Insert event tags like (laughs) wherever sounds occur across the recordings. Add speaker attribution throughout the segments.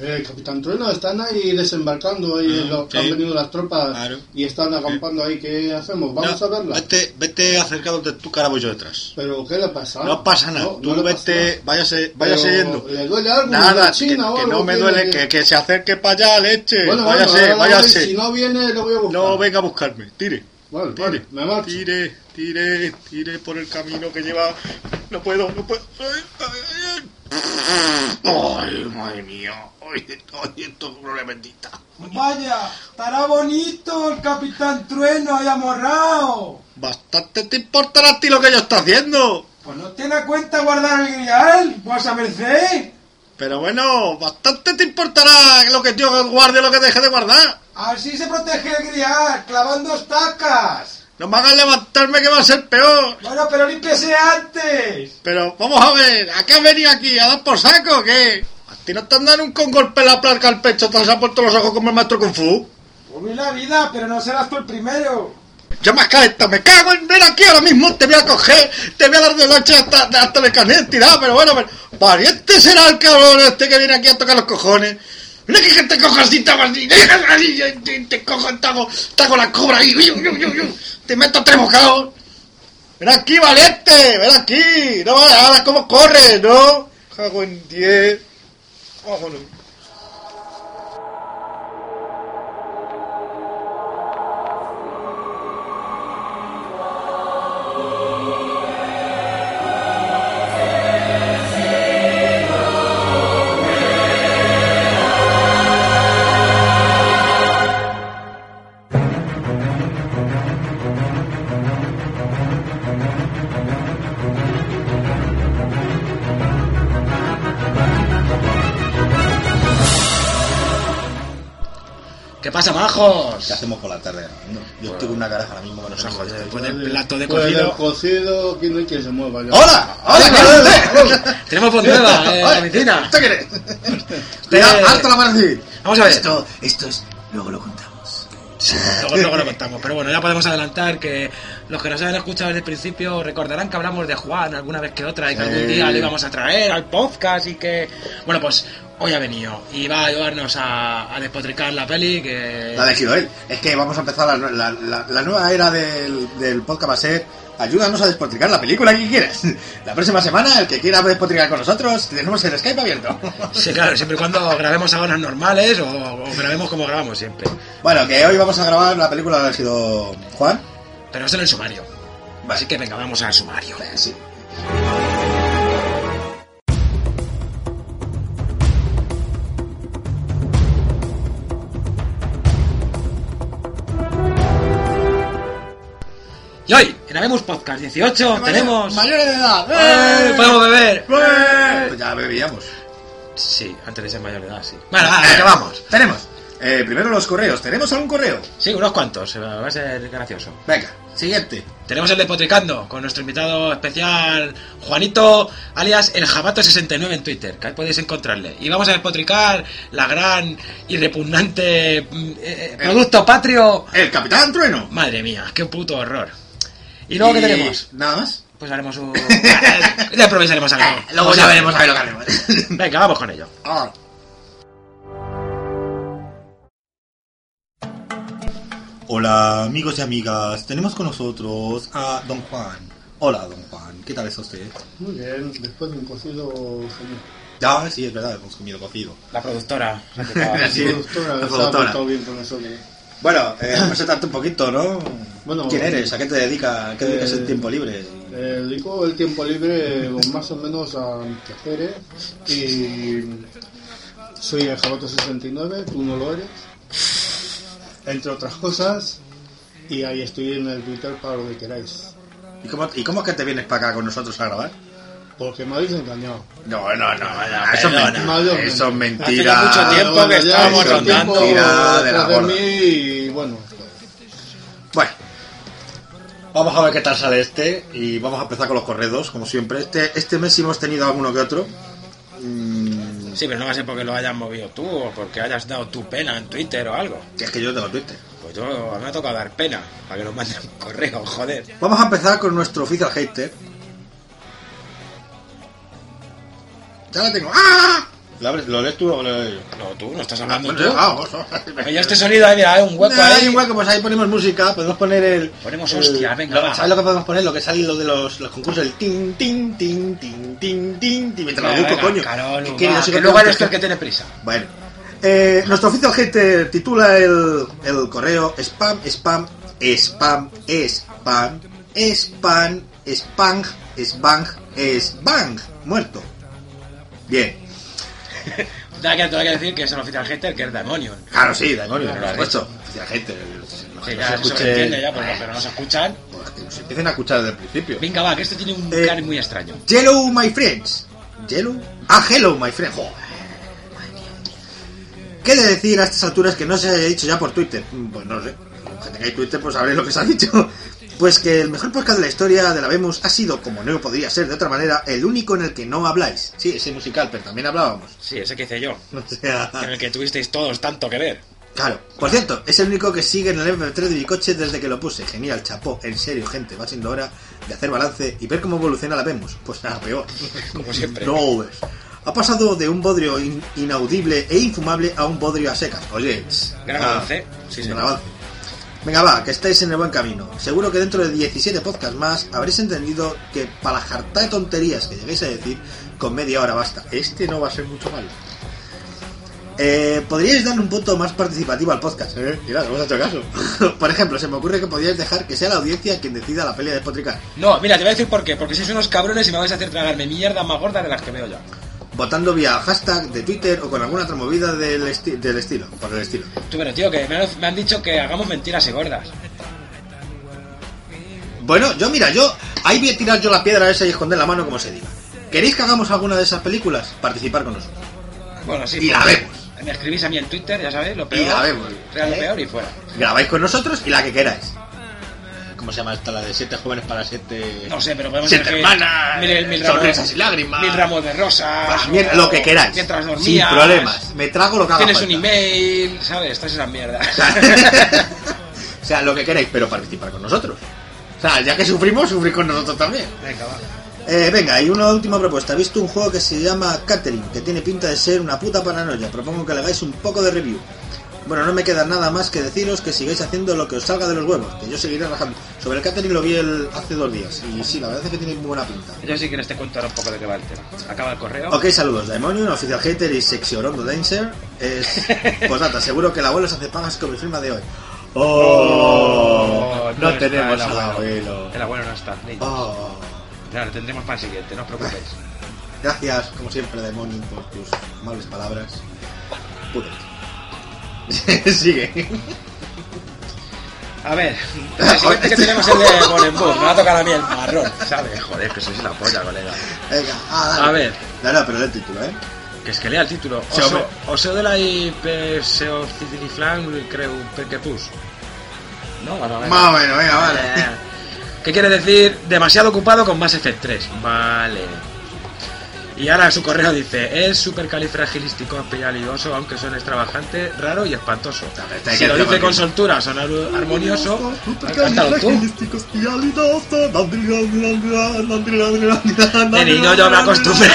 Speaker 1: Eh, Capitán Trueno, están ahí desembarcando, ahí
Speaker 2: Mm,
Speaker 1: en los-
Speaker 2: sí.
Speaker 1: han venido las tropas
Speaker 2: Claro.
Speaker 1: y están acampando ahí. ¿Qué hacemos? Vamos
Speaker 2: No,
Speaker 1: a verla.
Speaker 2: Vete, vete acercándote tú, carabollo, detrás.
Speaker 1: ¿Pero qué le pasa?
Speaker 2: No pasa nada.
Speaker 1: Ah, No,
Speaker 2: tú
Speaker 1: no le pasa
Speaker 2: vete,
Speaker 1: nada.
Speaker 2: váyase, váyase
Speaker 1: Pero,
Speaker 2: yendo.
Speaker 1: ¿Le duele algo?
Speaker 2: Nada,
Speaker 1: ¿De China
Speaker 2: que,
Speaker 1: o
Speaker 2: que
Speaker 1: algo?
Speaker 2: no me
Speaker 1: ¿Tiene
Speaker 2: duele, que, que se acerque para allá, leche.
Speaker 1: Bueno, bueno,
Speaker 2: váyase,
Speaker 1: ahora voy,
Speaker 2: váyase.
Speaker 1: Si no viene, lo voy a buscar.
Speaker 2: No venga a buscarme, tire.
Speaker 1: Vale,
Speaker 2: Tire,
Speaker 1: vale, me marcho.
Speaker 2: tire, tire, tire por el camino que lleva. No puedo, no puedo. Ay, ay, ay. Ay, madre mía. Ay, ay, esto es una lamentita.
Speaker 3: Vaya, estará bonito el Capitán Trueno ahí amorrado.
Speaker 2: Bastante te importará a ti lo que yo está haciendo.
Speaker 3: Pues no te da cuenta guardar el grial, pues a merced.
Speaker 2: Pero bueno, bastante te importará lo que yo guarde o lo que deje de guardar.
Speaker 3: Así se protege el grial, clavando estacas.
Speaker 2: No me hagas levantarme que va a ser peor.
Speaker 3: Bueno, pero límpiese antes.
Speaker 2: Pero vamos a ver, ¿a qué has venido aquí? ¿A dar por saco o qué? ¿A ti no te han dado nunca un golpe en la placa al pecho? ¿Te has puesto los ojos como el maestro Kung Fu?
Speaker 3: Uy, la Pues vida, pero no serás tú el primero.
Speaker 2: Llama a esta, me cago en ver aquí ahora mismo, te voy a coger, te voy a dar de noche hasta, hasta la carnet de identidad, pero bueno, pero, pariente será el cabrón este que viene aquí a tocar los cojones. Mira que te cojo así, te hago así, déjame así, te- te, te cojo, te hago, te hago la cobra ahí, uy, uy, uy, uy, te meto tres bocados. Ven aquí, valiente, ven aquí, no vale, ahora cómo corres, ¿no? Cago en diez. Vámonos.
Speaker 4: ¿Qué pasa, majos?
Speaker 5: ¿Qué hacemos por la tarde? No, yo estoy con una cara ahora mismo que no sé cómo hacer.
Speaker 4: Después del plato de
Speaker 1: Pues el
Speaker 4: cocido.
Speaker 1: cocido, aquí no hay quien se mueva.
Speaker 2: ¡Oh!
Speaker 1: ya.
Speaker 5: ¡Hola! ¡Hola! ¿Qué haces?
Speaker 4: Tenemos voz
Speaker 5: (laughs)
Speaker 4: nueva, eh,
Speaker 5: Oye,
Speaker 4: Valentina.
Speaker 5: ¿Usted quién es? Te da harto la mano así.
Speaker 4: Eh, Vamos a ver.
Speaker 5: Esto, esto es... Luego lo contamos.
Speaker 4: Luego, luego lo contamos, pero bueno, ya podemos adelantar que los que nos hayan escuchado desde el principio recordarán que hablamos de Juan alguna vez que otra y que
Speaker 5: Sí.
Speaker 4: algún día le íbamos a traer al podcast y que... Bueno, pues hoy ha venido y va a ayudarnos a, a despotricar la peli que...
Speaker 5: La ha elegido él. Es que vamos a empezar la, nue- la, la, la nueva era del, del podcast va a ser ayúdanos a despotricar la película que quieras. (laughs) La próxima semana, el que quiera despotricar con nosotros, tenemos el Skype abierto. (laughs)
Speaker 4: Sí, claro, siempre y cuando grabemos a horas normales o, o grabemos como grabamos siempre.
Speaker 5: Bueno, que hoy vamos a grabar la película que ha sido Juan.
Speaker 4: Pero es en el sumario. Así que venga, vamos al sumario.
Speaker 5: Eh, Sí.
Speaker 4: Y hoy, en Habemos Podcast 18, tenemos...
Speaker 5: Mayores de edad.
Speaker 4: ¡Eh!
Speaker 5: ¡Eh!
Speaker 4: ¡Podemos Eh. beber!
Speaker 5: Pues ya bebíamos.
Speaker 4: Sí, antes de ser mayor de edad, sí. Bueno, va, que vamos.
Speaker 5: Eh, Tenemos. Eh, primero los correos. ¿Tenemos algún correo?
Speaker 4: Sí, unos cuantos, eh, va a ser gracioso.
Speaker 5: Venga, siguiente.
Speaker 4: Tenemos el de Potricando con nuestro invitado especial Juanito, alias el Jabato69 en Twitter, que ahí podéis encontrarle. Y vamos a despotricar la gran y repugnante mm, eh, eh, producto patrio.
Speaker 5: El Capitán Trueno.
Speaker 4: Madre mía, qué puto horror. ¿Y luego qué tenemos?
Speaker 5: Nada más.
Speaker 4: Pues haremos (laughs) un. ya improvisaremos (laughs) algo.
Speaker 5: Luego ya veremos a ver lo que haremos.
Speaker 4: Venga, vamos con ello.
Speaker 5: (laughs) Ah, Ah. Hola amigos y amigas, tenemos con nosotros a Don Juan. Hola Don Juan, ¿qué tal está usted?
Speaker 1: Muy bien, después de un cocido, señor.
Speaker 5: Ah, sí, es verdad, hemos comido cocido.
Speaker 4: La productora. (laughs)
Speaker 1: La
Speaker 5: Sí,
Speaker 1: productora,
Speaker 5: la
Speaker 1: se ha
Speaker 5: productora.
Speaker 1: portado bien con nosotros.
Speaker 5: Bueno, (laughs) eh, presentarte un poquito, ¿no?
Speaker 1: Bueno,
Speaker 5: ¿Quién eres? ¿A qué te dedicas? ¿A qué dedicas
Speaker 1: eh,
Speaker 5: el tiempo libre?
Speaker 1: Eh, dedico el tiempo libre eh, más o menos a quehaceres y soy el Jabato 69, tú no lo eres, entre otras cosas, y ahí estoy en el Twitter para lo que queráis.
Speaker 5: ¿Y cómo, ¿Y cómo es que te vienes para acá con nosotros a grabar?
Speaker 1: Porque me habéis engañado.
Speaker 5: No, no, no, no, eso es
Speaker 4: Perdona.
Speaker 5: mentira. Eso es
Speaker 4: Hace ya
Speaker 5: mentira.
Speaker 4: mucho tiempo que
Speaker 1: Ah, ya
Speaker 4: estábamos
Speaker 1: hice
Speaker 4: rondando.
Speaker 1: tiempo
Speaker 5: Mentira de la
Speaker 1: detrás de
Speaker 5: gorda.
Speaker 1: mí y bueno.
Speaker 5: Bueno, vamos a ver qué tal sale este y vamos a empezar con los corredos, como siempre. Este, este mes sí hemos tenido alguno que otro. Mm,
Speaker 4: Sí, pero no va a ser porque lo hayas movido tú o porque hayas dado tu pena en Twitter o algo.
Speaker 5: que es que yo tengo Twitter.
Speaker 4: Pues yo me ha tocado dar pena para que nos manden un correo, joder.
Speaker 5: Vamos a empezar con nuestro oficial hater. Ya la tengo. ¡Ah! ¿La abres- ¿Lo lees tú o lo leo yo?
Speaker 4: No, tú, no estás
Speaker 5: Ah,
Speaker 4: hablando
Speaker 5: bueno,
Speaker 4: tú.
Speaker 5: vamos. (laughs)
Speaker 4: Pero ya este sonido, ahí, mira, hay un hueco
Speaker 5: Nah,
Speaker 4: ahí.
Speaker 5: hay un hueco, pues ahí ponemos música, podemos poner el.
Speaker 4: Ponemos
Speaker 5: el-
Speaker 4: hostia, venga,
Speaker 5: lo-
Speaker 4: va.
Speaker 5: ¿Sabes lo que podemos poner? Lo que sale lo de los, los concursos, el tin, tin, tin, tin, tin, tin, tin. Mientras
Speaker 4: No,
Speaker 5: lo busco,
Speaker 4: venga,
Speaker 5: coño.
Speaker 4: Carol,
Speaker 5: Es
Speaker 4: va,
Speaker 5: no sé
Speaker 4: que
Speaker 5: qué
Speaker 4: luego
Speaker 5: tengo
Speaker 4: eres tú
Speaker 5: hacer.
Speaker 4: este el que tiene prisa.
Speaker 5: Bueno. Eh, nuestro oficial hater titula el, el correo spam, spam, spam, spam, spam, spam, spam, spam, muerto. Bien.
Speaker 4: Da que, tengo que decir que es el oficial hater, que es Damonion.
Speaker 5: Claro, sí, demonio,
Speaker 4: Claro,
Speaker 5: por
Speaker 4: lo has
Speaker 5: supuesto. Oficial hater. el-
Speaker 4: Sí,
Speaker 5: que no
Speaker 4: ya
Speaker 5: se
Speaker 4: se
Speaker 5: escuche-
Speaker 4: sobreentiende ya, pero, pero no se escuchan.
Speaker 5: Pues que nos empiecen a escuchar desde el principio.
Speaker 4: Venga, va, que esto tiene un
Speaker 5: Eh,
Speaker 4: cari muy extraño.
Speaker 5: Hello, my friends. Hello. Ah, hello, my friends. Joder. ¿Qué de decir a estas alturas que no se haya dicho ya por Twitter? Mm, Pues no lo sé. Que tengáis Twitter, pues sabréis lo que se ha dicho. Pues que el mejor podcast de la historia de la Vemos ha sido, como no podría ser de otra manera, el único en el que no habláis. Sí, ese musical, pero también hablábamos. (laughs)
Speaker 4: Sí, ese que hice yo,
Speaker 5: O sea,
Speaker 4: en el que tuvisteis todos tanto que ver.
Speaker 5: claro. Por cierto, es el único que sigue en el MP3 de mi coche desde que lo puse. Genial, chapó. En serio, gente, va siendo hora de hacer balance y ver cómo evoluciona la Vemos. Pues nada, peor.
Speaker 4: Como siempre.
Speaker 5: No, es. ha pasado de un bodrio in- inaudible e infumable a un bodrio a secas. Oye, tss,
Speaker 4: Gran
Speaker 5: ah,
Speaker 4: avance. Sí,
Speaker 5: gran
Speaker 4: señor.
Speaker 5: avance. Venga, va, que estáis en el buen camino. Seguro que dentro de 17 podcasts más habréis entendido que para la jarta de tonterías que lleguéis a decir, con media hora basta. Este no va a ser mucho malo. Eh, podríais darle un punto más participativo al podcast. Eh, mira, no hemos hecho caso. (laughs) Por ejemplo, se me ocurre que podríais dejar que sea la audiencia quien decida la pelea de Spotricar.
Speaker 4: No, mira, te voy a decir por qué. Porque sois unos cabrones y me vais a hacer tragarme mierda más gorda de las que veo yo.
Speaker 5: votando vía hashtag de Twitter o con alguna otra movida del, esti- del estilo, por el estilo.
Speaker 4: Tú, pero tío, que me han, me han dicho que hagamos mentiras y gordas.
Speaker 5: Bueno, yo mira, yo ahí voy a tirar yo la piedra esa y esconder la mano como se diga. ¿Queréis que hagamos alguna de esas películas? Participar con nosotros.
Speaker 4: Bueno, sí.
Speaker 5: Y la
Speaker 4: pues,
Speaker 5: vemos.
Speaker 4: Me escribís a mí en Twitter, ya sabéis, lo peor.
Speaker 5: la vemos.
Speaker 4: Real lo
Speaker 5: ¿Eh?
Speaker 4: peor y fuera.
Speaker 5: Grabáis con nosotros y la que queráis. ¿Cómo se llama esta? La de siete jóvenes para siete...
Speaker 4: No sé, pero podemos
Speaker 5: Siete
Speaker 4: elegir
Speaker 5: hermanas, eh,
Speaker 4: mil, mil
Speaker 5: sonrisas
Speaker 4: ramos,
Speaker 5: y lágrimas.
Speaker 4: Mil ramos de rosas.
Speaker 5: Ah, mierda, lo que queráis.
Speaker 4: Mientras dormías.
Speaker 5: Sin problemas. Me trago lo que haga
Speaker 4: Tienes un
Speaker 5: falta. (laughs)
Speaker 4: email, ¿sabes? Todas esas mierdas.
Speaker 5: o sea, (laughs) lo que queráis, pero participar con nosotros. O sea, ya que sufrimos, sufrir con nosotros también.
Speaker 4: (laughs) Venga, va.
Speaker 5: Eh, venga, y una última propuesta. He visto un juego que se llama Catering, que tiene pinta de ser una puta paranoia. Propongo que le hagáis un poco de review. Bueno, no me queda nada más que deciros que sigáis haciendo lo que os salga de los huevos, que yo seguiré rajando. Sobre el catering lo vi el- hace dos días, y sí, la verdad es que tiene muy buena pinta.
Speaker 4: Yo sí que les te cuento ahora un poco de qué va el tema. Acaba el correo.
Speaker 5: Ok, saludos, Daemonium, Oficial Hater y Sexy Orondo Dancer.
Speaker 4: (laughs)
Speaker 5: Es... Pues nata, seguro que el abuelo se hace pagas con mi firma de hoy. ¡Oh! No,
Speaker 4: está
Speaker 5: tenemos
Speaker 4: el
Speaker 5: al
Speaker 4: abuelo.
Speaker 5: abuelo.
Speaker 4: El abuelo no está. Listo.
Speaker 5: ¡Oh!
Speaker 4: Ya, lo tendremos para el siguiente, no os preocupéis.
Speaker 5: Gracias, como siempre, Demonium, por tus amables palabras. Puto. (laughs) Sigue.
Speaker 4: (laughs) A (laughs) ver, el siguiente que tenemos es el de Borenburg. (laughs) Me va a tocar a mí el marrón, ¿sabes? Joder, que sois la polla, colega.
Speaker 5: Venga, ah, dale.
Speaker 4: A ver.
Speaker 5: No, no, pero lee el título, ¿eh?
Speaker 4: Que es que lea el título.
Speaker 5: Sí, hombre.
Speaker 4: Oso, oseo de la Ipeseofidiliflan, creo, perquepus. No, a ver.
Speaker 5: Más o menos, venga, vale.
Speaker 4: ¿Qué quiere decir? Demasiado ocupado con más Effect 3. Vale. Y ahora su correo dice, es supercalifragilístico, espiralidoso, aunque suene extravagante, raro y espantoso.
Speaker 5: A ver, está
Speaker 4: si
Speaker 5: aquí
Speaker 4: lo
Speaker 5: el
Speaker 4: dice
Speaker 5: tema,
Speaker 4: con
Speaker 5: tío.
Speaker 4: soltura, son ar- armonioso, cántalo tú. De niño yo me acostumbré.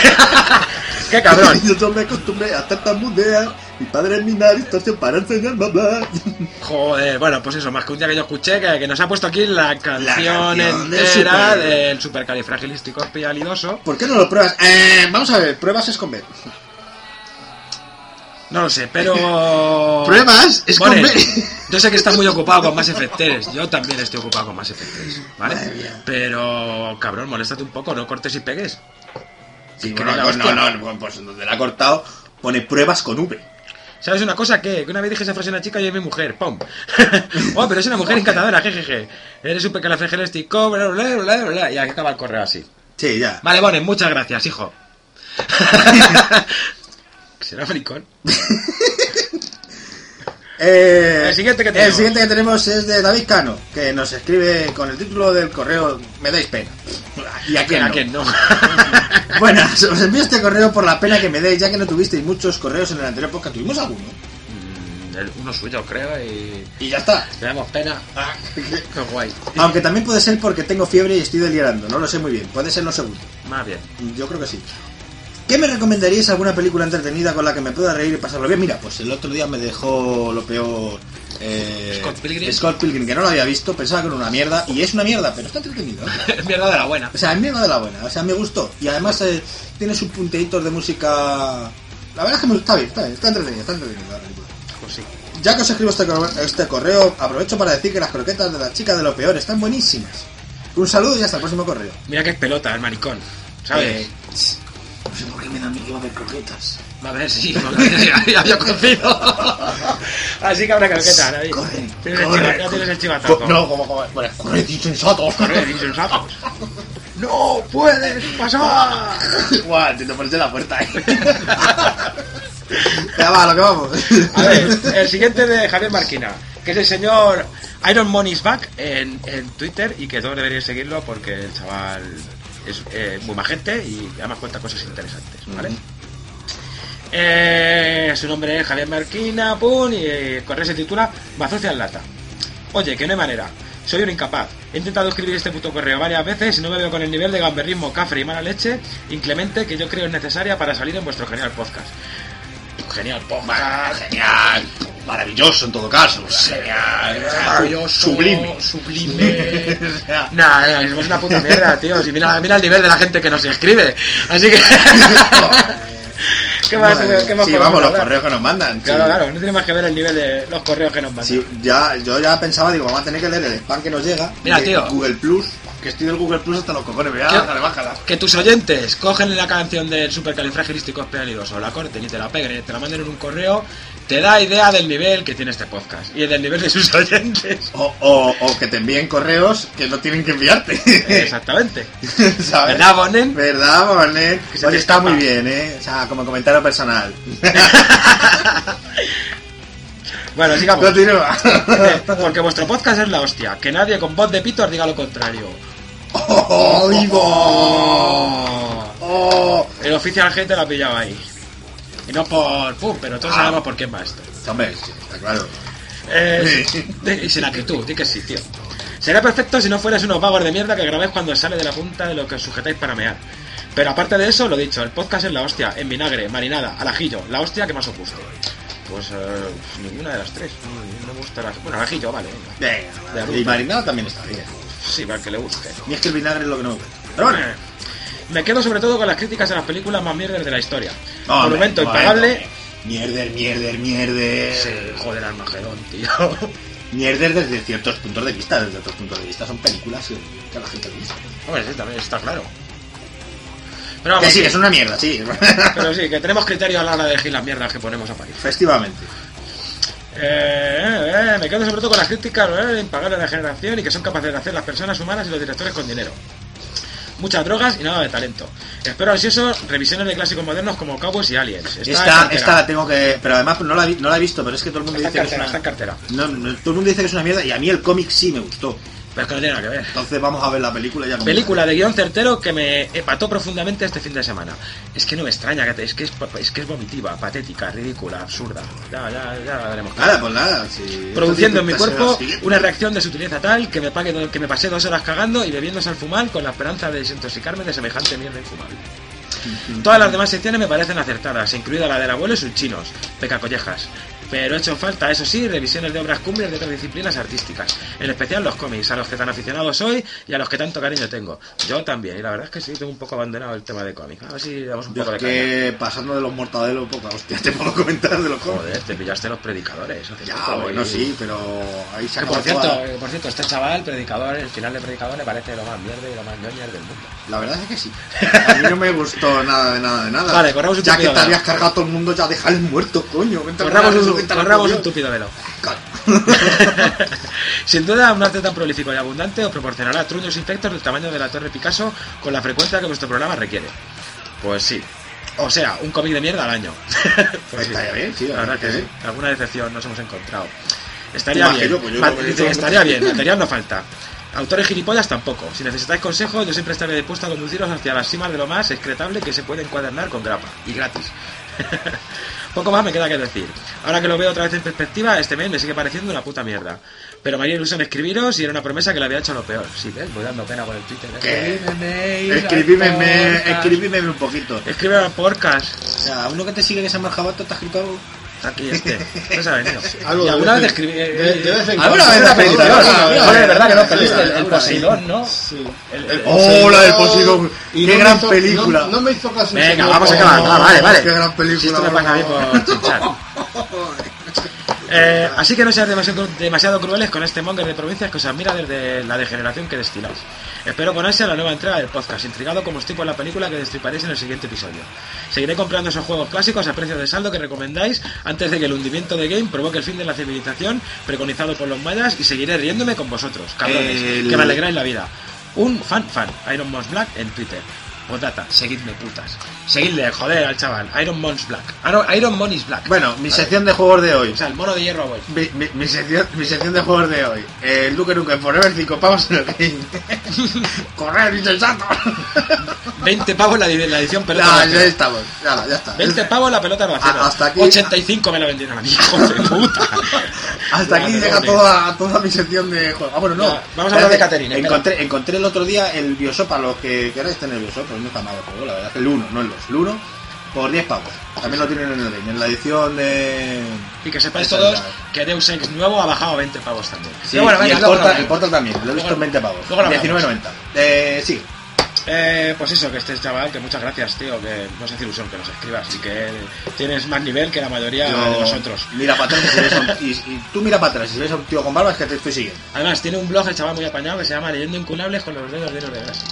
Speaker 4: ¡Qué cabrón!
Speaker 5: Yo me acostumbré a tartamudear. Mi padre es mi nariz, torció para enseñarme a hablar.
Speaker 4: Joder, bueno, pues eso, más que un día que yo escuché que, que nos ha puesto aquí la canción,
Speaker 5: canción del
Speaker 4: entera
Speaker 5: super-
Speaker 4: del supercalifragilístico espialidoso.
Speaker 5: ¿Por qué no lo pruebas? Eh, vamos a ver, pruebas es con B.
Speaker 4: No lo sé, pero.
Speaker 5: Pruebas es
Speaker 4: Bonen,
Speaker 5: con B.
Speaker 4: (laughs) Yo sé que está muy ocupado con más efectores. Yo también estoy ocupado con más efectores, ¿vale?
Speaker 5: Madre mía.
Speaker 4: Pero, cabrón, moléstate un poco, no cortes y pegues.
Speaker 5: Sí,
Speaker 4: Que
Speaker 5: bueno,
Speaker 4: no la
Speaker 5: pues, no,
Speaker 4: hostia.
Speaker 5: no, bueno, pues donde la ha cortado pone pruebas con V.
Speaker 4: ¿Sabes una cosa? Que que una vez dije esa frase a una chica y es mi mujer, ¡pum! (laughs) oh, pero es una mujer encantadora, jejeje. Eres un pequeño bla, bla, bla, bla, bla, y acaba el correo así.
Speaker 5: Sí, ya.
Speaker 4: Vale, Bones, muchas gracias, hijo. (laughs) ¿Será maricón?
Speaker 5: Eh,
Speaker 4: El siguiente que tenemos.
Speaker 5: el siguiente que tenemos es de David Cano, que nos escribe con el título del correo Me dais pena.
Speaker 4: ¿Y a quién?
Speaker 5: (laughs)
Speaker 4: ¿A quién no? (laughs)
Speaker 5: Buenas, (laughs) os envío este correo por la pena que me deis, ya que no tuvisteis muchos correos en el anterior podcast. Tuvimos alguno.
Speaker 4: Mm, el- Uno suyo, creo, y...
Speaker 5: Y ya está.
Speaker 4: Le damos pena.
Speaker 5: (laughs)
Speaker 4: Ah, qué guay.
Speaker 5: Aunque también puede ser porque tengo fiebre y estoy delirando. No lo sé muy bien. Puede ser lo segundo.
Speaker 4: Más bien.
Speaker 5: Yo creo que sí. ¿Qué me recomendaríais alguna película entretenida con la que me pueda reír y pasarlo bien? Mira, pues el otro día me dejó lo peor. eh,
Speaker 4: Scott Pilgrim.
Speaker 5: Scott Pilgrim, que no lo había visto, pensaba que era una mierda. Y es una mierda, pero está entretenido. ¿eh?
Speaker 4: Mierda de la buena.
Speaker 5: O sea, es mierda de la buena. O sea, me gustó. Y además eh, tiene sus punteitos de música. La verdad es que me está bien, está bien, está entretenida, está entretenida la película.
Speaker 4: Pues sí.
Speaker 5: Ya que os escribo este, cor- este correo, aprovecho para decir que las croquetas de la chica de lo peor están buenísimas. Un saludo y hasta el próximo correo.
Speaker 4: Mira que es pelota, el maricón. ¿Sabes?
Speaker 5: Eh, pues no sé por qué me da miedo de croquetas.
Speaker 4: Va a ver (laughs) si sí, había conocido.
Speaker 5: (laughs)
Speaker 4: Así que habrá que loquetar ahí.
Speaker 5: Corre,
Speaker 4: Tienes el
Speaker 5: corre,
Speaker 4: chiva- Ya tienes el chivatazo.
Speaker 5: No, como, como, bueno, corred (laughs) insensatos,
Speaker 4: Corre,
Speaker 5: corred.
Speaker 4: insensatos. ¡No puedes pasar!
Speaker 5: Guau, te te pones en la puerta, eh. ya va, lo que vamos.
Speaker 4: A ver, el siguiente de Javier Marquina, que es el señor Iron Money's Back en, en Twitter y que todos deberíais seguirlo porque el chaval es eh, muy majete y además cuenta cosas interesantes, ¿vale? Eh, su nombre es Javier Marquina, pum, y el correo se titula Bazofia en lata. Oye, que no hay manera. Soy un incapaz. He intentado escribir este puto correo varias veces y no me veo con el nivel de gamberrismo, cafre y mala leche inclemente que yo creo es necesaria para salir en vuestro genial podcast. Genial podcast.
Speaker 5: Genial, maravilloso en todo caso. (laughs) Genial,
Speaker 4: maravilloso,
Speaker 5: sublime.
Speaker 4: sublime.
Speaker 5: O sea,
Speaker 4: Nah, nah, es una puta
Speaker 5: (laughs)
Speaker 4: mierda, tío. Si mira, mira el nivel de la gente que nos escribe. Así que. ¿Qué más? ¿Qué más
Speaker 5: sí,
Speaker 4: podemos
Speaker 5: vamos, los
Speaker 4: hablar?
Speaker 5: correos que nos mandan.
Speaker 4: Claro,
Speaker 5: sí.
Speaker 4: claro, no tiene más que ver el nivel de los correos que nos mandan.
Speaker 5: Sí, ya, yo ya pensaba, digo, vamos a tener que leer el spam que nos llega.
Speaker 4: Mira,
Speaker 5: de
Speaker 4: tío.
Speaker 5: Google Plus, que estoy del Google Plus hasta los cojones, vea,
Speaker 4: ¿Qué?
Speaker 5: bájala, bájala.
Speaker 4: Que tus oyentes cogen la canción del supercalifragilístico o la corten y te la peguen, te la manden en un correo, te da idea del nivel que tiene este podcast y del nivel de sus (laughs)
Speaker 5: (laughs)
Speaker 4: oyentes.
Speaker 5: O, o, o que te envíen correos que no tienen que enviarte.
Speaker 4: Exactamente.
Speaker 5: ¿Sabes?
Speaker 4: ¿Verdad, Bonen?
Speaker 5: (laughs) ¿Verdad, Bonet?
Speaker 4: Que se
Speaker 5: Oye,
Speaker 4: te
Speaker 5: está
Speaker 4: escapa.
Speaker 5: muy bien, ¿eh? O sea, como comentario personal.
Speaker 4: Bueno, sigamos.
Speaker 5: Continúa.
Speaker 4: Porque vuestro podcast es la hostia. Que nadie con voz de pito os diga lo contrario.
Speaker 5: ¡Oh, Ivo!
Speaker 4: Oh,
Speaker 5: ¡Oh!
Speaker 4: el oficial gente la pillaba ahí. Y no por pum, pero todos
Speaker 5: Ah.
Speaker 4: sabemos por qué va esto.
Speaker 5: Hombre, sí, está claro.
Speaker 4: Eh,
Speaker 5: Sí.
Speaker 4: de- y sin actitud, di que sí, tío. Sería perfecto si no fueras unos vagos de mierda que grabáis cuando sale de la punta de lo que os sujetáis para mear. Pero aparte de eso, lo dicho, el podcast es la hostia, en vinagre, marinada, al ajillo, la hostia que más os guste. Pues eh, ninguna de las tres. No, no me gusta la... Bueno, al ajillo, vale, venga.
Speaker 5: Venga,
Speaker 4: De
Speaker 5: y marinado también está bien.
Speaker 4: Sí, para el que le guste.
Speaker 5: Y es que el vinagre es lo que no me gusta. Pero bueno,
Speaker 4: Me quedo sobre todo con las críticas a las películas más mierdas de la historia.
Speaker 5: Hombre,
Speaker 4: Monumento
Speaker 5: bueno,
Speaker 4: impagable.
Speaker 5: Mierder, mierder, mierder.
Speaker 4: Sí, joder, Armagedón, tío. (laughs)
Speaker 5: Mierder desde ciertos puntos de vista. Desde otros puntos de vista son películas que, que a la gente le gusta.
Speaker 4: Hombre, sí, también está claro. Pero
Speaker 5: Que
Speaker 4: vamos,
Speaker 5: sí, que es una
Speaker 4: (laughs)
Speaker 5: mierda, sí.
Speaker 4: pero sí, que tenemos criterio a la hora de elegir las mierdas que ponemos a París.
Speaker 5: Festivamente.
Speaker 4: Eh, eh, me quedo sobre todo con las críticas eh, impagables de la generación y que son capaces de hacer las personas humanas y los directores con dinero. Muchas drogas y nada de talento. Espero ansioso revisiones de clásicos modernos como Cowboys y Aliens. Está en
Speaker 5: Esta,
Speaker 4: cartera.
Speaker 5: esta la tengo que. Pero además no la, vi- no la he visto, pero es que todo el mundo
Speaker 4: Está en
Speaker 5: dice
Speaker 4: cartera,
Speaker 5: que
Speaker 4: está en
Speaker 5: es una.
Speaker 4: cartera.
Speaker 5: No, no, todo el mundo dice que es una mierda y a mí el cómic sí me gustó.
Speaker 4: Pero es que no tiene nada que ver.
Speaker 5: Entonces vamos a ver la película ya. como-
Speaker 4: Película de guión certero que me empató profundamente este fin de semana. Es que no me extraña, que te- es que es, es, que es vomitiva, patética, ridícula, absurda. Ya, ya, ya la veremos.
Speaker 5: Nada, pues nada. sí.
Speaker 4: Produciendo en mi
Speaker 5: Esto sí,
Speaker 4: cuerpo
Speaker 5: sí.
Speaker 4: una reacción de sutileza tal que me, pague, do- que me pasé dos horas cagando y bebiéndose al fumar con la esperanza de desintoxicarme de semejante mierda infumable. Todas las demás secciones me parecen acertadas, incluida la del abuelo y sus chinos, pecacollejas. Pero he hecho en falta, eso sí, revisiones de obras cumbres de otras disciplinas artísticas, en especial los cómics, a los que tan aficionados soy y a los que tanto cariño tengo. Yo también, y la verdad es que sí, tengo un poco abandonado el tema de cómics. A ver si damos un
Speaker 5: Yo
Speaker 4: poco de
Speaker 5: es
Speaker 4: caña.
Speaker 5: Pues que pasando de los mortadelos, poca hostia, (laughs) te puedo comentar de los cómics.
Speaker 4: Joder, te pillaste los predicadores. hace
Speaker 5: Ya,
Speaker 4: poco
Speaker 5: bueno,
Speaker 4: y-
Speaker 5: sí, pero ahí se
Speaker 4: Que
Speaker 5: acaba
Speaker 4: por cierto,
Speaker 5: toda-
Speaker 4: eh, por cierto, este chaval, predicador, el final de predicador me parece lo más mierda y lo más ñoñer del mundo.
Speaker 5: La verdad es que
Speaker 4: (laughs)
Speaker 5: sí. A mí no me gustó nada de nada de nada.
Speaker 4: Vale, corramos un
Speaker 5: Ya que
Speaker 4: tupido
Speaker 5: te
Speaker 4: velo.
Speaker 5: habías cargado a todo el mundo, ya deja el muerto, coño. vente a
Speaker 4: Corramos
Speaker 5: hablar
Speaker 4: un,
Speaker 5: de
Speaker 6: quita la
Speaker 4: Corramos un
Speaker 6: poción.
Speaker 4: tupido velo.
Speaker 6: Coño.
Speaker 4: (laughs) Sin duda, un arte tan prolífico y abundante os proporcionará truños e infectos del tamaño de la Torre Picasso con la frecuencia que vuestro programa requiere. Pues sí. O sea, un cómic de mierda
Speaker 6: (laughs)
Speaker 4: al año. Pues sí.
Speaker 6: Estaría bien, sí,
Speaker 4: la verdad que sí. Alguna decepción nos hemos encontrado. Estaría
Speaker 6: Imagino,
Speaker 4: bien.
Speaker 6: pues yo
Speaker 4: Ma-
Speaker 6: no me he
Speaker 4: dice,
Speaker 6: hecho- (laughs)
Speaker 4: estaría bien, material no falta. Autores gilipollas tampoco. Si necesitáis consejos, yo siempre estaré dispuesto a conduciros hacia las cimas de lo más excretable que se puede encuadernar con grapa. Y gratis. Poco más me queda que decir. Ahora que lo veo otra vez en perspectiva, este mes me sigue pareciendo una puta mierda. Pero me haría ilusión escribiros y era una promesa que le había hecho lo peor. Sí, ¿ves? Voy dando pena con el Twitter. ¿eh?
Speaker 5: ¿Qué? (laughs)
Speaker 4: Escríbeme,
Speaker 5: Escribímeme,
Speaker 4: porcas.
Speaker 5: escribímeme un poquito.
Speaker 4: Escríbeme al podcast.
Speaker 5: O sea, uno que te sigue que se llama el Jabato te ha escrito algo.
Speaker 4: Aquí, este. No se ha venido.
Speaker 1: Algo
Speaker 4: Y alguna
Speaker 1: de
Speaker 4: vez
Speaker 1: vez
Speaker 4: escribí...
Speaker 1: en- de- de vez en
Speaker 4: Alguna
Speaker 1: cuando.
Speaker 4: vez la pediste,
Speaker 1: Alguna
Speaker 4: ¿no?
Speaker 1: vez.
Speaker 4: Joder, verdad que no,
Speaker 1: Sí,
Speaker 4: pediste el, el
Speaker 1: alguna vez.
Speaker 4: Poseidón, ¿no?
Speaker 1: Sí.
Speaker 4: El- el-
Speaker 5: ¡Oh, la del Poseidón!
Speaker 1: Y
Speaker 5: ¡Qué
Speaker 1: no
Speaker 5: gran
Speaker 1: me hizo-
Speaker 5: película!
Speaker 1: No, no me hizo caso.
Speaker 4: Venga,
Speaker 1: señor.
Speaker 4: vamos a acabar. Ah, vale, vale.
Speaker 5: ¡Qué gran película!
Speaker 4: Si esto me
Speaker 5: por
Speaker 4: pasa a mí
Speaker 5: favor. (laughs)
Speaker 4: por chinchar. Eh, así que no seas demasiado, demasiado crueles con este monger de provincias que os admira desde la degeneración que destiláis. Espero con ansia la nueva entrega del podcast, intrigado como estoy por la película que destriparéis en el siguiente episodio. Seguiré comprando esos juegos clásicos a precio de saldo que recomendáis antes de que el hundimiento de Game provoque el fin de la civilización preconizado por los mayas y seguiré riéndome con vosotros, cabrones,
Speaker 5: El-
Speaker 4: que me alegráis la vida. Un fan fan, Iron Moss Black en Twitter. Postdata, seguidme putas. Seguidle, joder, al chaval. Iron Mons Black. Ah, no, Iron Mon is Black.
Speaker 5: Bueno, mi sección de juegos de hoy.
Speaker 4: O sea, el mono de hierro, güey.
Speaker 5: Mi, mi- mi sección, mi sección de juegos de hoy. El Duke Nukem Forever 5 pavos en el game.
Speaker 4: (laughs)
Speaker 5: ¡Correr, insensato!
Speaker 4: 20 pavos la, di- la edición pelota
Speaker 5: (laughs) Ya, ya
Speaker 4: vacía.
Speaker 5: estamos. Ya, ya está.
Speaker 4: 20 pavos la pelota vacía.
Speaker 5: Ah, hasta aquí-
Speaker 4: 85 me la vendieron a mí, (laughs) hijo de puta.
Speaker 5: Hasta aquí
Speaker 4: Ya,
Speaker 5: llega
Speaker 4: perdone.
Speaker 5: toda, toda mi sección de juegos. Ah, bueno, no.
Speaker 4: Ya, vamos a hablar de Caterina, espera.
Speaker 5: Encontré, encontré el otro día el Bioshock para los que queráis tener Bioshock, pues no está mal el juego, la verdad. El 1, no el 2. El 1 por 10 pavos. También lo tienen en el game, en la edición de.
Speaker 4: Y que sepáis
Speaker 5: Esa
Speaker 4: todos
Speaker 5: es la-
Speaker 4: que Deus Ex nuevo ha bajado 20 pavos también.
Speaker 5: Sí,
Speaker 4: Pero bueno,
Speaker 5: y
Speaker 4: venga,
Speaker 5: el,
Speaker 4: luego
Speaker 5: Portal,
Speaker 4: hablamos.
Speaker 5: el Portal también, lo he visto en 20 pavos.
Speaker 4: Luego lo hablamos.
Speaker 5: 19.90. Eh, sí.
Speaker 4: Eh, pues eso, que este chaval, que muchas gracias, tío, que nos hace ilusión que nos escribas y que tienes más nivel que la mayoría
Speaker 5: Yo-
Speaker 4: de nosotros.
Speaker 5: Mira para atrás y, si ves a un- y, y tú mira para atrás y si ves a un tío con barba es que te estoy siguiendo.
Speaker 4: Además, tiene un blog el chaval muy apañado que se llama Leyendo Inculables con los dedos llenos de grasa.
Speaker 5: (laughs)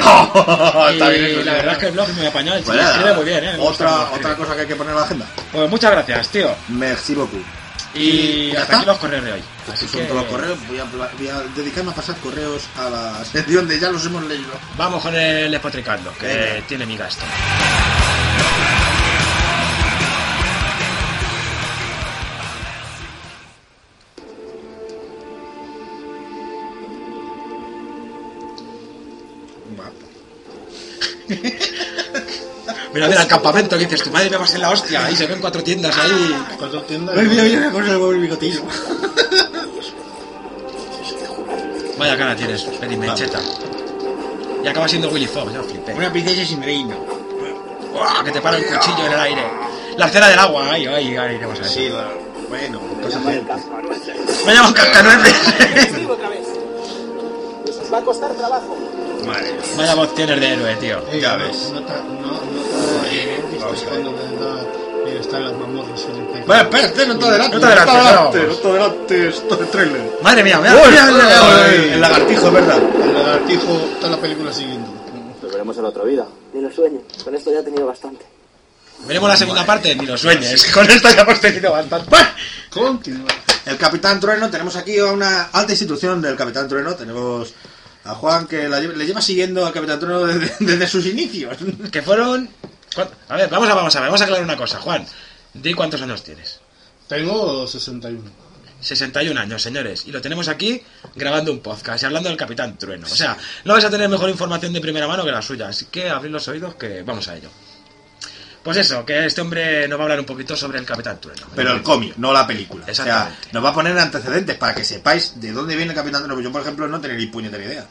Speaker 5: Ah, Está bien,
Speaker 4: y
Speaker 5: eso
Speaker 4: la
Speaker 5: sí.
Speaker 4: verdad es que el blog es muy apañado, el
Speaker 5: Pues
Speaker 4: chaval
Speaker 5: nada,
Speaker 4: escribe muy bien, ¿eh? Me gusta
Speaker 5: Otra,
Speaker 4: cómo escribe.
Speaker 5: otra cosa que hay que poner en la agenda.
Speaker 4: Pues muchas gracias, tío.
Speaker 5: Merci beaucoup.
Speaker 4: Y
Speaker 5: ¿Ya
Speaker 4: hasta
Speaker 5: está?
Speaker 4: aquí los correos de hoy. Así
Speaker 5: Esos son
Speaker 4: que
Speaker 5: todos los correos. Voy a, pla- voy a dedicarme a pasar correos a la (laughs) sección de ya los hemos leído.
Speaker 4: vamos con el espotricando, que
Speaker 5: Venga.
Speaker 4: tiene mi gasto. (laughs) Mira, mira, el campamento que dices, tu madre me vas en la hostia, ahí se ven cuatro tiendas ahí.
Speaker 1: Cuatro tiendas.
Speaker 5: Oye, mira, mira, cosa del móvil bigotillo.
Speaker 4: Vaya cara tienes, Penny Mencheta. Y acaba siendo Willy Fox, yo flipé.
Speaker 5: Una princesa sin reino.
Speaker 4: ¡Buah! Que te para un cuchillo en el aire. La escena del agua, ay, ay, ahora iremos a eso.
Speaker 5: Sí, la- bueno, pasa bien.
Speaker 4: Me llamo Cascanueces.
Speaker 7: otra vez. Va a costar trabajo.
Speaker 5: Madre mía.
Speaker 4: Vaya voz tienes de héroe, tío.
Speaker 1: Eh,
Speaker 5: Ya
Speaker 1: no-
Speaker 5: ves.
Speaker 1: No, ta- no, no ta- eh,
Speaker 5: vamos
Speaker 1: vistas
Speaker 5: a ver.
Speaker 1: cuando está- eh, están las mazmorras en el techo.
Speaker 5: Bueno, espérate, no te adelante.
Speaker 4: No te adelantes,
Speaker 5: adelante,
Speaker 4: vamos.
Speaker 5: no te adelante, esto de trailer.
Speaker 4: Madre mía, mira,
Speaker 5: Uy,
Speaker 4: mira, mira, mira,
Speaker 5: uy,
Speaker 4: mira.
Speaker 5: El lagartijo, ¿verdad?
Speaker 1: El lagartijo está la película siguiente.
Speaker 7: Nos veremos en otra vida.
Speaker 8: Ni lo sueño, con esto ya he tenido bastante.
Speaker 4: Veremos la segunda parte, ni lo sueñes. (laughs) Con esto ya hemos tenido bastante.
Speaker 1: Continúa.
Speaker 5: El Capitán Trueno, tenemos aquí a una alta institución del Capitán Trueno. Tenemos a Juan que la lle- le lleva siguiendo al Capitán Trueno desde, (laughs) desde sus inicios.
Speaker 4: Que fueron. ¿Cuánto? A ver, vamos a, vamos a ver, vamos a aclarar una cosa, Juan. Di cuántos años tienes.
Speaker 1: Tengo 61.
Speaker 4: 61 años, señores, y lo tenemos aquí grabando un podcast y hablando del Capitán Trueno. O sea, no vais a tener mejor información de primera mano que la suya, así que abrid los oídos que vamos a ello. Pues eso, que este hombre nos va a hablar un poquito sobre el Capitán Trueno.
Speaker 5: Pero el cómic, no la película. O sea,
Speaker 4: Exactamente.
Speaker 5: nos va a poner antecedentes para que sepáis de dónde viene el Capitán Trueno. Yo, por ejemplo, no tenía ni puñetera idea.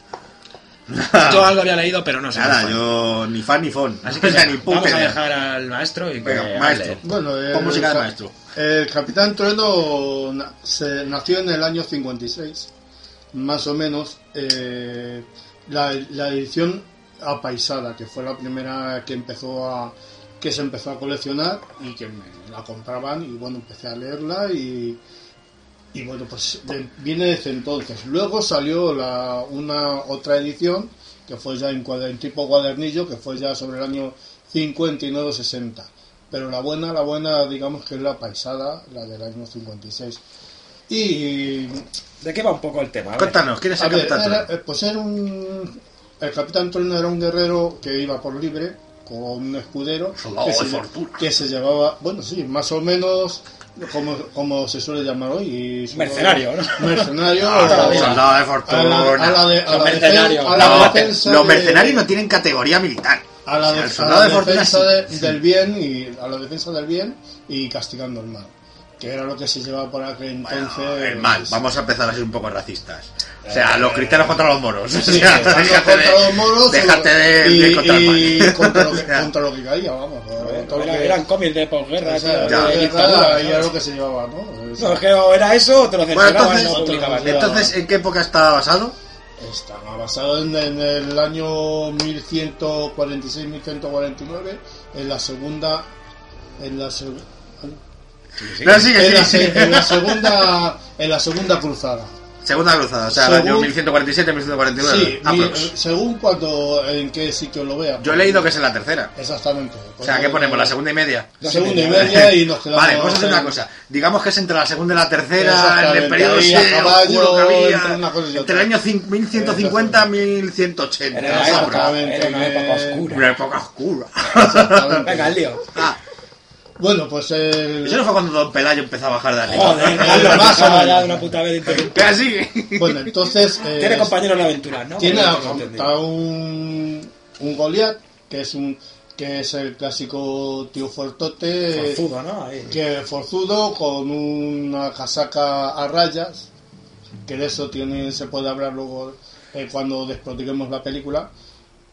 Speaker 4: Yo algo había leído, pero no sé.
Speaker 5: Nada,
Speaker 4: cuál.
Speaker 5: yo ni fan ni fon.
Speaker 4: Así que
Speaker 5: O sea,
Speaker 4: venga,
Speaker 5: puta
Speaker 4: vamos a
Speaker 5: idea.
Speaker 4: dejar al maestro y que
Speaker 5: Venga,
Speaker 4: hable.
Speaker 5: maestro.
Speaker 1: Bueno, el,
Speaker 5: Pon música de
Speaker 1: ca-
Speaker 5: maestro.
Speaker 1: El Capitán Trueno na- se nació en el año 56, más o menos. eh, la, la edición apaisada, que fue la primera que empezó a que se empezó a coleccionar y que me la compraban y bueno, empecé a leerla y, y bueno, pues de- viene desde entonces. Luego salió la, una otra edición que fue ya en, cuader- en tipo cuadernillo, que fue ya sobre el año 59-60. Pero la buena, la buena, digamos que es la paisada, la del año 56. Y
Speaker 4: ¿De qué va un poco el tema? A ver.
Speaker 5: Cuéntanos, ¿quién es
Speaker 1: a
Speaker 5: el
Speaker 1: ver,
Speaker 5: capitán?
Speaker 1: era-
Speaker 5: Trueno?
Speaker 1: eh, pues era un. El Capitán Trueno era un guerrero que iba por libre con un escudero
Speaker 5: Soldado
Speaker 1: que
Speaker 5: de
Speaker 1: se,
Speaker 5: fortuna.
Speaker 1: que se llevaba, bueno, sí, más o menos como, como se suele llamar hoy. y-
Speaker 4: Mercenario, ¿no?
Speaker 1: Mercenario.
Speaker 5: Ah,
Speaker 1: o-
Speaker 5: soldado de fortuna.
Speaker 1: a la, a la de- a
Speaker 4: Los
Speaker 1: la defen-
Speaker 4: mercenarios.
Speaker 1: a la
Speaker 5: No,
Speaker 1: defensa
Speaker 5: los
Speaker 1: de-
Speaker 5: mercenarios no tienen categoría militar.
Speaker 1: a la,
Speaker 5: O sea,
Speaker 1: de-
Speaker 5: el
Speaker 1: a
Speaker 5: soldado
Speaker 1: la
Speaker 5: de fortuna
Speaker 1: defensa
Speaker 5: sí.
Speaker 1: de- del bien y a la defensa del bien y castigando el mal que era lo que se llevaba por aquel
Speaker 5: Bueno,
Speaker 1: entonces pues,
Speaker 5: el mal, vamos a empezar a ser un poco racistas. O sea, los cristianos contra los moros. (laughs) O sea,
Speaker 1: Jugando
Speaker 5: déjate
Speaker 1: contra
Speaker 5: de,
Speaker 1: los moros
Speaker 5: déjate de,
Speaker 1: y,
Speaker 5: de contra el mal. (laughs)
Speaker 1: y contra, lo que,
Speaker 5: O sea,
Speaker 1: contra lo que caía, vamos. todo lo
Speaker 4: Era-
Speaker 1: que-
Speaker 4: Eran cómics de posguerra,
Speaker 1: o sea,
Speaker 4: tío,
Speaker 5: ya.
Speaker 4: de
Speaker 1: era-
Speaker 4: dictadura,
Speaker 1: era
Speaker 4: ¿no?
Speaker 1: lo que se llevaba, ¿no? Es-
Speaker 4: No, es que o era eso o te lo
Speaker 5: bueno,
Speaker 4: censuraban
Speaker 5: entonces,
Speaker 4: no publicabas.
Speaker 1: no,
Speaker 5: entonces, eh, ¿en qué época está basado?
Speaker 1: Estaba basado en, en el año 1146-1149, en la segunda. En la, seg-
Speaker 5: No, sigue,
Speaker 1: en la
Speaker 5: sigue,
Speaker 1: se-
Speaker 5: sigue.
Speaker 1: en la segunda. En la segunda cruzada.
Speaker 5: Segunda cruzada, o sea, el año
Speaker 1: Según-
Speaker 5: 1147-1149.
Speaker 1: Sí, mi-
Speaker 5: aprox.
Speaker 1: según cuando. En qué sitio lo vea.
Speaker 5: Yo he leído que es en la tercera.
Speaker 1: Exactamente.
Speaker 5: O sea, ¿qué ponemos? ¿La segunda y media?
Speaker 1: Segunda y media y nos quedamos.
Speaker 5: Vale, vamos a hacer una
Speaker 1: en-
Speaker 5: cosa. Digamos que es entre la segunda y la tercera, en
Speaker 1: Exactamente,
Speaker 5: el periodo
Speaker 1: ahí a
Speaker 5: ese
Speaker 1: caballo,
Speaker 5: oscuro que había,
Speaker 1: entre una cosa y
Speaker 5: entre,
Speaker 1: otra.
Speaker 5: el año cin- 1150
Speaker 1: Exactamente.
Speaker 5: 1180.
Speaker 4: Era una
Speaker 5: más o
Speaker 4: época,
Speaker 5: menos.
Speaker 1: Exactamente,
Speaker 4: era una época
Speaker 1: que-
Speaker 4: oscura.
Speaker 5: Una época oscura.
Speaker 1: Exactamente.
Speaker 4: Venga, el lío.
Speaker 5: Ah,
Speaker 1: Bueno, pues el.
Speaker 5: eso no fue cuando Don Pelayo empezó a bajar de arriba.
Speaker 4: Joder, Carlos,
Speaker 1: más o
Speaker 4: dejaba
Speaker 1: menos.
Speaker 4: ya de una puta vez de interrumpir.
Speaker 5: Que así.
Speaker 1: Bueno,
Speaker 5: (laughs)
Speaker 1: entonces. eh,
Speaker 4: Tiene compañeros en aventuras, ¿no?
Speaker 1: tiene
Speaker 4: Porque
Speaker 1: a-
Speaker 4: no tengo entendido.
Speaker 1: a un. Un Goliath, que es un. Que es el clásico tío fuertote.
Speaker 4: Forzudo, ¿no? Ahí.
Speaker 1: Que forzudo, con una casaca a rayas. Que de eso tiene, se puede hablar luego eh, cuando desprotiquemos la película.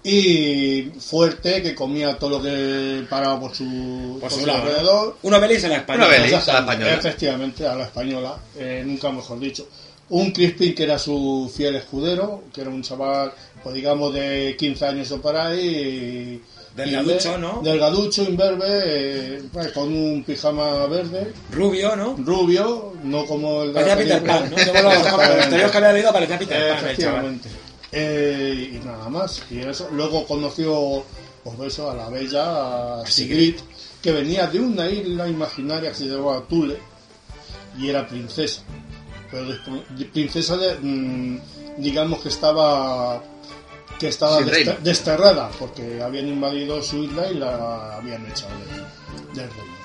Speaker 1: Y fuerte, que comía todo lo que paraba por su,
Speaker 4: Por
Speaker 1: por
Speaker 4: su
Speaker 1: su
Speaker 4: lado, ¿no?
Speaker 1: alrededor.
Speaker 4: Una Belis en la España.
Speaker 5: Una Belis.
Speaker 1: Exacto,
Speaker 5: a la española.
Speaker 1: Efectivamente, a la española, eh, nunca mejor dicho. Un Crispin que era su fiel escudero, que era un chaval, pues digamos, de 15 años o por ahí. y-
Speaker 4: Delgaducho,
Speaker 1: y-
Speaker 4: ¿no?
Speaker 1: Delgaducho, imberbe, eh, pues, con un pijama verde,
Speaker 4: Rubio, ¿no?
Speaker 1: rubio, no como el de la
Speaker 4: Parecía Peter
Speaker 1: película.
Speaker 4: Pan, ¿no? Yo con los
Speaker 1: (laughs)
Speaker 4: con los exteriores que había leído parecía Peter Pan, el chaval.
Speaker 1: Eh, Efectivamente. Eh, y nada más. Y eso. Luego conoció pues eso, a la bella a Sigrid, que venía de una isla imaginaria que se llamaba Tule y era princesa. Pero despo- de- princesa de, mm, digamos que estaba que estaba
Speaker 5: Sin
Speaker 1: desta-
Speaker 5: reino.
Speaker 1: desterrada porque habían invadido su isla y la habían echado de- del reino.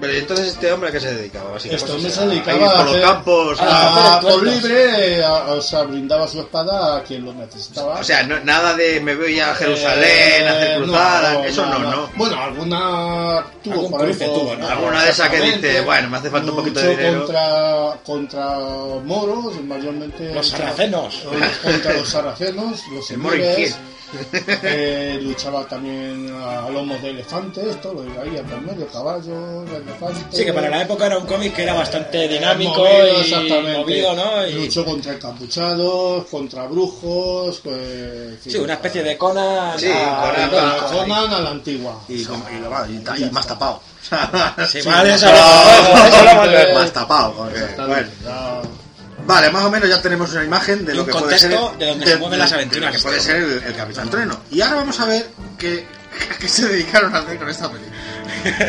Speaker 5: Pero entonces este hombre a qué se dedicaba, básicamente.
Speaker 1: Este
Speaker 5: pues, O
Speaker 1: hombre
Speaker 5: sea,
Speaker 1: se dedicaba
Speaker 5: a ir
Speaker 1: a
Speaker 5: por los
Speaker 1: hacer-
Speaker 5: campos. a-
Speaker 4: hacer
Speaker 1: Ah, por
Speaker 4: entuertos.
Speaker 1: libre, eh, a- o sea, brindaba su espada a quien lo necesitaba.
Speaker 5: O sea, no- nada de me voy a
Speaker 1: Eh,
Speaker 5: Jerusalén, a hacer
Speaker 1: no,
Speaker 5: cruzadas, eso no,
Speaker 1: nada.
Speaker 5: no.
Speaker 1: Bueno, alguna tuvo
Speaker 4: Algún
Speaker 1: por ahí
Speaker 4: cruce
Speaker 1: por-
Speaker 4: tuvo, ¿no?
Speaker 5: Alguna de esas que
Speaker 1: Exactamente.
Speaker 5: dice, bueno, me hace falta un poquito de
Speaker 1: Luchó
Speaker 5: dinero.
Speaker 1: Contra, contra moros, mayormente.
Speaker 4: Los
Speaker 1: contra-
Speaker 4: sarracenos.
Speaker 1: Contra los sarracenos, los
Speaker 5: El moro
Speaker 1: emires. Eh, luchaba también a lomos de elefantes, todo lo que había por medio, caballos, elefantes.
Speaker 4: Sí, que para la época era un cómic que era bastante dinámico
Speaker 1: Movido,
Speaker 4: y
Speaker 1: exactamente.
Speaker 4: movido, ¿no? Y-
Speaker 1: Luchó contra encapuchados, contra brujos, pues, en fin,
Speaker 4: Sí, una especie de Conan.
Speaker 5: Sí,
Speaker 4: ah,
Speaker 5: Conan,
Speaker 4: de-
Speaker 1: Contra
Speaker 5: Conan.
Speaker 1: Conan a la antigua.
Speaker 5: Y, como- y, lo- y ta- y más tapado. (laughs)
Speaker 4: Sí, más de eso hablamos, de eso hablamos luego.
Speaker 5: más tapado. porque, bueno.
Speaker 1: Ya-
Speaker 5: Vale, más o menos ya tenemos una imagen de
Speaker 4: Y
Speaker 5: lo
Speaker 4: un
Speaker 5: que
Speaker 4: contexto
Speaker 5: puede ser
Speaker 4: de donde se mueven las aventuras
Speaker 5: lo que
Speaker 4: de
Speaker 5: puede
Speaker 4: este
Speaker 5: ser el, el Capitán Trueno. Y ahora vamos a ver qué, (laughs) qué se dedicaron a hacer con esta película.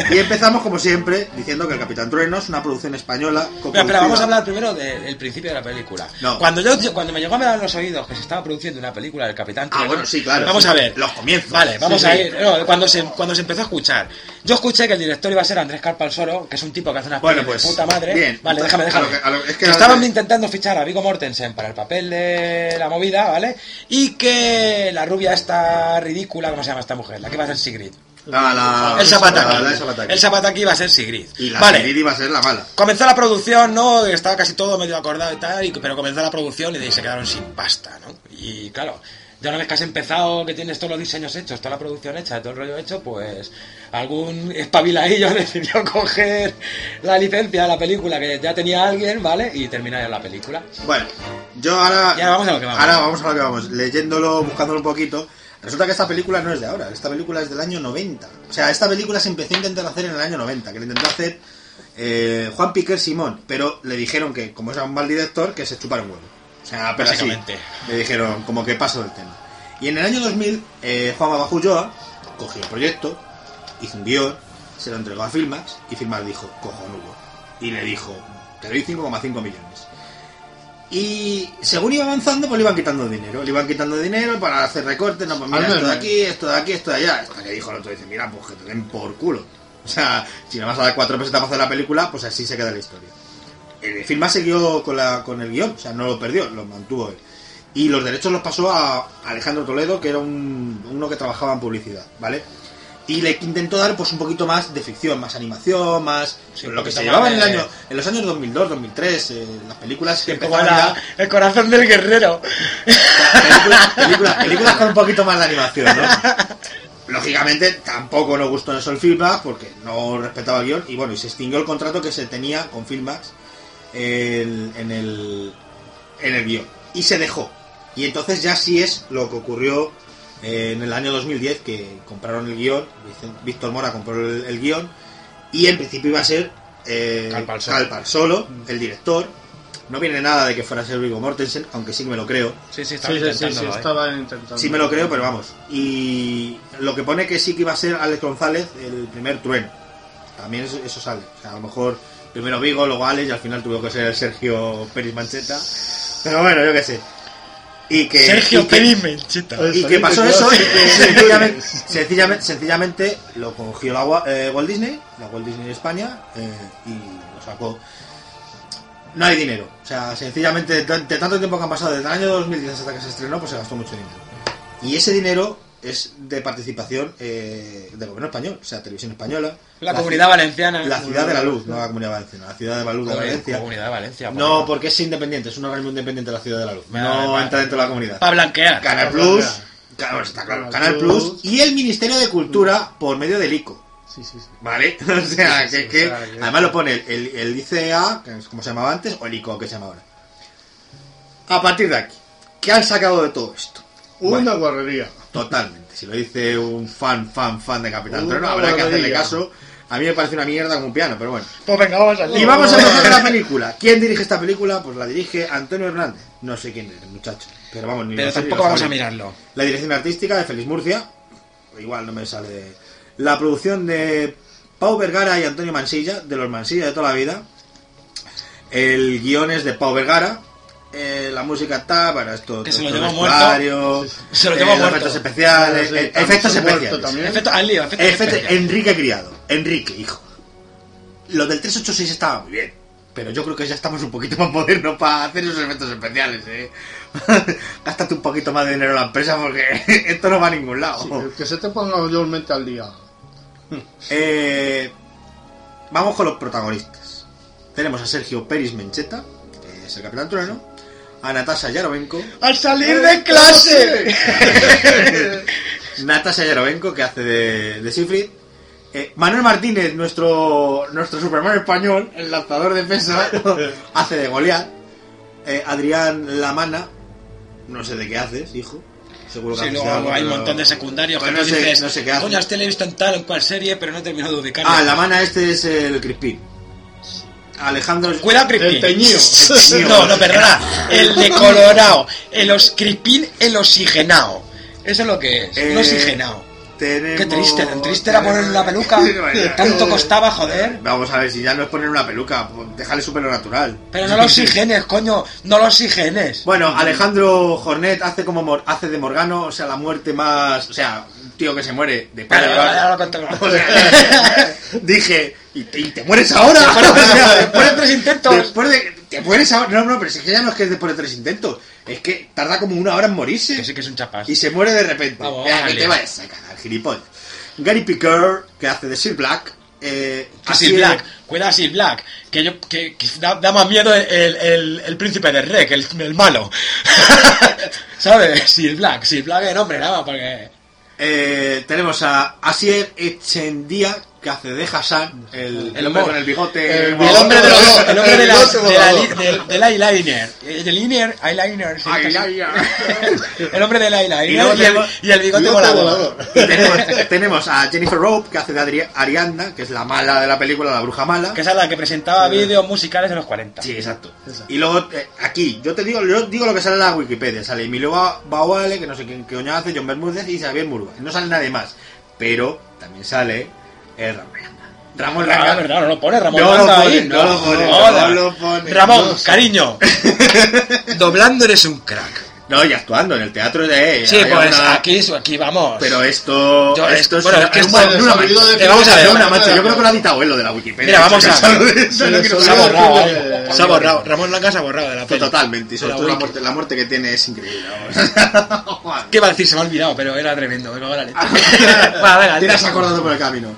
Speaker 5: y empezamos, como siempre, diciendo que el Capitán Trueno es una producción española.
Speaker 4: Pero,
Speaker 5: coproducida-
Speaker 4: vamos a hablar primero de- del principio de la película.
Speaker 5: No.
Speaker 4: Cuando yo yo- cuando me llegó a mirar los oídos que se estaba produciendo una película del Capitán
Speaker 5: Ah,
Speaker 4: Trueno,
Speaker 5: bueno, sí, claro.
Speaker 4: Vamos
Speaker 5: sí.
Speaker 4: a ver.
Speaker 5: Los comienzos.
Speaker 4: Vale, vamos
Speaker 5: Sí,
Speaker 4: a
Speaker 5: sí.
Speaker 4: ir. no, cuando, se, cuando se empezó a escuchar, yo escuché que el director iba a ser Andrés Carpalsoro, que es un tipo que hace una
Speaker 5: Bueno, pues,
Speaker 4: puta madre.
Speaker 5: bien.
Speaker 4: Vale, déjame,
Speaker 5: A
Speaker 4: déjame.
Speaker 5: lo que- a lo- es que
Speaker 4: Que
Speaker 5: ahora-
Speaker 4: estaban intentando fichar a Vigo Mortensen para el papel de la movida, ¿vale? Y que la rubia esta ridícula, ¿cómo se llama esta mujer? La que va a ser Sigrid.
Speaker 5: A la-
Speaker 4: el Zapataki.
Speaker 5: a Ah, la de Zapataki.
Speaker 4: El Zapataki iba a ser Sigrid.
Speaker 5: Y la
Speaker 4: vale.
Speaker 5: Sigrid iba a ser la mala.
Speaker 4: Comenzó la producción, ¿no? Estaba casi todo medio acordado y tal, y- pero comenzó la producción y de ahí se quedaron sin pasta, ¿no? Y claro, ya una vez que has empezado, que tienes todos los diseños hechos, toda la producción hecha, todo el rollo hecho, pues algún espabiladillo (laughs) decidió coger la licencia de la película que ya tenía alguien, ¿vale? Y terminar la película.
Speaker 5: Bueno, yo ahora.
Speaker 4: Y ahora vamos a lo que vamos.
Speaker 5: Ahora vamos a lo que vamos. Leyéndolo, buscándolo un poquito. Resulta que esta película no es de ahora, esta película es del año 90. O sea, esta película se empezó a intentar hacer en el año 90, que la intentó hacer eh, Juan Piquer Simón, pero le dijeron que, como era un mal director, que se chupara un huevo. O sea, pero así,
Speaker 4: Básicamente.
Speaker 5: le dijeron como que paso del tema. Y en el año 2000, eh, Juan Babajulloa cogió el proyecto, hizo un guión, se lo entregó a Filmax y Filmax dijo, cojonudo. Y le dijo, te doy 5,5 millones. Y según iba avanzando, pues le iban quitando dinero. Le iban quitando dinero para hacer recortes. No, pues mira,
Speaker 1: Al
Speaker 5: esto de
Speaker 1: menos.
Speaker 5: aquí, esto de aquí, esto de allá. Hasta que dijo el otro, dice, mira, pues que te den por culo. O sea, si me vas a dar cuatro pesetas para hacer la película, pues así se queda la historia. El firma siguió con, la, con el guión, o sea, no lo perdió, lo mantuvo él. Y los derechos los pasó a Alejandro Toledo, que era un, uno que trabajaba en publicidad, ¿vale? Y le intentó dar pues un poquito más de ficción, más animación, más...
Speaker 4: Sí, un
Speaker 5: lo que
Speaker 4: poquito
Speaker 5: se llevaba
Speaker 4: más
Speaker 5: en, el
Speaker 4: de-
Speaker 5: año, en los años 2002, 2003, eh, las películas que
Speaker 4: Como
Speaker 5: empezaban
Speaker 4: la-
Speaker 5: ya...
Speaker 4: el corazón del guerrero.
Speaker 5: Películas, películas, películas con un poquito más de animación, ¿no? Lógicamente tampoco nos gustó eso el Filmax porque no respetaba el guión y bueno, y se extinguió el contrato que se tenía con Filmax el- en, el, en el guión y se dejó. Y entonces ya sí es lo que ocurrió eh, en el año 2010 que compraron el guión, Vicen- Víctor Mora compró el, el guión y en principio iba a ser eh,
Speaker 4: Calpal Solo.
Speaker 5: Calpal Solo, el director. No viene nada de que fuera a ser Viggo Mortensen, aunque sí que me lo creo.
Speaker 4: Sí, sí, estaba
Speaker 1: Sí, sí, sí, sí,
Speaker 4: intentándolo, ¿eh?
Speaker 1: estaban intentando.
Speaker 5: Sí me lo creo, pero vamos. Y lo que pone que sí que iba a ser Alex González el primer trueno. También eso, eso sale. O sea, a lo mejor primero Vigo, luego Alex y al final tuvo que ser el Sergio Pérez Mancheta. Pero bueno, yo qué sé. Y que, y
Speaker 4: Sergio
Speaker 5: que-
Speaker 4: Pérez Mencheta.
Speaker 5: y que pasó eso y que sencillamente, sencillamente, sencillamente lo cogió la Wa- eh, Walt Disney, la Walt Disney de España, eh, y lo sacó. No hay dinero. O sea, sencillamente, de tan- de tanto tiempo que han pasado, desde el año 2010 hasta que se estrenó, pues se gastó mucho dinero. Y ese dinero es de participación eh, del gobierno español, o sea, televisión española.
Speaker 4: La comunidad
Speaker 5: ci-
Speaker 4: valenciana.
Speaker 5: La ciudad de la luz, no la comunidad valenciana, la ciudad de la luz de
Speaker 4: Comun-
Speaker 5: Valencia.
Speaker 4: Comunidad de Valencia.
Speaker 5: No, porque es independiente, es un organismo independiente de la ciudad de la luz.
Speaker 4: Vale, vale.
Speaker 5: No entra dentro de la comunidad.
Speaker 4: Para blanquear.
Speaker 5: Canal Plus, claro, está claro, Canal Plus y el Ministerio de Cultura por medio del ICO.
Speaker 1: Sí, sí, sí.
Speaker 5: ¿Vale? (laughs) O sea, que, que-
Speaker 1: o sea, que-
Speaker 5: además lo pone el, el, el ICA, que es como se llamaba antes, o el ICO, que se llama ahora. A partir de aquí, ¿qué han sacado de todo esto?
Speaker 1: Una
Speaker 5: Bueno,
Speaker 1: guarrería.
Speaker 5: Eh, totalmente. Si lo dice un fan, fan, fan de Capitán
Speaker 1: Una
Speaker 5: Trono, habrá que hacerle
Speaker 1: maravilla.
Speaker 5: caso. A mí me parece una mierda como un piano, pero bueno.
Speaker 4: Pues venga, vamos al
Speaker 1: (laughs)
Speaker 5: Y vamos a empezar con la película. ¿Quién dirige esta película? Pues la dirige Antonio Hernández. No sé quién es, muchacho. Pero vamos, ni
Speaker 4: Pero
Speaker 5: lo sé ni
Speaker 4: tampoco
Speaker 5: lo
Speaker 4: vamos a
Speaker 5: sabe.
Speaker 4: mirarlo.
Speaker 5: La dirección artística de Félix Murcia. Igual no me sale. La producción de Pau Vergara y Antonio Mansilla, de los Mansilla de toda la vida. El guion es de Pau Vergara. Eh, la música está para esto.
Speaker 4: Que se lo
Speaker 5: todo
Speaker 4: lleva
Speaker 5: el
Speaker 4: muerto.
Speaker 5: vestuario,
Speaker 4: Se lo
Speaker 5: eh,
Speaker 4: lleva
Speaker 5: los
Speaker 4: muerto.
Speaker 5: efectos especiales.
Speaker 1: Sí,
Speaker 5: eh,
Speaker 1: Thompson
Speaker 5: efectos
Speaker 1: muerto
Speaker 5: especiales.
Speaker 1: también.
Speaker 4: Efecto, al lío, efecto.
Speaker 5: Efecto-
Speaker 4: especial.
Speaker 5: Enrique Criado. Enrique, hijo. Los del 386 estaba muy bien. Pero yo creo que ya estamos un poquito más modernos para hacer esos efectos especiales, ¿eh? (laughs) Gástate un poquito más de dinero en la empresa porque (laughs) esto no va a ningún lado.
Speaker 1: Sí, el que se te ponga mayormente al día.
Speaker 5: Eh, vamos con los protagonistas. Tenemos a Sergio Peris Mencheta, que es el Capitán Trueno. A Natasha Yarovenko.
Speaker 4: ¡Al
Speaker 5: Eh,
Speaker 4: salir de clase!
Speaker 5: Natasha Yarovenko, que hace de, de Siegfried. Eh, Manuel Martínez, nuestro, nuestro Superman español, el lanzador de peso,
Speaker 4: (laughs)
Speaker 5: hace de Goliath. Eh, Adrián Lamana, no sé de qué haces, hijo. Seguro que
Speaker 4: Sí,
Speaker 5: haces de
Speaker 4: luego
Speaker 5: algo,
Speaker 4: hay un
Speaker 5: pero-
Speaker 4: montón de secundarios
Speaker 5: Pues
Speaker 4: que
Speaker 5: no,
Speaker 4: tú
Speaker 5: sé,
Speaker 4: dices,
Speaker 5: no sé qué hace.
Speaker 4: Coño, este le he visto en tal o en cual serie, pero no he terminado de ubicarlo.
Speaker 5: Ah, Lamana este es el Crispín. Alejandro...
Speaker 4: Cuidado, Crispín.
Speaker 1: El teñido.
Speaker 4: No, no,
Speaker 5: (laughs)
Speaker 4: perdona. El de Colorado. El os, Crispín, el oxigenado. Eso es lo que es.
Speaker 5: Eh, oh,
Speaker 4: Un oxigenado.
Speaker 5: Tenemos-
Speaker 4: Qué triste, tan triste era poner
Speaker 5: tenemos-
Speaker 4: la peluca. (laughs)
Speaker 5: Bueno,
Speaker 4: Tanto costaba, joder.
Speaker 5: (laughs) Vamos a ver, si ya no es poner una peluca, pues, déjale súper natural.
Speaker 4: Pero no lo oxigenes, coño. No lo oxigenes.
Speaker 5: Bueno, Alejandro Jornet hace como Mor- hace de Morgano, o sea, la muerte más, o sea, un tío que se muere de
Speaker 4: Vale,
Speaker 5: pena.
Speaker 4: vale, ahora lo contamos.
Speaker 5: O sea, (laughs) dije, ¿y te, y te mueres ahora? (laughs) O sea,
Speaker 4: después de tres intentos.
Speaker 5: Después de, te mueres ahora. No, no, pero si es que ya no es que es después de tres intentos, es que tarda como una hora en morirse
Speaker 4: Que sí que es un chapas.
Speaker 5: y se muere de repente.
Speaker 4: Vamos,
Speaker 5: Venga,
Speaker 4: vale.
Speaker 5: que te vayas a cagar, gilipollas. Gary Picker, que hace de Sir Black, eh,
Speaker 4: A
Speaker 5: ha
Speaker 4: Sir
Speaker 5: sido-
Speaker 4: Black, cuida a Sir Black, que yo que, que da, da más miedo el, el, el- el príncipe de Rec, el, el malo. (laughs) ¿Sabes? Sir Black, Sir Black es nombre, nada, más, porque.
Speaker 5: Eh, tenemos a Asier Echendía, que hace de Hassan, el, el hombre
Speaker 4: mo-
Speaker 5: con el bigote.
Speaker 1: el-
Speaker 4: El hombre de los dos, el hombre de la,
Speaker 1: bigote
Speaker 4: de la li-
Speaker 1: volador.
Speaker 4: del, del eyeliner. El eyeliner, eyeliner. sí,
Speaker 5: Ay,
Speaker 4: casi.
Speaker 5: ay, ay.
Speaker 4: El hombre del eyeliner
Speaker 5: Y
Speaker 4: y,
Speaker 5: luego
Speaker 4: el,
Speaker 5: tenemos-
Speaker 4: y el bigote
Speaker 1: Bigote
Speaker 4: volador. este,
Speaker 1: volador.
Speaker 4: (laughs)
Speaker 5: Y tenemos, tenemos a Jennifer Rope, que hace de Adri- Ariadna, que es la mala de la película, la bruja mala.
Speaker 4: Que esa es la que
Speaker 5: (laughs)
Speaker 4: presentaba vídeos musicales de los 40.
Speaker 5: Sí, exacto. Y luego, eh, aquí, yo te digo, yo digo lo que sale en la Wikipedia. Sale Emilio Ba- Bauale, que no sé quién qué coño hace, John Bermúdez y Xavier Murba. No sale nadie más. Pero también sale el Ramón Miranda.
Speaker 4: Ramón Langa, Ah, ¿verdad? No lo pone Ramón
Speaker 5: No lo
Speaker 4: Langa
Speaker 5: pone,
Speaker 4: ahí.
Speaker 5: no lo pone, no
Speaker 4: jodas.
Speaker 5: lo pone,
Speaker 4: Ramón,
Speaker 5: no sé.
Speaker 4: cariño. Doblando eres un crack.
Speaker 5: No, y actuando en el teatro de.
Speaker 4: Sí,
Speaker 5: había
Speaker 4: pues
Speaker 5: una-
Speaker 4: aquí, aquí vamos.
Speaker 5: Pero esto.
Speaker 4: Yo, es-
Speaker 5: esto es.
Speaker 4: bueno, es que
Speaker 5: esto
Speaker 4: es un-
Speaker 5: es una
Speaker 1: se olvidó de
Speaker 5: mancha.
Speaker 4: vamos a ver,
Speaker 5: una
Speaker 1: vamos a
Speaker 5: mancha.
Speaker 1: ver.
Speaker 5: Yo creo que lo ha editado él lo de la Wikipedia.
Speaker 4: Mira, vamos a
Speaker 5: Chaval,
Speaker 4: ver.
Speaker 5: (laughs) eso es lo que
Speaker 1: Se
Speaker 5: nos
Speaker 4: se
Speaker 1: les
Speaker 4: ha
Speaker 5: ha
Speaker 1: olvidó
Speaker 4: borrado.
Speaker 1: de-
Speaker 4: ¿eh? Se ha borrado. Ramón Langa se ha borrado de la peli.
Speaker 5: Totalmente, y sobre
Speaker 4: De
Speaker 5: todo la
Speaker 4: wiki.
Speaker 5: muerte, la muerte que tiene es increíble.
Speaker 4: (laughs)
Speaker 5: vamos.
Speaker 4: ¿Qué va a decir? Se me ha olvidado, pero era tremendo. Me cago en la leche. Va, venga,
Speaker 5: Te irás
Speaker 4: tira.
Speaker 5: acordando por el camino.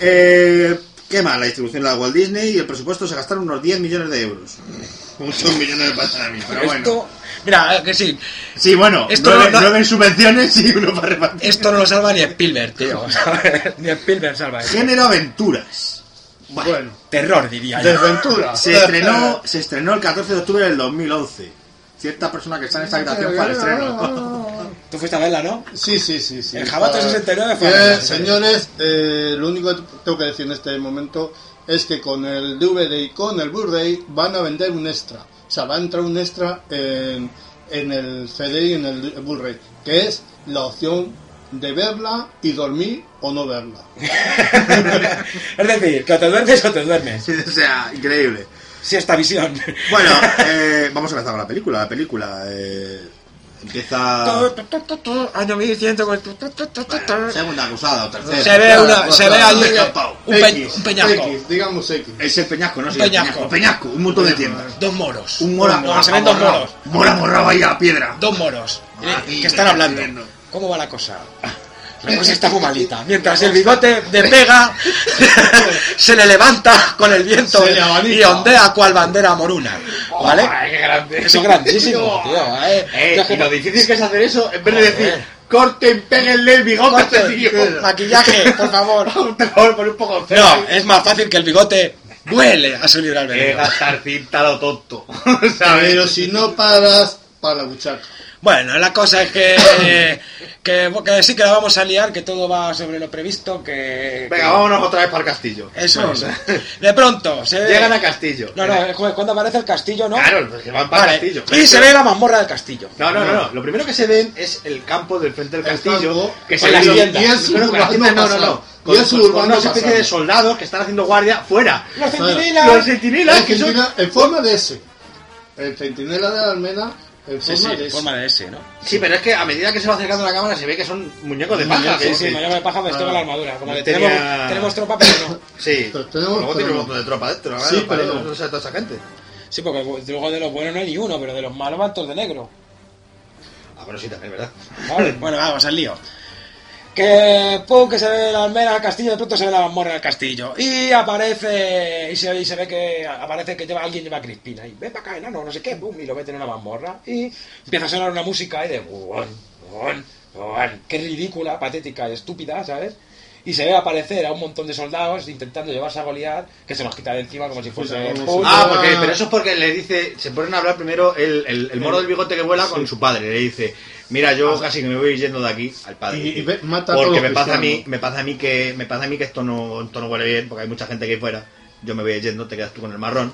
Speaker 5: Eh, ¿Qué más? La distribución de la Walt Disney y el presupuesto se gastaron unos 10 millones de euros. (laughs) Muchos millones de pasan a mí, pero bueno.
Speaker 4: Esto, mira, eh, que sí,
Speaker 5: Sí, bueno,
Speaker 4: Esto
Speaker 5: nueve,
Speaker 4: no- no-
Speaker 5: nueve subvenciones y uno para repartir.
Speaker 4: esto no lo salva ni Spielberg, tío. ni Spielberg salva esto.
Speaker 5: Género aventuras.
Speaker 1: Bueno,
Speaker 4: Terror, diría yo.
Speaker 1: desventura.
Speaker 5: (laughs) Se estrenó, se estrenó el 14 de octubre del 2011. Cierta persona que está en esta habitación para el estreno. (laughs)
Speaker 4: Tú fuiste a verla, ¿no?
Speaker 1: Sí, sí, sí. sí.
Speaker 4: El Jabato
Speaker 1: Ah,
Speaker 4: 69 fue
Speaker 1: eh,
Speaker 4: a ver.
Speaker 1: Señores, eh, lo único que tengo que decir en este momento es que con el DVD y con el Blu-ray van a vender un extra. O sea, va a entrar un extra en, en el CD y en el Blu-ray, que es la opción de verla y dormir o no verla.
Speaker 4: Es decir, que o te duermes o te duermes.
Speaker 5: Sí, o sea, increíble.
Speaker 4: Sí, esta visión.
Speaker 5: Bueno, eh, vamos a empezar con la película. La película eh, empieza.
Speaker 4: Tu, tu, tu, tu, tu, Año 1100 con el tu, tu, tu, tu, tu, tu.
Speaker 5: Bueno, segunda acusada o tercera.
Speaker 4: Se ve
Speaker 1: Claro,
Speaker 4: una,
Speaker 1: claro,
Speaker 4: se ve
Speaker 1: claro,
Speaker 4: ahí
Speaker 1: un
Speaker 5: escapado.
Speaker 4: un, pe-
Speaker 1: X,
Speaker 4: un peñasco,
Speaker 1: X, digamos X.
Speaker 5: Es el peñasco, ¿no? Sí,
Speaker 4: Peñasco.
Speaker 5: el peñasco, un montón de tiendas.
Speaker 4: dos moros,
Speaker 5: Un mora
Speaker 4: Bueno,
Speaker 5: morrao,
Speaker 4: se ven dos
Speaker 5: morrao.
Speaker 4: moros,
Speaker 5: Mora morrao ahí a piedra.
Speaker 4: dos moros,
Speaker 5: Ah,
Speaker 4: eh,
Speaker 5: sí,
Speaker 4: que están
Speaker 5: me
Speaker 4: hablando.
Speaker 5: estoy viendo.
Speaker 4: ¿Cómo va la cosa? La cosa está muy malita. Mientras el bigote de pega se le levanta con el viento
Speaker 1: Se le abanica.
Speaker 4: y ondea cual bandera moruna. ¿Vale?
Speaker 2: eh.
Speaker 4: Eso
Speaker 2: (laughs)
Speaker 4: es grandísimo, tío. ¿eh? Yo es que (laughs)
Speaker 5: difícil que es hacer eso en vez de
Speaker 4: Joder.
Speaker 5: corten, péguenle el bigote a este tío.
Speaker 4: Maquillaje, por favor.
Speaker 5: (laughs) Por favor, pon un poco de cera.
Speaker 4: No, es más fácil que el bigote vuele a su libre albedrío.
Speaker 5: gastar cinta lo tonto.
Speaker 1: Pero si no paras, para la buchaca.
Speaker 4: Bueno, la cosa es que, que, que sí que la vamos a liar, que todo va sobre lo (laughs) previsto, que...
Speaker 5: Venga, vámonos otra vez para el castillo.
Speaker 4: Eso es. De pronto, se...
Speaker 5: Llegan a castillo.
Speaker 4: No, no, es eh, cuando aparece el castillo, ¿no?
Speaker 5: Claro, pues que van para
Speaker 4: Vale.
Speaker 5: el castillo.
Speaker 4: Y se ve la mazmorra del castillo.
Speaker 5: No, no, no, no. Lo primero que se ven es el campo del frente del
Speaker 1: El
Speaker 5: castillo.
Speaker 1: campo
Speaker 5: Que
Speaker 4: con
Speaker 5: se
Speaker 4: las
Speaker 5: ven los-
Speaker 4: tiendas.
Speaker 5: Y es
Speaker 1: Pero
Speaker 5: urbano
Speaker 1: con las tiendas,
Speaker 5: no, no, no.
Speaker 1: pasando.
Speaker 5: Con,
Speaker 1: Y es
Speaker 5: con- con
Speaker 1: urbano
Speaker 5: una especie
Speaker 1: pasando.
Speaker 5: de soldados que están haciendo guardia fuera.
Speaker 4: Los centinelas.
Speaker 5: Los centinelas
Speaker 1: El
Speaker 5: que son...
Speaker 1: centinela- Eh, en forma de S. El centinela de la almena en
Speaker 4: Sí,
Speaker 1: forma
Speaker 4: sí,
Speaker 1: de S.
Speaker 4: forma de S, ¿no?
Speaker 5: Sí, pero es que a medida que se va acercando la cámara se ve que son muñecos de paja.
Speaker 4: Sí,
Speaker 5: que-
Speaker 4: sí, mayor de paja vestido
Speaker 5: Ah.
Speaker 4: con la armadura. Como que
Speaker 5: Tenía-
Speaker 4: tenemos, tenemos tropa, pero
Speaker 5: (laughs)
Speaker 4: no.
Speaker 5: Sí.
Speaker 1: Pero tenemos-
Speaker 5: Luego tiene un
Speaker 1: pero-
Speaker 5: montón de tropa dentro.
Speaker 1: Sí,
Speaker 5: ¿verdad?
Speaker 1: pero
Speaker 5: Los
Speaker 1: no.
Speaker 5: paleos, no sé, toda esa gente.
Speaker 4: Sí, porque luego de los buenos no hay ni uno, pero de los malos van todos de negro.
Speaker 5: Ah, bueno, sí, también, ¿verdad?
Speaker 4: Vale, bueno, vamos al lío. Que pum, que se ve la almera del castillo, de pronto se ve la mazmorra del castillo. Y aparece, y se, y se ve que aparece que lleva alguien lleva a Crispina. ahí. ven para acá, enano, no sé qué, pum, y lo meten en una mazmorra. Y empieza a sonar una música ahí de guon, guon, guon. Qué ridícula, patética y estúpida, ¿sabes? Y se ve aparecer a un montón de soldados intentando llevarse a Goliat, que se los quita de encima como si fuese.
Speaker 1: Pues,
Speaker 4: Paul.
Speaker 5: Ah, porque, pero eso es porque le dice, se ponen a hablar primero el, el, el moro del bigote que vuela con su padre. Le dice, mira, yo casi que me voy yendo de aquí al padre.
Speaker 1: Y- y ve- mata a
Speaker 5: porque
Speaker 1: todos
Speaker 5: me
Speaker 1: los
Speaker 5: pasa a mí,
Speaker 1: cristianos.
Speaker 5: me pasa a mí que, me pasa a mí que esto no, esto no huele bien, porque hay mucha gente que fuera. Yo me voy yendo, te quedas tú con el marrón.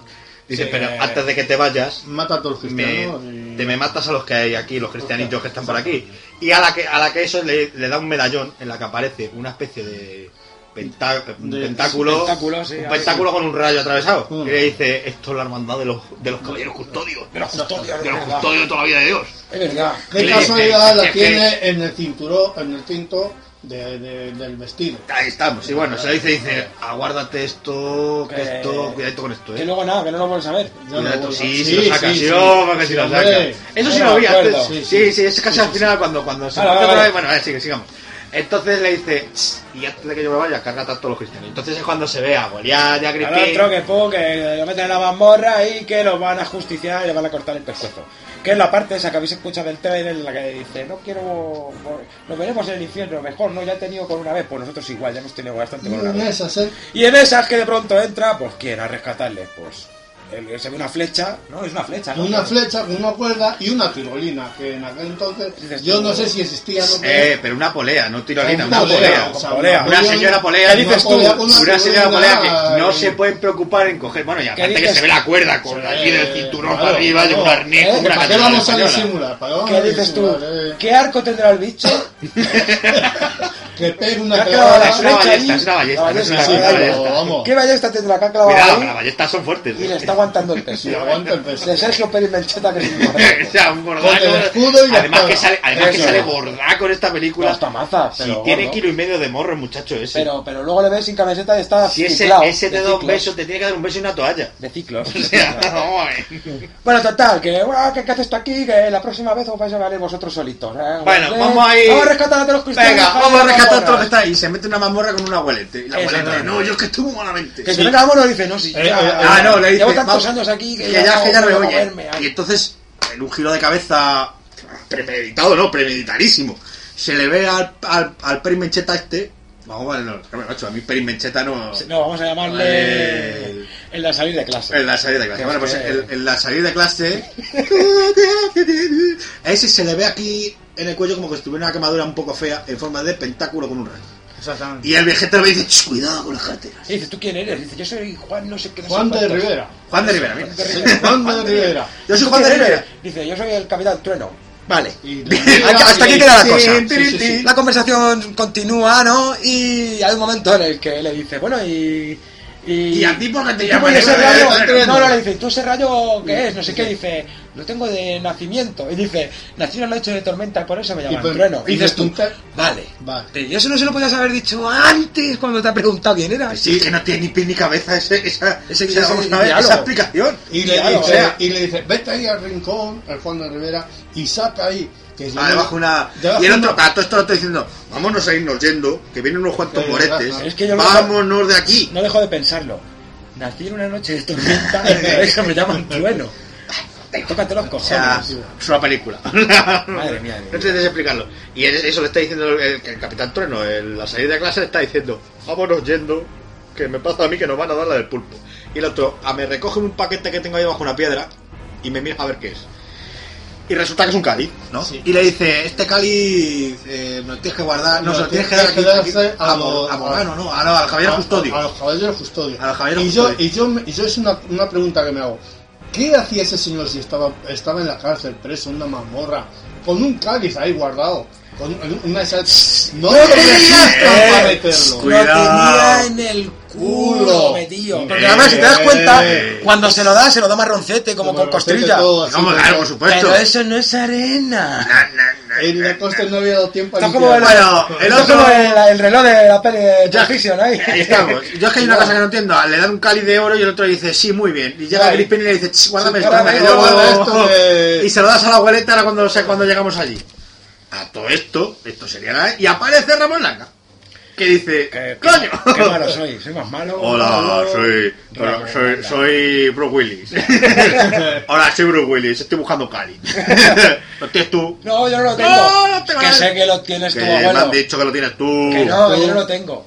Speaker 5: Dice,
Speaker 4: Sí.
Speaker 5: pero antes de que te vayas,
Speaker 1: Mata a todos los
Speaker 5: me,
Speaker 1: cristianos. y-
Speaker 4: eh,
Speaker 5: te me matas a los que hay aquí, los cristianillos que están por aquí. Y a la que, a la que eso le, le da un medallón en la que aparece una especie de, penta- un
Speaker 1: De-
Speaker 5: pentáculo,
Speaker 4: pentáculo, Ah. sí, ah.
Speaker 5: un
Speaker 4: ahí.
Speaker 5: pentáculo con un rayo atravesado.
Speaker 1: Mm.
Speaker 5: Que le dice, esto es la hermandad de los, de los caballeros custodios, de los
Speaker 4: Custodios,
Speaker 5: de
Speaker 4: es
Speaker 5: los
Speaker 4: verdad.
Speaker 5: custodios de toda la vida de Dios.
Speaker 4: Es verdad.
Speaker 1: ¿Qué
Speaker 5: Le-
Speaker 1: casualidad
Speaker 5: le-
Speaker 1: la
Speaker 5: le-
Speaker 1: tiene en el cinturón, en el cinto de- de- del vestido?
Speaker 5: Ahí estamos. Y bueno, se le dice, dice, aguárdate esto, que
Speaker 4: Que-
Speaker 5: esto, cuidadito con esto,
Speaker 4: Que
Speaker 5: eh.
Speaker 4: luego nada, que no lo vuelves a ver.
Speaker 1: Yo no
Speaker 5: Cuidadito,
Speaker 1: voy a-
Speaker 5: sí, sí, lo sacas, sí, oh, que sí lo sacas.
Speaker 1: hombre.
Speaker 5: Eso sí
Speaker 4: Yo
Speaker 5: lo
Speaker 4: me
Speaker 5: vi
Speaker 4: acuerdo.
Speaker 5: antes. Sí,
Speaker 1: Sí,
Speaker 5: sí, es casi al final cuando, cuando se
Speaker 4: Vale,
Speaker 5: marcha
Speaker 4: vale,
Speaker 5: otra
Speaker 4: vale.
Speaker 5: vez. Bueno, a ver, sigue, sigamos. Entonces le dice, "Shh, y antes de que yo me vaya, cárgate a todos los cristianos. Entonces es cuando se ve a Goliat, ya
Speaker 4: Al otro
Speaker 5: Gripín.
Speaker 4: que po, que lo meten en la mazmorra y que lo van a justiciar y le van a cortar el pescuezo. Que es la parte esa que habéis escuchado del trailer en la que dice, no quiero... Nos veremos en el infierno, mejor, no, ya he tenido con una vez, pues nosotros igual, ya hemos tenido bastante con una
Speaker 1: En
Speaker 4: vez.
Speaker 1: esa se-
Speaker 4: Y en esas que de pronto entra, pues ¿quién? A rescatarle, pues... el- se ve una flecha, no, es una
Speaker 5: Ah,
Speaker 4: flecha, ¿no?
Speaker 1: Una flecha con una cuerda y una tirolina, que en aquel
Speaker 4: Dices
Speaker 1: entonces
Speaker 4: tú,
Speaker 1: yo no sé si existía no
Speaker 5: Eh, pero una polea, no tirolina, una
Speaker 4: polea,
Speaker 5: polea.
Speaker 4: o sea, polea.
Speaker 5: Una señora polea,
Speaker 4: ¿Qué dices tú?
Speaker 1: polea con
Speaker 5: Una señora polea
Speaker 1: tirolina,
Speaker 5: que no
Speaker 1: eh,
Speaker 5: se pueden preocupar en coger. Bueno, y aparte que
Speaker 4: dices?
Speaker 5: se ve la cuerda con aquí del cinturón para arriba, y un
Speaker 1: claro.
Speaker 5: arnés,
Speaker 1: Eh,
Speaker 5: con una
Speaker 1: ¿Para qué
Speaker 5: catedral
Speaker 1: vamos a
Speaker 5: española.
Speaker 1: disimular? ¿Para vamos
Speaker 4: ¿Qué
Speaker 1: a
Speaker 4: dices tú?
Speaker 2: (laughs)
Speaker 1: disimular, eh?
Speaker 4: ¿Qué arco tendrá el bicho?
Speaker 1: que pega una
Speaker 4: Te ha clavado
Speaker 1: clavada.
Speaker 4: la
Speaker 2: Es una
Speaker 4: flecha
Speaker 2: ballesta,
Speaker 4: ahí.
Speaker 2: es una ballesta,
Speaker 1: La
Speaker 2: no es una
Speaker 1: ballesta, sí,
Speaker 2: una
Speaker 1: pero
Speaker 2: ballesta.
Speaker 1: vamos.
Speaker 4: ¿Qué ballesta tendrá que ha clavado
Speaker 2: Cuidado,
Speaker 4: ahí?
Speaker 2: las ballestas son fuertes.
Speaker 5: eh.
Speaker 4: Y le
Speaker 5: (laughs)
Speaker 4: está aguantando el
Speaker 1: (laughs)
Speaker 4: peso.
Speaker 1: Si aguanta el peso.
Speaker 4: De Sergio Pérez Mencheta que es un
Speaker 2: o
Speaker 4: borracho.
Speaker 2: sea, un gordaco.
Speaker 1: Con el escudo y la
Speaker 2: además que
Speaker 1: espada.
Speaker 2: sale, además que
Speaker 1: Eso.
Speaker 2: sale bordaco en esta película.
Speaker 4: Las tamazas,
Speaker 2: Si
Speaker 4: pero
Speaker 2: tiene
Speaker 4: gordo.
Speaker 2: kilo y medio de morro, el muchacho ese.
Speaker 4: Pero, pero luego le ves sin camiseta y está
Speaker 2: si ese,
Speaker 4: ciclao,
Speaker 2: ese te
Speaker 4: de
Speaker 2: da un
Speaker 4: ciclos.
Speaker 2: beso, te tiene que dar un beso y una
Speaker 5: (laughs)
Speaker 2: toalla.
Speaker 4: De ciclos.
Speaker 2: O sea, vamos a ver.
Speaker 4: Bueno, total, que, guau, que, que haces tú aquí, que la próxima vez os vais a ganar vosotros solitos. ¿eh?
Speaker 2: Bueno,
Speaker 4: Eh,
Speaker 2: vamos a ir-
Speaker 4: Vamos a rescatar a todos los cristianos.
Speaker 5: Venga,
Speaker 4: joder,
Speaker 5: vamos a rescatar
Speaker 4: vámonos.
Speaker 5: todo lo que está ahí. Se mete una mazmorra con un abuelete. Y la
Speaker 4: Exacto.
Speaker 5: abueleta, no, yo es que estuvo malamente.
Speaker 4: Que
Speaker 5: Sí.
Speaker 4: si venga vámonos, dice, no, si
Speaker 1: Eh,
Speaker 4: ya-
Speaker 1: eh,
Speaker 5: Ah, no, le dice.
Speaker 4: Llevo tantos
Speaker 5: vamos,
Speaker 4: años aquí que,
Speaker 5: ya, es que ya
Speaker 4: no puedo
Speaker 5: rehuye.
Speaker 4: moverme.
Speaker 5: Y entonces, en un giro de cabeza premeditado, no, premeditarísimo, se le ve al, al, al Peri Mencheta este. Vamos, vale, no, no, macho, a mí Peri Mencheta no.
Speaker 4: No, vamos a llamarle
Speaker 5: Vale.
Speaker 4: el de salir de clase.
Speaker 5: En la salida de clase.
Speaker 4: Que
Speaker 5: Bueno, pues
Speaker 4: es que-
Speaker 5: en, en la salida de clase. A ese se le ve aquí en el cuello como que estuviera una quemadura un poco fea en forma de pentáculo con un rayo.
Speaker 1: Exactamente.
Speaker 5: Y el viejete le dice: "Ch, Cuidado con las carteras.
Speaker 4: Y dice, ¿tú quién eres? Dice, yo soy Juan, no sé qué. No sé
Speaker 1: Juan de
Speaker 4: cuántos.
Speaker 1: Rivera.
Speaker 5: Juan de Rivera, mira.
Speaker 1: Juan de Rivera.
Speaker 5: Yo soy
Speaker 4: ¿Tú
Speaker 5: Juan de
Speaker 4: quién
Speaker 5: Rivera.
Speaker 4: eres? Dice, yo soy el Capitán Trueno.
Speaker 5: Vale.
Speaker 1: Y-
Speaker 5: Hasta aquí queda la cosa.
Speaker 1: Sí, sí, sí.
Speaker 4: La conversación continúa, ¿no? Y hay un momento en el que le dice, bueno, y... Y,
Speaker 5: Y al tipo que te
Speaker 4: y
Speaker 5: llama,
Speaker 4: oye, ese
Speaker 5: le-
Speaker 4: rayo-
Speaker 5: le-
Speaker 4: No, no, le dice, ¿tú ese rayo qué es? No sé qué, dice, lo tengo de nacimiento. Y dice, nací en la noche de tormenta, por eso me llaman
Speaker 1: pues-
Speaker 4: trueno. Y dices tú,
Speaker 1: punta-
Speaker 9: Vale.
Speaker 1: Vale.
Speaker 9: Y eso no se lo podías haber dicho antes cuando te ha preguntado quién era.
Speaker 5: Sí, que no tiene ni pie ni cabeza ese, esa,
Speaker 9: Ese- ese
Speaker 5: esa- vamos a ver,
Speaker 4: diálogo.
Speaker 5: esa explicación.
Speaker 1: Y le,
Speaker 4: Claro,
Speaker 1: dice,
Speaker 4: o sea-
Speaker 1: y le dice, vete ahí al rincón, al Juan de Rivera, y saca ahí. Que yo
Speaker 5: Ah,
Speaker 1: no-
Speaker 5: debajo una.
Speaker 1: debajo
Speaker 5: Y el otro,
Speaker 1: una-
Speaker 5: a todo esto lo estoy diciendo, vámonos a irnos yendo, que vienen unos cuantos
Speaker 1: Sí,
Speaker 5: moretes.
Speaker 1: ajá.
Speaker 4: Es que yo lo-
Speaker 5: Vámonos de aquí.
Speaker 4: no dejo de pensarlo. Nací en una noche de tormenta (laughs) y por eso me llaman trueno. Tócate los
Speaker 5: O sea,
Speaker 4: cojones.
Speaker 5: es una película. (laughs)
Speaker 4: Madre mía, de mí.
Speaker 5: No intentes explicarlo. Y es- eso le está diciendo el, el- el Capitán Trueno, el- la salida de clase le está diciendo, vámonos yendo, que me pasa a mí que nos van a dar la del pulpo. Y el otro, a me recogen un paquete que tengo ahí bajo una piedra y me mira a ver qué es. Y resulta que es un cáliz, ¿no?
Speaker 1: Sí.
Speaker 5: Y le dice, este cáliz eh, me lo tienes que guardar, no,
Speaker 1: Me
Speaker 5: se
Speaker 1: lo
Speaker 5: lo tienes que dar
Speaker 1: tienes
Speaker 5: aquí,
Speaker 1: que
Speaker 5: aquí-
Speaker 1: darse a
Speaker 5: a, Mor-
Speaker 1: los-
Speaker 5: a Morgano, ¿no? A, no, al Javier
Speaker 1: a-
Speaker 5: Custodio. Ah,
Speaker 1: A los caballeros custodios.
Speaker 5: A los caballeros
Speaker 1: ah, y yo,
Speaker 5: custodios.
Speaker 1: Y yo, me- y yo es una, una pregunta que me hago. ¿Qué hacía ese señor si estaba, estaba en la cárcel, preso, en una mazmorra, con un cáliz ahí guardado? Con un- una de esas- No lo dejas para
Speaker 5: eh.
Speaker 1: meterlo.
Speaker 5: Cuidado.
Speaker 4: Lo tenía en el culo,
Speaker 1: Culo.
Speaker 4: metido.
Speaker 1: Eh.
Speaker 4: Porque además, si te das cuenta, cuando se lo da, se lo da marroncete, como con costrilla.
Speaker 1: Todo así,
Speaker 5: Vamos,
Speaker 1: todo.
Speaker 5: claro, pues, por supuesto.
Speaker 4: Pero eso no es arena.
Speaker 5: Na, na, na,
Speaker 1: En la costa no había dado tiempo a
Speaker 4: Está como
Speaker 1: limpiar.
Speaker 5: Bueno, el
Speaker 4: Eso es
Speaker 5: otro...
Speaker 4: como el, el reloj de la peli de
Speaker 5: Ya.
Speaker 4: Transfixion ahí.
Speaker 5: Ahí
Speaker 4: (laughs)
Speaker 5: estamos. (laughs) Yo es que hay una cosa que no entiendo. Le dan un cáliz de oro y el otro le dice, sí, muy bien. Y llega
Speaker 4: Ay.
Speaker 5: Crispin y le dice, "Ch, guárdame
Speaker 1: Sí,
Speaker 5: esto.
Speaker 1: guárdame
Speaker 5: que
Speaker 1: esto,
Speaker 5: yo-
Speaker 1: guarda esto, que-
Speaker 5: Y se lo das a la abuelita ahora cuando, o sea, cuando llegamos allí. A todo esto, esto sería la... E. Y aparece Ramón Langa. Que dice,
Speaker 4: Qué-
Speaker 5: coño.
Speaker 4: Qué malo soy, soy más malo.
Speaker 5: Hola,
Speaker 4: Malo.
Speaker 5: soy,
Speaker 4: Ramón
Speaker 5: soy,
Speaker 4: Langa.
Speaker 5: soy
Speaker 4: (laughs)
Speaker 5: Bruce Willis. Hola, soy Bruce Willis. Estoy buscando un cáliz. ¿Lo tienes tú?
Speaker 4: No, yo no lo tengo.
Speaker 5: No, no te lo
Speaker 4: que
Speaker 5: das.
Speaker 4: sé que lo tienes
Speaker 5: Que
Speaker 4: tú,
Speaker 5: me han
Speaker 4: abuelo.
Speaker 5: dicho que lo tienes tú.
Speaker 4: Que no, que yo no lo tengo.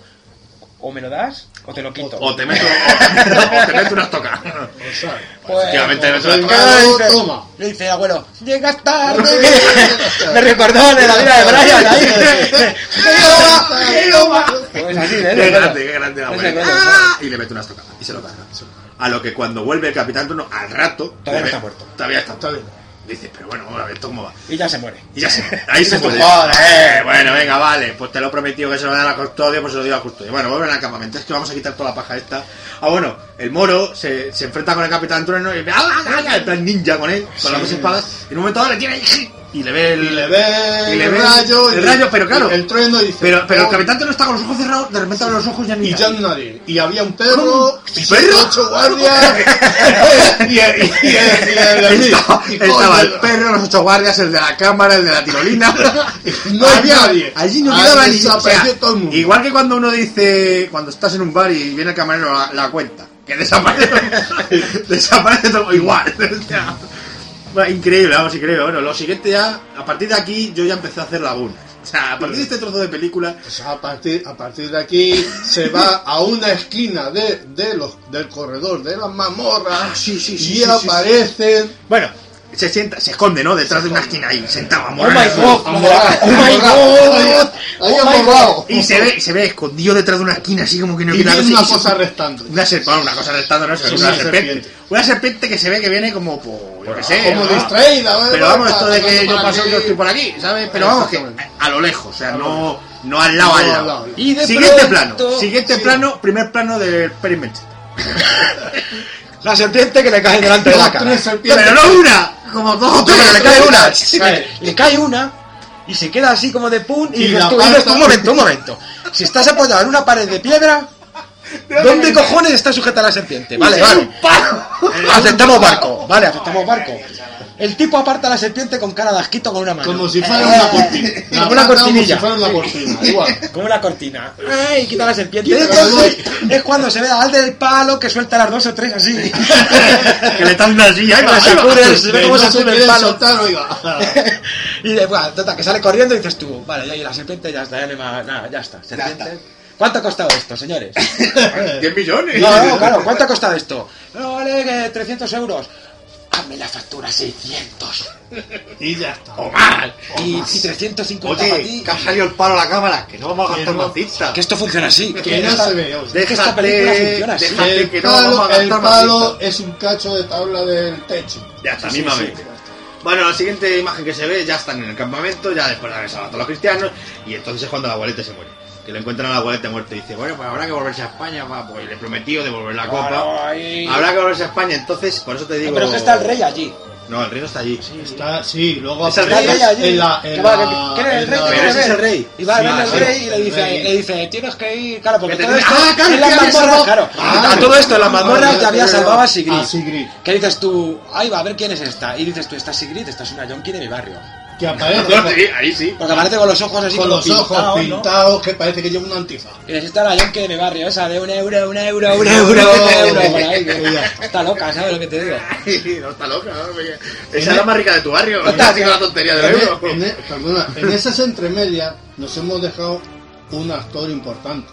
Speaker 4: O me lo das o te lo quito.
Speaker 5: O te meto, o te meto
Speaker 4: (laughs)
Speaker 5: una estoca.
Speaker 1: O sea,
Speaker 4: Pues,
Speaker 5: Efectivamente, me
Speaker 1: soy
Speaker 5: suena.
Speaker 1: malo,
Speaker 4: dice?
Speaker 1: toma.
Speaker 4: Le dice, abuelo, llegas tarde. (laughs) Me recordó de la vida de Brian (laughs) ahí. Pues así, ¿eh?
Speaker 5: Qué grande, qué grande la
Speaker 4: Es
Speaker 5: abuela.
Speaker 4: el reloj,
Speaker 5: ¡Ah! Y le mete una estocada y se lo carga. A lo que cuando vuelve el capitán Trueno, al rato.
Speaker 4: Todavía no
Speaker 5: le
Speaker 4: está
Speaker 5: ve-
Speaker 4: muerto.
Speaker 5: Todavía está
Speaker 1: Está bien.
Speaker 5: Dice, pero bueno, a ver, ¿esto cómo va?
Speaker 4: Y ya se muere.
Speaker 5: Y ya se. Ahí se
Speaker 4: Dices tú,
Speaker 5: puede.
Speaker 4: "Joder".
Speaker 5: Eh, bueno, venga, vale. Pues te lo he prometido que se lo va a dar a custodia, pues se lo digo a custodia. Bueno, vuelven al campamento. Es que vamos a quitar toda la paja esta. Ah, bueno, el moro se, se enfrenta con el capitán Trueno y. ¡Ah, ah, ah! En plan ninja con él, con las dos espadas. En un momento dado le tiene. Y le ve el.
Speaker 1: Y le ve
Speaker 5: Y le
Speaker 1: el
Speaker 5: ve
Speaker 1: rayo.
Speaker 5: el
Speaker 1: y-
Speaker 5: rayo, pero claro.
Speaker 1: El trueno dice.
Speaker 5: Pero, pero el
Speaker 1: "Oh".
Speaker 5: capitán no está con los ojos cerrados, de repente abre los ojos y ya ni.
Speaker 1: Y
Speaker 5: mira.
Speaker 1: ya no nadie. Y había un perro.
Speaker 5: ¿Un perro?
Speaker 1: Ocho guardias.
Speaker 5: (laughs)
Speaker 1: y, y, y, y-
Speaker 5: Estaba,
Speaker 1: y- y-
Speaker 5: estaba el
Speaker 1: coño,
Speaker 5: perro, los ocho guardias, el de la cámara, el de la tirolina.
Speaker 1: No había nadie.
Speaker 5: Allí no
Speaker 1: Ahí
Speaker 5: quedaba ni o
Speaker 1: desapareció
Speaker 5: sea,
Speaker 1: todo el mundo.
Speaker 5: Igual que cuando uno dice, cuando estás en un bar y viene el camarero la, la cuenta, que desaparece, desaparece todo igual. O sea, bueno, increíble, vamos, increíble. Bueno, lo siguiente ya, a partir de aquí yo ya empecé a hacer lagunas. O sea, a partir de este trozo de película,
Speaker 1: Pues a partir, a partir de aquí se va a una esquina de, de los, del corredor de las mazmorras
Speaker 5: Ah, sí, sí, sí,
Speaker 1: y
Speaker 5: sí, sí, sí.
Speaker 1: aparecen
Speaker 5: bueno, se sienta, se esconde, ¿no? Detrás de una esquina ahí, sentado,
Speaker 4: Oh my
Speaker 5: amorado.
Speaker 4: god. Oh my god.
Speaker 1: ahí
Speaker 4: my
Speaker 1: amarrado
Speaker 5: Y se ve, se ve escondido detrás de una esquina, así como que no
Speaker 1: y
Speaker 5: quiere
Speaker 1: viene
Speaker 5: verse,
Speaker 1: una
Speaker 5: y se-
Speaker 1: cosa restante
Speaker 5: Una serpiente, una cosa restando, no sé,
Speaker 1: Sí,
Speaker 5: una,
Speaker 1: una
Speaker 5: serpiente.
Speaker 1: serpiente.
Speaker 5: Una serpiente que se ve que viene como, pues, yo qué sé.
Speaker 1: como
Speaker 5: ¿no?
Speaker 1: distraída ¿eh?
Speaker 5: Pero vamos,
Speaker 1: Está
Speaker 5: esto
Speaker 1: pasando
Speaker 5: de que yo
Speaker 1: por
Speaker 5: paso,
Speaker 1: aquí.
Speaker 5: yo estoy por aquí, ¿sabes? Pero vamos, que
Speaker 1: Exactamente.
Speaker 5: a lo lejos, o sea, no,
Speaker 10: No al lado,
Speaker 1: No,
Speaker 10: al
Speaker 1: al
Speaker 10: lado.
Speaker 1: lado.
Speaker 4: Y de
Speaker 10: Siguiente
Speaker 4: pronto-
Speaker 10: plano. Siguiente plano, primer plano del Perry Merchant.
Speaker 4: La serpiente que le cae delante de la
Speaker 1: Dos,
Speaker 4: cara.
Speaker 1: tres serpientes.
Speaker 10: Pero no una, como dos o
Speaker 4: No, pero
Speaker 10: tres.
Speaker 4: le cae una.
Speaker 1: Vale.
Speaker 4: Le cae una y se queda así como de pun y,
Speaker 1: Y
Speaker 4: dices
Speaker 1: la
Speaker 4: tú, dices
Speaker 1: pata-
Speaker 4: tú, un momento, un momento. Si estás apoyado en una pared de piedra, ¿dónde cojones está sujeta la serpiente? Vale, vale. Eh, Aceptamos barco, vale, aceptamos barco. El tipo aparta a la serpiente con cara de asquito con una mano.
Speaker 1: Como si eh, fuera una cortina.
Speaker 4: Como
Speaker 1: La
Speaker 4: una
Speaker 1: plata Como
Speaker 4: cortinilla.
Speaker 1: si fuera una cortina, igual.
Speaker 4: Como una cortina. ¡Ay! Quita la serpiente. Y
Speaker 1: Quita la
Speaker 4: entonces
Speaker 1: serpiente.
Speaker 4: es cuando se ve al del palo que suelta las dos o tres así.
Speaker 10: Que le están dando así,
Speaker 4: (laughs)
Speaker 10: ahí va,
Speaker 4: Ahí
Speaker 10: ahí va.
Speaker 4: sacude, se ve
Speaker 1: Que
Speaker 4: cómo
Speaker 1: Eh, no
Speaker 4: se
Speaker 1: se
Speaker 4: sube el
Speaker 1: quiere
Speaker 4: palo.
Speaker 1: soltar, oiga.
Speaker 4: y de, bueno, total, que sale corriendo y dices tú, vale, ya y la serpiente ya está, ya, no hay más- nada, ya está, serpiente. ¿Cuánto ha costado esto, señores?
Speaker 10: 10 millones.
Speaker 4: No, no, claro, ¿cuánto ha costado esto? No, vale, que 300 euros. Hazme la factura 600
Speaker 1: Y ya está.
Speaker 5: ¡O mal!
Speaker 4: y, y 350 para
Speaker 5: Oye,
Speaker 4: ti.
Speaker 5: que ha salido el palo a la cámara, que no vamos a
Speaker 1: Que
Speaker 5: gastar
Speaker 1: no.
Speaker 5: más pizza.
Speaker 4: Que esto funciona así.
Speaker 1: Que no
Speaker 4: esta-
Speaker 1: se ve, o sea.
Speaker 4: que esta película funciona así.
Speaker 5: déjate
Speaker 1: El
Speaker 5: que no vamos a
Speaker 1: palo, el
Speaker 5: gastar más
Speaker 1: palo
Speaker 5: pizza.
Speaker 1: es un cacho de tabla del techo.
Speaker 5: Ya está, mismamente. Bueno, la siguiente imagen que se ve, ya están en el campamento, ya después de haber salvado a todos los cristianos, y entonces es cuando la abuelita se muere. Que lo encuentran a la abuelita muerta y dice, bueno, pues habrá que volverse a España, va, pues le prometió devolver la copa.
Speaker 11: Claro, ahí.
Speaker 5: Habrá que volverse a España, entonces, por eso te digo...
Speaker 11: Pero es que está el rey allí.
Speaker 5: No, el rey no está allí. Sí,
Speaker 1: Está, sí, luego
Speaker 5: Es el
Speaker 1: aparece
Speaker 5: rey
Speaker 11: allí.
Speaker 1: en la- en
Speaker 11: Que va,
Speaker 1: la-
Speaker 11: que- que eres el
Speaker 1: en
Speaker 11: rey,
Speaker 1: la-
Speaker 11: que
Speaker 5: Pero
Speaker 11: eres
Speaker 5: ese es el rey.
Speaker 4: Y va a
Speaker 1: Ah,
Speaker 4: ver el
Speaker 1: sí.
Speaker 4: rey y le
Speaker 1: Rey.
Speaker 4: dice, le dice, tienes que ir, claro, porque
Speaker 5: Que te
Speaker 4: todo esto
Speaker 5: tenía- Ah, claro,
Speaker 4: en las
Speaker 5: que había
Speaker 4: mazmorras,
Speaker 5: salvado.
Speaker 4: claro.
Speaker 1: Ah,
Speaker 4: a todo esto en las mazmorras
Speaker 1: vale,
Speaker 4: ya había
Speaker 1: vale, Ah,
Speaker 4: salvado
Speaker 1: vale.
Speaker 4: a Sigrid.
Speaker 1: A Sigrid.
Speaker 4: Que dices tú, ahí va, a ver quién es esta. Y dices tú, esta es Sigrid, esta es una yonki de mi barrio.
Speaker 1: Que aparece
Speaker 5: (laughs) No,
Speaker 1: con,
Speaker 5: sí, ahí sí.
Speaker 4: Porque aparece con los ojos así
Speaker 1: con
Speaker 4: como
Speaker 1: los ojos
Speaker 4: pintados, ¿no?
Speaker 1: pintados que parece que lleva un antifaz.
Speaker 4: Y dices, esta es la yonki de mi barrio, esa de un euro, un euro, un euro, un euro, por ahí, que
Speaker 1: Ya.
Speaker 4: Está loca, ¿sabes lo que te digo?
Speaker 5: no está loca, ¿no? Esa es la más rica de tu barrio. (laughs)
Speaker 1: está
Speaker 5: No está haciendo la tontería del
Speaker 1: En e-
Speaker 5: euro.
Speaker 1: En, e- perdona, en esas entremedias nos hemos dejado un actor importante,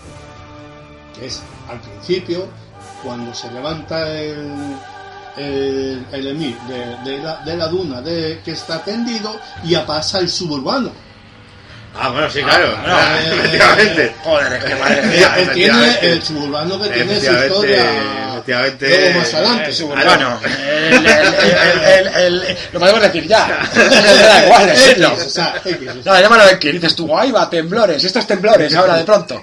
Speaker 1: que es al principio, cuando se levanta el, el, el emir de, de la, de la duna de, que está tendido y pasa el suburbano.
Speaker 5: Ah, bueno, sí, claro.
Speaker 1: Ah, eh,
Speaker 5: (laughs) Efectivamente.
Speaker 4: Joder, es que madre
Speaker 1: Eh,
Speaker 4: (laughs) mía.
Speaker 1: él tiene
Speaker 5: efectivamente.
Speaker 1: el suburbano que tiene su
Speaker 5: Efectivamente,
Speaker 1: historia
Speaker 5: efectivamente. Eh,
Speaker 1: luego más adelante.
Speaker 4: El suburbano. El- el- el- el- el- Lo podemos decir ya. (laughs) Da igual
Speaker 5: eh,
Speaker 4: decirlo.
Speaker 1: X, o sea, X,
Speaker 5: (laughs)
Speaker 1: o sea,
Speaker 4: No, llámalo de que dices tú, ahí va, temblores, estos temblores ahora de pronto.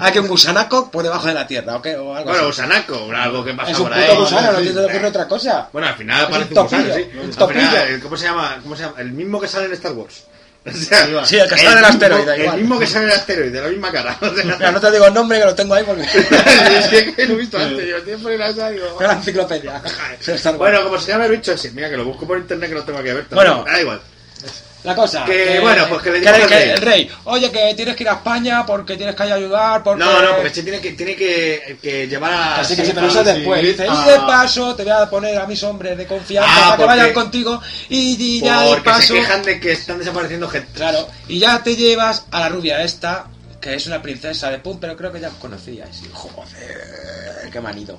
Speaker 4: Hay que un gusanaco por debajo de la tierra, ¿o qué? O algo
Speaker 5: Bueno,
Speaker 4: así.
Speaker 5: gusanaco, algo que pasa
Speaker 4: Es un
Speaker 5: por
Speaker 4: puto
Speaker 5: ahí.
Speaker 4: gusano, no te ocurre otra cosa.
Speaker 5: Bueno, al final
Speaker 4: un
Speaker 5: parece un gusano,
Speaker 4: topillo,
Speaker 5: sí.
Speaker 4: un
Speaker 5: Al final,
Speaker 4: topillo.
Speaker 5: el- ¿Cómo se llama? ¿Cómo se llama? El mismo que sale en Star Wars. (laughs) O sea,
Speaker 1: Sí, va.
Speaker 4: Sí, el que sale del
Speaker 5: mismo-
Speaker 4: asteroide,
Speaker 5: El
Speaker 4: igual.
Speaker 5: mismo que sale del asteroide, la misma cara. (laughs) O sea,
Speaker 4: Mira, no te digo el nombre que lo tengo ahí porque. (laughs)
Speaker 5: es que lo he visto antes, yo siempre lo he
Speaker 4: Tengo la enciclopedia. (laughs) Star Wars.
Speaker 5: Bueno, como se llama el bicho ese, mira que lo busco por internet que lo tengo aquí abierto.
Speaker 4: Bueno.
Speaker 5: da igual.
Speaker 4: La cosa.
Speaker 5: Que, bueno, pues que
Speaker 4: que,
Speaker 5: le digas al
Speaker 4: que
Speaker 5: rey.
Speaker 4: el rey. Oye, que tienes que ir a España porque tienes que ir a ayudar. Porque...
Speaker 5: No, no, porque este tiene que, tiene que, que llevar a.
Speaker 4: Así que sí, pero
Speaker 5: a-
Speaker 4: eso es después.
Speaker 1: sí,
Speaker 4: Dice,
Speaker 1: ah.
Speaker 4: y de paso te voy a poner a mis hombres de confianza
Speaker 5: Ah,
Speaker 4: para que
Speaker 5: porque-
Speaker 4: vayan contigo. Y, y ya de
Speaker 5: Porque se
Speaker 4: paso.
Speaker 5: quejan de que están desapareciendo gente.
Speaker 4: Claro, y ya te llevas a la rubia esta, que es una princesa de Pum, pero creo que ya os conocíais. Y, Joder, qué manido.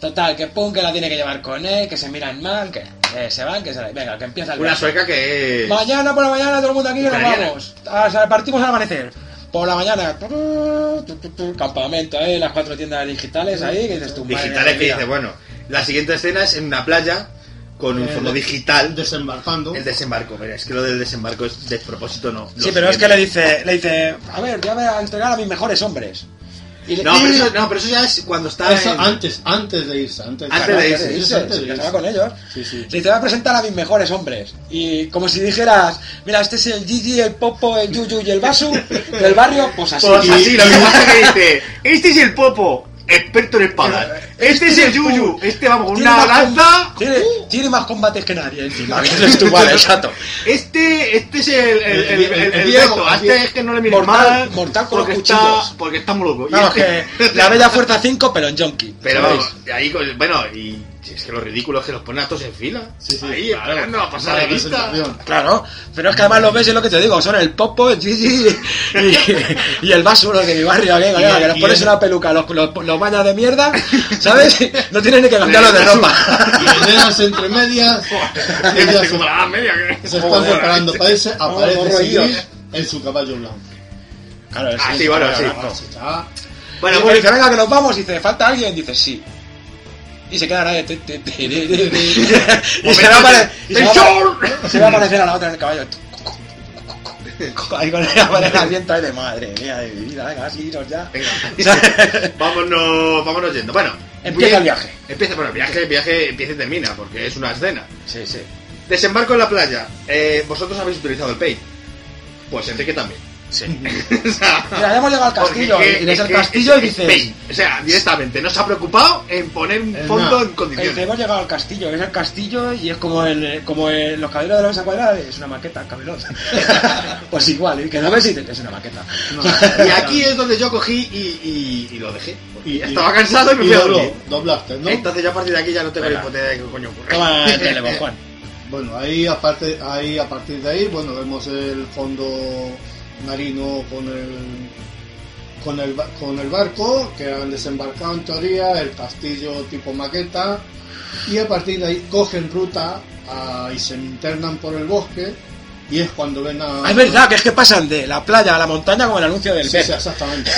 Speaker 4: Total, que Pum que la tiene que llevar con él, que se miran mal, que eh, se van, que se Venga, que empieza el
Speaker 5: Una
Speaker 4: viaje.
Speaker 5: sueca que es.
Speaker 4: Mañana por la mañana todo el mundo aquí que nos
Speaker 5: Italiana.
Speaker 4: vamos. Ah, o sea, partimos al amanecer. Por la mañana, tu, tu, tu, tu, campamento, ¿eh? las cuatro tiendas digitales ahí, que dices tú, madre
Speaker 5: Digitales que
Speaker 4: mía.
Speaker 5: dice, bueno, la siguiente escena es en una playa con un
Speaker 4: Eh,
Speaker 1: El-
Speaker 5: fondo digital.
Speaker 1: desembarcando.
Speaker 5: El desembarco, mira, es que lo del desembarco es despropósito, no.
Speaker 4: Sí, pero es que le dice, le dice, a ver, ya voy a entregar a mis mejores hombres. Y le-
Speaker 5: No
Speaker 4: y-
Speaker 5: pero, eso, no, pero eso ya es cuando está.
Speaker 1: Eso
Speaker 5: en-
Speaker 1: antes, antes de irse, antes,
Speaker 5: Antes
Speaker 4: Claro,
Speaker 5: de
Speaker 4: que
Speaker 5: irse,
Speaker 4: se
Speaker 1: sí,
Speaker 4: dice,
Speaker 1: antes de
Speaker 4: que se
Speaker 1: irse.
Speaker 4: va con ellos.
Speaker 1: Sí, sí.
Speaker 4: Le te voy a presentar a mis mejores hombres. Y como si dijeras, mira, este es el Gigi, el Popo, el Yuyu y el Basu del barrio, pues así.
Speaker 5: Pues así, lo que pasa
Speaker 4: (laughs)
Speaker 5: que dice: Este es el Popo, experto en espadas. Este es el Yuyu, este vamos con
Speaker 4: Tiene
Speaker 5: una
Speaker 4: más com-
Speaker 5: lanza. Uh.
Speaker 4: tiene, tiene más combates que nadie
Speaker 5: (laughs)
Speaker 4: encima. que eres tú, (laughs) vale, exacto.
Speaker 5: Este, este es el, el, el, el,
Speaker 1: El
Speaker 5: el
Speaker 1: Diego,
Speaker 5: Beto.
Speaker 1: el
Speaker 5: A este
Speaker 1: Diego.
Speaker 5: es que no le miro
Speaker 4: Mortal,
Speaker 5: mal.
Speaker 4: mortal con los
Speaker 5: porque
Speaker 4: cuchillos.
Speaker 5: Está, porque está muy loco. Y
Speaker 4: Vamos, que
Speaker 5: este-
Speaker 4: la bella fuerza 5, pero en Jonky.
Speaker 5: (laughs) Pero
Speaker 4: ¿sabéis?
Speaker 5: vamos, ahí, con- bueno, y es que lo ridículo es que los ponen a todos en fila.
Speaker 1: Sí, sí,
Speaker 5: ahí,
Speaker 1: claro.
Speaker 5: esperando a pasar
Speaker 1: Para
Speaker 5: de
Speaker 1: la
Speaker 5: vista. (laughs)
Speaker 1: presentación.
Speaker 4: Claro, pero es que además los ves y es lo que te digo, son el Popo, el Gigi y, y el Basu, los de mi barrio, que, coño, que los
Speaker 1: y
Speaker 4: pones
Speaker 1: el-
Speaker 4: una peluca, los, los, los bañas de mierda, ¿sabes? No tienes ni que cambiarlos de
Speaker 5: Basu.
Speaker 4: ropa.
Speaker 1: Y en las
Speaker 5: (laughs)
Speaker 1: entremedias,
Speaker 5: Este
Speaker 1: ellas
Speaker 5: como la edad media que-
Speaker 1: se están preparando para irse,
Speaker 4: Vamos,
Speaker 1: aparece
Speaker 4: roídos.
Speaker 1: Sigrid en su caballo blanco.
Speaker 4: Claro,
Speaker 5: Ah, sí, bueno, sí.
Speaker 1: Ah, se está-
Speaker 4: Bueno,
Speaker 5: Bueno,
Speaker 4: pues
Speaker 5: pues,
Speaker 4: dice, venga, que nos vamos. Y dice, ¿falta alguien? Dice, sí. Y se queda nadie. Ti, ti, ti, ti, ti, ti. Y se va a apare- y se va a apare- (laughs)
Speaker 5: ¡Señor!
Speaker 4: se va a aparecer a la otra en el caballo.
Speaker 3: Ahí con el con el asiento ahí de madre mía de mi vida, venga, así iros ya.
Speaker 5: Venga, (laughs) vámonos, vámonos yendo. Bueno,
Speaker 3: Empieza el viaje.
Speaker 5: Empieza, bueno, viaje, viaje empieza y termina, porque es una escena.
Speaker 3: Sí, sí.
Speaker 5: Desembarco en la playa. Eh, Vosotros habéis utilizado el pay. Pues Enrique también. (laughs) O sea,
Speaker 3: Mira, ya hemos llegado al castillo,
Speaker 5: porque es que-
Speaker 3: y ves
Speaker 5: es
Speaker 3: el
Speaker 5: que
Speaker 3: castillo
Speaker 5: es-
Speaker 3: y
Speaker 5: es
Speaker 3: dices-
Speaker 5: pay. O sea, directamente, no se ha preocupado en poner un
Speaker 1: Eh,
Speaker 5: fondo
Speaker 1: no.
Speaker 5: en condiciones.
Speaker 3: Hemos llegado al castillo, es el castillo y es como el, como el- los caballeros de la mesa cuadrada, es una maqueta, el
Speaker 4: (laughs)
Speaker 3: cabelot. pues igual,
Speaker 4: ¿eh?
Speaker 3: y que no ves y te- es una maqueta. eh,
Speaker 5: Y aquí es donde yo cogí y, y- y lo dejé.
Speaker 1: Y- y-
Speaker 5: Estaba cansado y me
Speaker 1: Y
Speaker 5: fui a
Speaker 1: dobló,
Speaker 5: dormir. Este
Speaker 1: doblaste, ¿no?
Speaker 5: Entonces yo a partir de aquí ya no tengo
Speaker 3: Venga.
Speaker 5: ni puta idea de qué coño ocurre.
Speaker 3: Toma
Speaker 5: (laughs)
Speaker 3: el teléfono, (laughs) Juan.
Speaker 1: Bueno, ahí aparte, ahí a partir de ahí, bueno, vemos el fondo marino con el con el ba- con el barco que han desembarcado en teoría, el castillo tipo maqueta y a partir de ahí cogen ruta ah, y se internan por el bosque y es cuando ven a
Speaker 4: Ah, es verdad, que es que pasan de la playa a la montaña como el anuncio del
Speaker 1: Sí,
Speaker 4: pez.
Speaker 1: sí,
Speaker 4: (laughs)
Speaker 1: exactamente.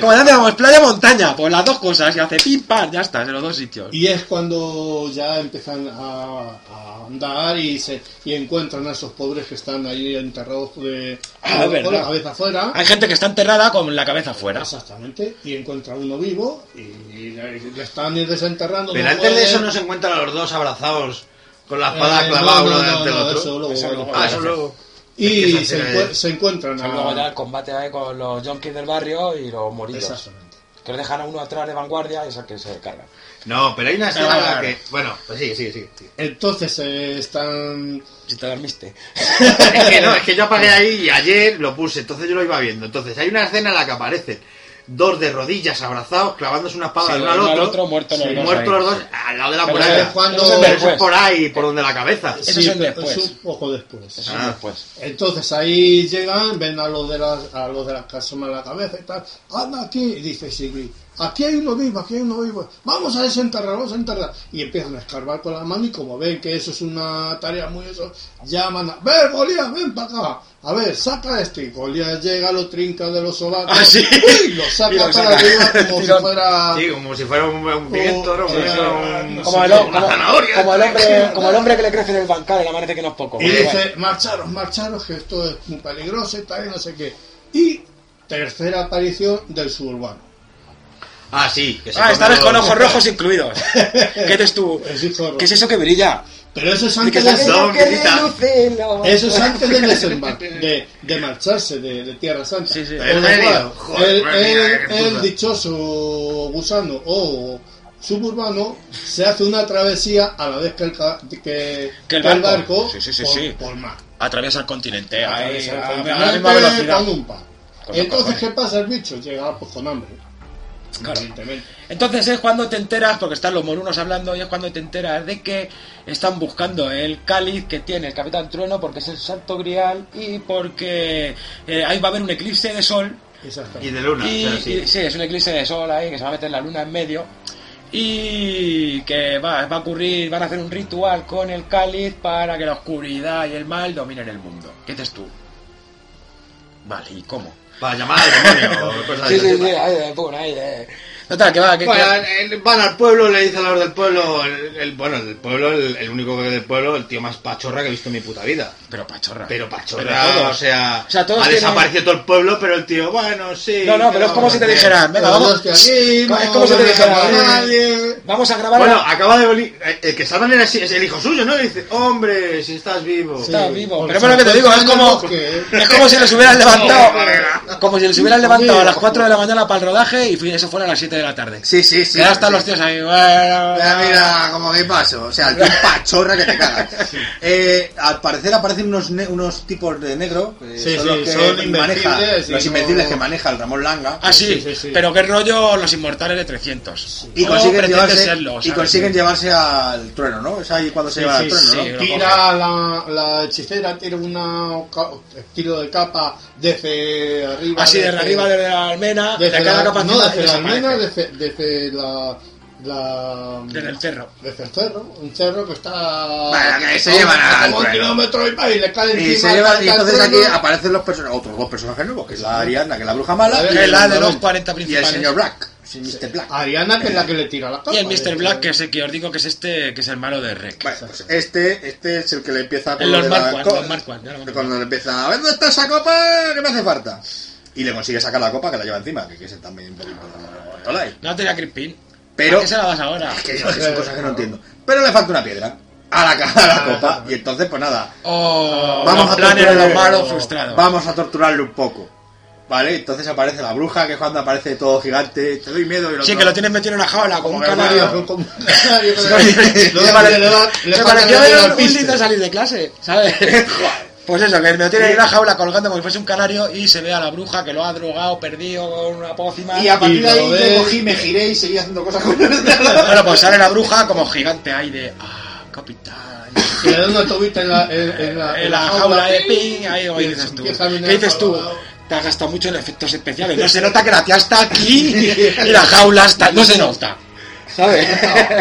Speaker 4: Como antes vamos, playa montaña, pues las dos cosas, y hace pim pam, ya está, en los dos sitios.
Speaker 1: Y es cuando ya empiezan a, a andar y se y encuentran a esos pobres que están ahí enterrados de,
Speaker 4: Ah, es
Speaker 1: con la
Speaker 4: verdad.
Speaker 1: cabeza afuera.
Speaker 4: Hay gente que está enterrada con la cabeza afuera.
Speaker 1: Exactamente, y encuentra uno vivo y, y le le están desenterrando.
Speaker 5: Pero
Speaker 1: no
Speaker 5: antes de
Speaker 1: pueden.
Speaker 5: eso no se encuentran los dos abrazados con la
Speaker 1: Eh,
Speaker 5: espada
Speaker 1: no,
Speaker 5: clavada
Speaker 1: no,
Speaker 5: uno
Speaker 1: no,
Speaker 5: delante del
Speaker 1: no,
Speaker 5: otro.
Speaker 1: eso luego, luego.
Speaker 5: Ah, eso luego.
Speaker 1: Y
Speaker 5: Es que esa
Speaker 1: se,
Speaker 5: escena
Speaker 1: encu-
Speaker 5: es-
Speaker 1: se encuentran a.
Speaker 4: Ah.
Speaker 3: Luego ya el combate ahí con los yonkis del barrio y los morillos.
Speaker 1: Exactamente.
Speaker 3: Que le dejan a uno atrás de vanguardia y es el que se carga.
Speaker 5: No, pero hay una escena en la
Speaker 3: claro.
Speaker 5: que. Bueno, pues sigue, sigue, sigue. sigue.
Speaker 1: Entonces eh, están.
Speaker 3: Si te dormiste.
Speaker 5: (laughs) Es que no, es que yo apagué ahí y ayer lo puse, entonces yo lo iba viendo. Entonces hay una escena en la que aparecen dos de rodillas abrazados, clavándose una espada
Speaker 3: Sí,
Speaker 5: el uno al
Speaker 3: uno al
Speaker 5: otro,
Speaker 3: otro, muertos los dos
Speaker 5: muertos
Speaker 3: ahí.
Speaker 5: los dos al lado de la
Speaker 3: Pero
Speaker 1: eso
Speaker 5: muralla.
Speaker 1: es cuando-
Speaker 5: Eso es
Speaker 3: después.
Speaker 5: por ahí, por donde la cabeza.
Speaker 3: Eso es el
Speaker 1: pero
Speaker 3: después.
Speaker 1: un poco después.
Speaker 3: Eso es
Speaker 5: Ah.
Speaker 3: después.
Speaker 1: Entonces ahí llegan, ven a los de las, a los de las que asoman la cabeza y tal. Anda aquí, y dice Sigrid. Aquí hay uno vivo, aquí hay uno vivo. Vamos a desenterrar, vamos a enterrar. Y empiezan a escarbar con la mano y como ven que eso es una tarea muy eso, llaman a... ¡Ven, Golías, ven para acá! A ver, saca a este. Y Golías llega, lo trinca de los sobacos
Speaker 4: Ah, sí.
Speaker 1: y lo
Speaker 5: (laughs)
Speaker 1: saca
Speaker 4: Y lo
Speaker 1: para
Speaker 4: saca.
Speaker 1: arriba como si
Speaker 4: Tirón.
Speaker 1: fuera...
Speaker 5: Sí, como si fuera un, un pimiento, ¿no? Como
Speaker 1: Sí,
Speaker 5: si fuera un-
Speaker 1: no sé
Speaker 3: Como el,
Speaker 1: qué,
Speaker 3: hom-
Speaker 5: una
Speaker 3: como-
Speaker 5: zanahoria.
Speaker 3: como el hombre, como el hombre que le crece en el bancal, el amanece que no es poco.
Speaker 1: Y
Speaker 3: Igual.
Speaker 1: dice, marcharos, marcharos, que esto es muy peligroso y tal, y no sé qué. Y tercera aparición del suburbano.
Speaker 5: Ah, sí. Que se
Speaker 4: Ah,
Speaker 5: come
Speaker 4: esta vez
Speaker 5: los-
Speaker 4: con (laughs) ojos
Speaker 3: (laughs)
Speaker 4: rojos incluidos. ¿Qué eres tú?
Speaker 1: Es hijo de-
Speaker 4: ¿Qué es eso que brilla?
Speaker 1: Pero eso es
Speaker 4: que
Speaker 1: antes,
Speaker 4: se
Speaker 1: de-
Speaker 5: No,
Speaker 3: Yo que
Speaker 5: hombre,
Speaker 3: relucelo.
Speaker 1: eso es antes del
Speaker 4: (laughs)
Speaker 1: desembarque, de, de marcharse de, de Tierra Santa.
Speaker 4: Sí, sí.
Speaker 1: Con
Speaker 5: En
Speaker 1: lo
Speaker 5: medio,
Speaker 1: cual,
Speaker 5: joder,
Speaker 1: el,
Speaker 5: madre mía,
Speaker 1: el-
Speaker 5: qué puta.
Speaker 1: el dichoso gusano o suburbano se hace una travesía a la vez que el, ca- que, que el
Speaker 4: barco.
Speaker 1: barco
Speaker 4: Sí, sí, sí,
Speaker 1: por,
Speaker 4: sí.
Speaker 1: por mar.
Speaker 4: Atraviesa el continente ahí,
Speaker 1: Atraviesa el
Speaker 4: a, a la
Speaker 1: continente
Speaker 4: misma velocidad.
Speaker 1: con un par.
Speaker 4: Con los
Speaker 1: Entonces,
Speaker 4: cojones.
Speaker 1: ¿qué pasa? El bicho llega pues, con hambre.
Speaker 4: Claro.
Speaker 1: Evidentemente.
Speaker 4: Entonces es cuando te enteras, porque están los morunos hablando, y es cuando te enteras de que están buscando el cáliz que tiene el Capitán Trueno, porque es el santo grial y porque eh, ahí va a haber un eclipse de sol.
Speaker 1: Exactamente.
Speaker 5: Y de luna,
Speaker 4: y,
Speaker 5: o sea, sí.
Speaker 4: y- sí, es un eclipse de sol ahí que se va a meter la luna en medio. Y que va, va a ocurrir, van a hacer un ritual con el cáliz para que la oscuridad y el mal dominen el mundo. ¿Qué dices tú? Vale, ¿y cómo?
Speaker 5: Para llamar al demonio. (laughs) o cosas
Speaker 3: Sí,
Speaker 5: de
Speaker 3: sí,
Speaker 5: esas.
Speaker 3: sí, ahí, eh, pum, ahí, eh.
Speaker 4: Total, que va, que, que-
Speaker 5: Bueno, el- van al pueblo, le dice a los del pueblo, el, el- bueno, el pueblo, el, el único que del pueblo, el tío más pachorra que he visto en mi puta vida.
Speaker 4: Pero pachorra.
Speaker 5: Pero pachorra,
Speaker 4: Pero todos.
Speaker 5: o sea,
Speaker 4: O sea, todos
Speaker 5: ha
Speaker 4: tienen-
Speaker 5: desaparecido todo el pueblo, pero el tío, bueno, sí.
Speaker 4: No, no, pero es como si te dijeran, venga, vamos.
Speaker 1: Todos que aquí,
Speaker 4: es
Speaker 1: no
Speaker 4: como si te
Speaker 1: me llama
Speaker 4: dijeran,
Speaker 1: nadie.
Speaker 4: vamos a grabar.
Speaker 5: Bueno,
Speaker 4: la-
Speaker 5: acaba de venir, eh, el que salvan era, es el hijo suyo, ¿no? Y dice, hombre, si estás vivo.
Speaker 4: Está
Speaker 1: Sí,
Speaker 4: vivo.
Speaker 1: porque
Speaker 4: Pero bueno, que te
Speaker 1: se
Speaker 4: digo, es
Speaker 1: encuentra
Speaker 4: como,
Speaker 1: en el bosque.
Speaker 4: es como si les hubieran levantado. Como si les hubieran levantado a las
Speaker 1: Joder.
Speaker 4: 4 de la mañana para el rodaje y eso fuera a las 7 de la tarde.
Speaker 2: Sí, sí, sí.
Speaker 4: Que ya están los tíos ahí. Bueno,
Speaker 2: Mira, mira, como que paso. O sea, el tío pachorra que te cagas. Eh, al parecer aparecen unos, ne- unos tipos de negro. que
Speaker 1: Sí,
Speaker 2: son
Speaker 1: sí,
Speaker 2: los que
Speaker 1: son
Speaker 2: maneja,
Speaker 1: invencibles y
Speaker 2: los
Speaker 1: no-
Speaker 2: invencibles que maneja el Ramón Langa.
Speaker 4: Ah, sí,
Speaker 1: Sí, sí, sí.
Speaker 4: pero qué rollo los inmortales de 300.
Speaker 2: y
Speaker 4: No
Speaker 2: consiguen,
Speaker 4: pretende
Speaker 2: llevarse,
Speaker 4: serlo,
Speaker 2: y
Speaker 4: ¿sabes?
Speaker 2: consiguen llevarse al trueno, ¿no? Es ahí cuando se lleva al
Speaker 1: Sí,
Speaker 2: trueno,
Speaker 1: sí,
Speaker 2: ¿no?
Speaker 4: sí.
Speaker 1: Tira la, la hechicera, tira una ca- tiro de capa desde arriba.
Speaker 4: Así Ah, desde
Speaker 1: desde-
Speaker 4: arriba de la almena,
Speaker 1: desde
Speaker 4: de cada
Speaker 1: la-
Speaker 4: capacidad.
Speaker 1: No, desde la
Speaker 4: desaparece.
Speaker 1: almena, desde, desde la. la
Speaker 4: Desde el cerro.
Speaker 1: desde el cerro, un cerro que está
Speaker 2: Bueno, que se
Speaker 1: a un-
Speaker 2: llevan al
Speaker 1: como un
Speaker 2: trueno.
Speaker 1: kilómetro y, va, y le cae
Speaker 2: Y,
Speaker 1: encima
Speaker 2: se lleva,
Speaker 1: cae
Speaker 2: y
Speaker 1: al
Speaker 2: entonces aquí
Speaker 1: trueno.
Speaker 2: pues aparecen los personajes, otros dos personajes nuevos, que es la Ariadna, que es la bruja mala,
Speaker 1: A ver,
Speaker 4: Que es la de los
Speaker 1: Y el
Speaker 4: 40
Speaker 2: y el
Speaker 4: principales.
Speaker 2: señor Black.
Speaker 5: Sí, Mr. Black.
Speaker 1: Ariana, que es la que le tira la capa.
Speaker 4: Y el Mr. Black, que es el que os digo que es este, que es el malo de Rec.
Speaker 5: Vale, pues este, este es el que le empieza con
Speaker 4: En
Speaker 5: lo
Speaker 4: los
Speaker 5: de la
Speaker 4: Marquardt,
Speaker 5: co-
Speaker 4: los Marquardt, ya lo hemos
Speaker 5: Cuando le empieza, a ver dónde está esa copa, que me hace falta. Y le consigue sacar la copa que la lleva encima, que es el también un poquito Tolai.
Speaker 4: No tenía Crispin.
Speaker 5: Pero-
Speaker 4: ¿A qué se la das ahora?
Speaker 5: Que yo-
Speaker 4: (laughs)
Speaker 5: que son cosas que no entiendo. Pero le falta una piedra a la, ca- a la copa. Y entonces, pues nada,
Speaker 4: O
Speaker 5: vamos a
Speaker 4: Ah, los planes
Speaker 5: torturarlo,
Speaker 4: de los malos
Speaker 5: o-
Speaker 4: frustrados.
Speaker 5: Vamos a torturarlo un poco. Vale, entonces aparece la bruja, que es cuando aparece todo gigante, te doy miedo y lo
Speaker 4: Sí, que lo tienes metido en una jaula con un canario. Me pareció ver un- un lindo salir de clase, ¿sabes? Pues eso, que me lo tiene en una jaula colgando como si fuese un canario y se ve a la bruja que lo ha drogado, perdido con una pócima.
Speaker 5: Y a partir de ahí
Speaker 1: Ah, lo
Speaker 5: yo
Speaker 1: ves.
Speaker 5: cogí, me giré y seguí haciendo cosas
Speaker 1: (laughs)
Speaker 5: con
Speaker 4: Bueno, pues sale la bruja como gigante ahí de. ¡Ah, capitán!
Speaker 1: Que le da una tobita en la, en, en la,
Speaker 4: En la jaula de ping, ahí
Speaker 1: Y
Speaker 4: ahí dices tú.
Speaker 1: empieza a mirar
Speaker 4: ¿Qué dices tú?
Speaker 1: para abajo.
Speaker 4: Te has gastado mucho en efectos especiales. No se nota que la tía está aquí y la jaula está. No se nota. ¿Sabes? (laughs)